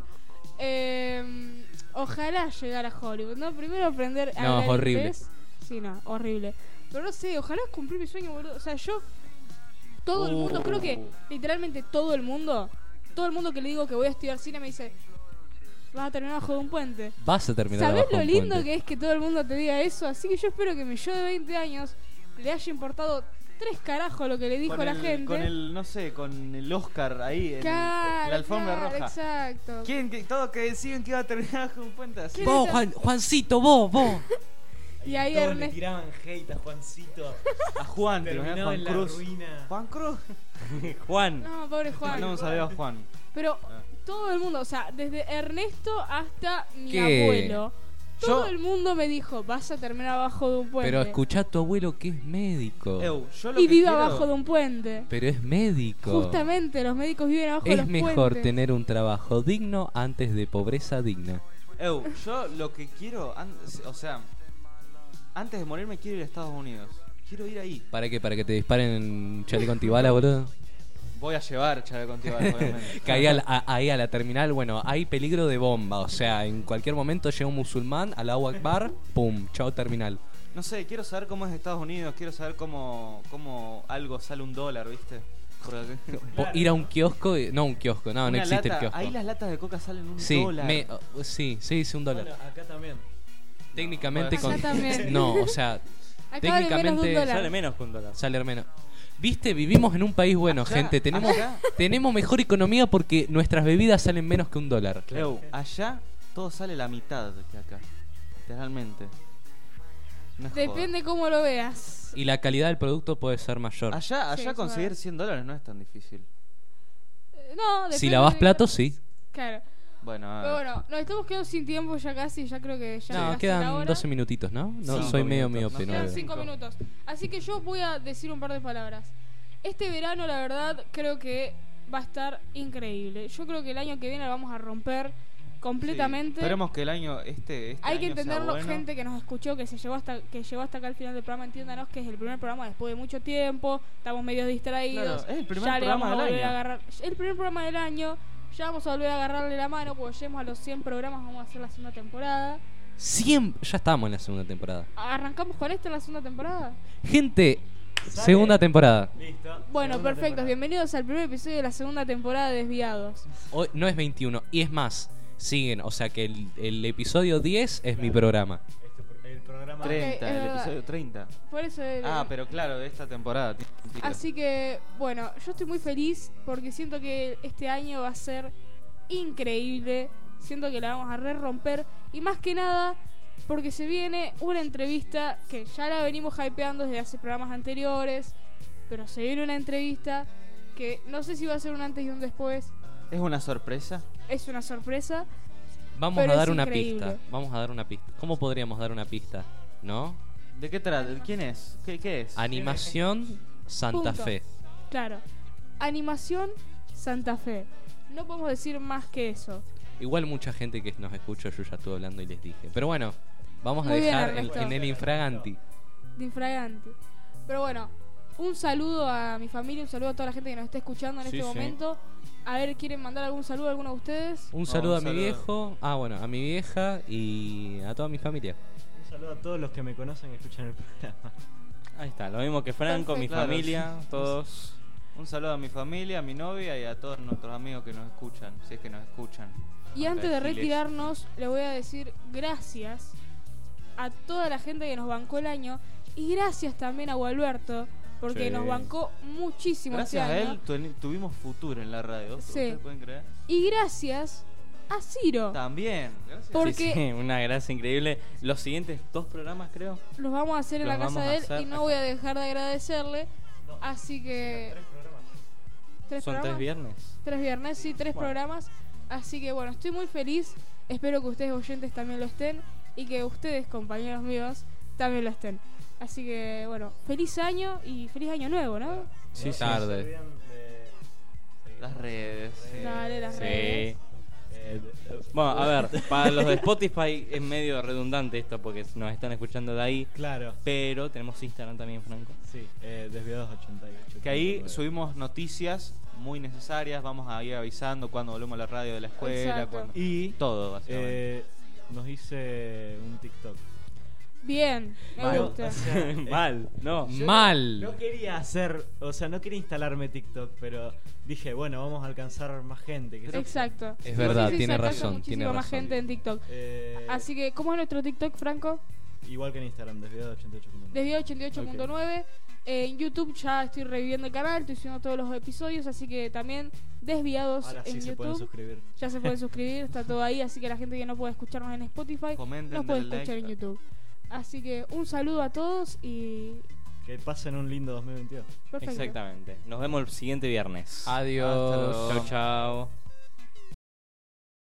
C: eh, ojalá llegar a Hollywood, ¿no? Primero aprender a
E: No,
C: hablar
E: es horrible.
C: inglés. Sí, no, horrible. Pero no sé, ojalá cumplir mi sueño, boludo. O sea, yo, todo el mundo, creo que
D: Uh.
C: literalmente todo el mundo, todo el mundo que le digo que voy a estudiar cine me dice, vas a terminar bajo de un puente.
E: Vas a terminar
C: ¿Sabés
E: abajo de
C: lo
E: un
C: lindo
E: puente.
C: que es que todo el mundo te diga eso? Así que yo espero que mi yo de 20 años le haya importado tres carajos lo que le dijo
B: con
C: la
B: el,
C: gente.
B: Con el, no sé, con el Oscar ahí, en,
C: Claro,
B: la alfombra
C: claro,
B: roja.
C: Exacto.
B: ¿Quién, que, todos que deciden que iba a terminar con un puente así.
C: ¿Quién
E: Vos,
C: es-
E: Juan- Juancito, vos, vos.
C: Y ahí
D: todos le
C: Ernest-
D: tiraban hate a Juancito.
B: A Juan, te imaginas,
D: Terminaba
B: Juan
D: en la
B: Cruz.
D: ruina.
B: Juan Cruz.
A: Juan.
C: No, pobre Juan.
B: Mandamos saludo a Ah. Juan.
C: Pero todo el mundo, o sea, desde Ernesto hasta mi
E: ¿Qué?
C: abuelo, todo
B: Yo-
C: el mundo me dijo, vas a terminar abajo de un puente.
E: Pero escuchá a tu abuelo que es médico.
B: Eu, yo lo
C: y
B: que
C: vive
B: quiero-
C: abajo de un puente.
E: Pero es médico.
C: Justamente, los médicos viven abajo de
E: Es
C: los
E: mejor
C: puentes.
E: tener un trabajo digno antes de pobreza digna.
B: Eu, yo lo que quiero, an- o sea, antes de morirme quiero ir a Estados Unidos. Quiero ir ahí.
E: ¿Para qué? ¿Para que te disparen en chaleco antibala, boludo?
B: Voy a llevar Chávez contigo, obviamente.
E: Caí a la- a- ahí a la terminal, bueno, hay peligro de bomba, o sea, en cualquier momento llega un musulmán al agua akbar, pum, chao terminal.
B: No sé, quiero saber cómo es Estados Unidos, quiero saber cómo, cómo algo sale un dólar, ¿viste? Porque-
E: Po- Ir a un kiosco, y- no un kiosco, no, no
B: Una
E: existe
B: lata-
E: el kiosco.
B: Ahí las latas de coca salen un
E: sí,
B: dólar.
E: me- oh, sí, sí, sí, un dólar.
D: Bueno, acá también.
E: Técnicamente
B: Acá
E: con...
C: también.
E: No, o sea,
C: Acá vale menos de
E: Técnicamente
C: un
A: Sale
C: dólar.
A: menos que un dólar.
E: sale hermano. Viste, vivimos en un país bueno,
B: Allá,
E: gente. Tenemos,
B: allá.
E: tenemos mejor economía porque nuestras bebidas salen menos que un dólar.
B: Leo, allá todo sale la mitad que acá. Literalmente. No es joda.
C: Depende cómo lo veas.
E: Y la calidad del producto puede ser mayor.
B: Allá,
C: Sí,
B: allá
C: eso es
B: conseguir
C: verdad.
B: 100 dólares no es tan difícil.
C: Eh, No, depende
E: si lavas
C: de-
E: platos, sí.
C: Claro.
B: Bueno, a
C: Pero
B: ver.
C: bueno, nos estamos quedando sin tiempo ya casi, ya creo que ya
E: No,
C: casi la
E: quedan
C: hora.
E: 12 minutitos, ¿no? No,
B: Cinco
E: soy medio
B: minutos. Nos
E: miope. no
C: Quedan
E: veo.
C: cinco
B: Cinco.
C: minutos. Así que yo voy a decir un par de palabras. Este verano, la verdad, creo que va a estar increíble. Yo creo que el año que viene la vamos a romper completamente.
B: Sí, esperemos que el año este, este
C: Hay que
B: año sea
C: entenderlo,
B: bueno.
C: gente que nos escuchó, que se llegó hasta que llegó hasta acá al final del programa, entiéndanos que es el primer programa después de mucho tiempo, estamos medio distraídos.
B: Claro, es el primer
C: ya le
B: programa
C: vamos a
B: del
C: volver
B: año.
C: a agarrar el primer programa del año. Ya vamos a volver a agarrarle la mano, cuando lleguemos a los 100 programas vamos a hacer la segunda temporada.
E: Cien- Ya estamos en la segunda temporada.
C: ¿Arrancamos con esta en la segunda temporada?
E: Gente,
D: Sale.
E: segunda temporada.
D: Listo.
C: Bueno,
D: Segunda
C: perfecto.
D: temporada.
C: Bienvenidos al primer episodio de la segunda temporada de Desviados.
E: Hoy no es 21. Y es más, siguen. O sea que el, el episodio 10 es mi programa.
D: Este pro- el programa.
C: Tres.
B: 30,
C: Ok, es
B: el
C: verdad.
B: episodio 30.
C: Por eso... el-
B: Ah, pero claro, de esta temporada. tiene sentido.
C: Así que, bueno, yo estoy muy feliz porque siento que este año va a ser increíble. Siento que la vamos a re romper. Y más que nada, porque se viene una entrevista que ya la venimos hypeando desde hace programas anteriores. Pero se viene una entrevista que no sé si va a ser un antes y un después.
B: ¿Es una sorpresa?
C: Es una sorpresa.
E: Vamos
C: Pero
E: a
C: es
E: dar una
C: increíble.
E: pista. Vamos a dar una pista. ¿Cómo podríamos dar una pista? ¿No?
B: ¿De qué trata? ¿Quién es? ¿Qué, qué es?
E: Animación Santa
C: Punto.
E: Fe.
C: Claro. Animación Santa Fe. No podemos decir más que eso.
E: Igual mucha gente que nos escucha, yo ya estuve hablando y les dije. Pero bueno, vamos a
C: Muy bien,
E: dejar en-
C: Ernesto.
E: en el infraganti.
C: de infragante. Pero bueno, un saludo a mi familia, un saludo a toda la gente que nos está escuchando en
E: Sí,
C: este
E: sí.
C: momento. A ver, ¿quieren mandar algún saludo a alguno de ustedes?
E: Un
B: No,
E: saludo
B: un
E: a mi
B: saludo.
E: viejo, ah bueno, a mi vieja y a toda mi familia.
D: Un saludo a todos los que me conocen y escuchan el programa.
A: Ahí está, lo mismo que Franco, mi
B: Claro,
A: familia,
B: sí.
A: todos.
B: Un saludo a mi familia, a mi novia y a todos nuestros amigos que nos escuchan, si es que nos escuchan.
C: Y
B: Acá
C: antes de
B: Giles.
C: retirarnos, le voy a decir gracias a toda la gente que nos bancó el año y gracias también a Gualberto, porque
A: Sí.
C: nos bancó muchísimo
B: Gracias
C: este
B: a
C: año.
B: él tu- tuvimos futuro en la radio.
C: Sí.
B: ¿Ustedes pueden creer?
C: Y gracias a Ciro.
B: También. Gracias.
C: Porque
A: Sí, sí, una gracia increíble. Los siguientes dos programas, creo.
C: los vamos a hacer en
A: Los
C: la casa
A: vamos a
C: de él
A: hacer
C: y no
A: acá.
C: voy a dejar de agradecerle.
D: No,
C: Así que...
D: Tres programas.
C: ¿Tres
A: Son tres
C: programas?
A: viernes.
C: Tres viernes, sí, tres
A: Bueno.
C: programas. Así que bueno, estoy muy feliz. Espero que ustedes oyentes también lo estén y que ustedes, compañeros míos, también lo estén. Así que bueno, feliz año y feliz año nuevo, ¿no?
E: Sí,
D: No se
E: tarde.
D: olviden de seguirnos
B: Las redes.
D: en
C: Dale, las
A: Sí.
C: redes.
D: Eh, de-
A: Bueno, a ver, para los de Spotify es medio redundante esto porque nos están escuchando de ahí.
D: Claro,
A: Pero tenemos Instagram también, Franco.
D: sí, eh, desviados 88.
B: Que ahí subimos noticias muy necesarias. Vamos a ir avisando cuando volvemos a la radio de la escuela.
C: Exacto.
B: cuando-
D: Y
B: Todo, básicamente.
D: eh, nos hice un TikTok.
C: Bien, me
D: Mal.
C: gusta.
D: O sea, eh,
A: Mal, no.
D: Yo no-
E: Mal.
D: No quería hacer, o sea, no quería instalarme TikTok, pero dije, bueno, vamos a alcanzar más gente. Que
C: Exacto.
E: Es verdad, tiene
C: se alcanza
E: razón, tiene
C: muchísima más
E: razón.
C: gente en TikTok.
D: Eh,
C: Así que, ¿cómo es nuestro TikTok, Franco?
D: Igual que en Instagram, desviados 88.9.
C: Desde 88.9. Eh, en YouTube ya estoy reviviendo el canal, estoy subiendo todos los episodios, así que también desviados
D: Ahora sí
C: en
D: se pueden
C: YouTube.
D: suscribir.
C: Ya se pueden suscribir, está todo ahí, así que la gente que no puede escucharnos en Spotify
B: Comenten,
C: nos puede
B: denle
C: escuchar en
B: like.
C: YouTube. Así que un saludo a todos y
D: Que pasen un lindo 2022.
C: perfecto.
A: Exactamente. Nos vemos el siguiente viernes.
E: Adiós.
B: Hasta luego.
A: Chao, chao.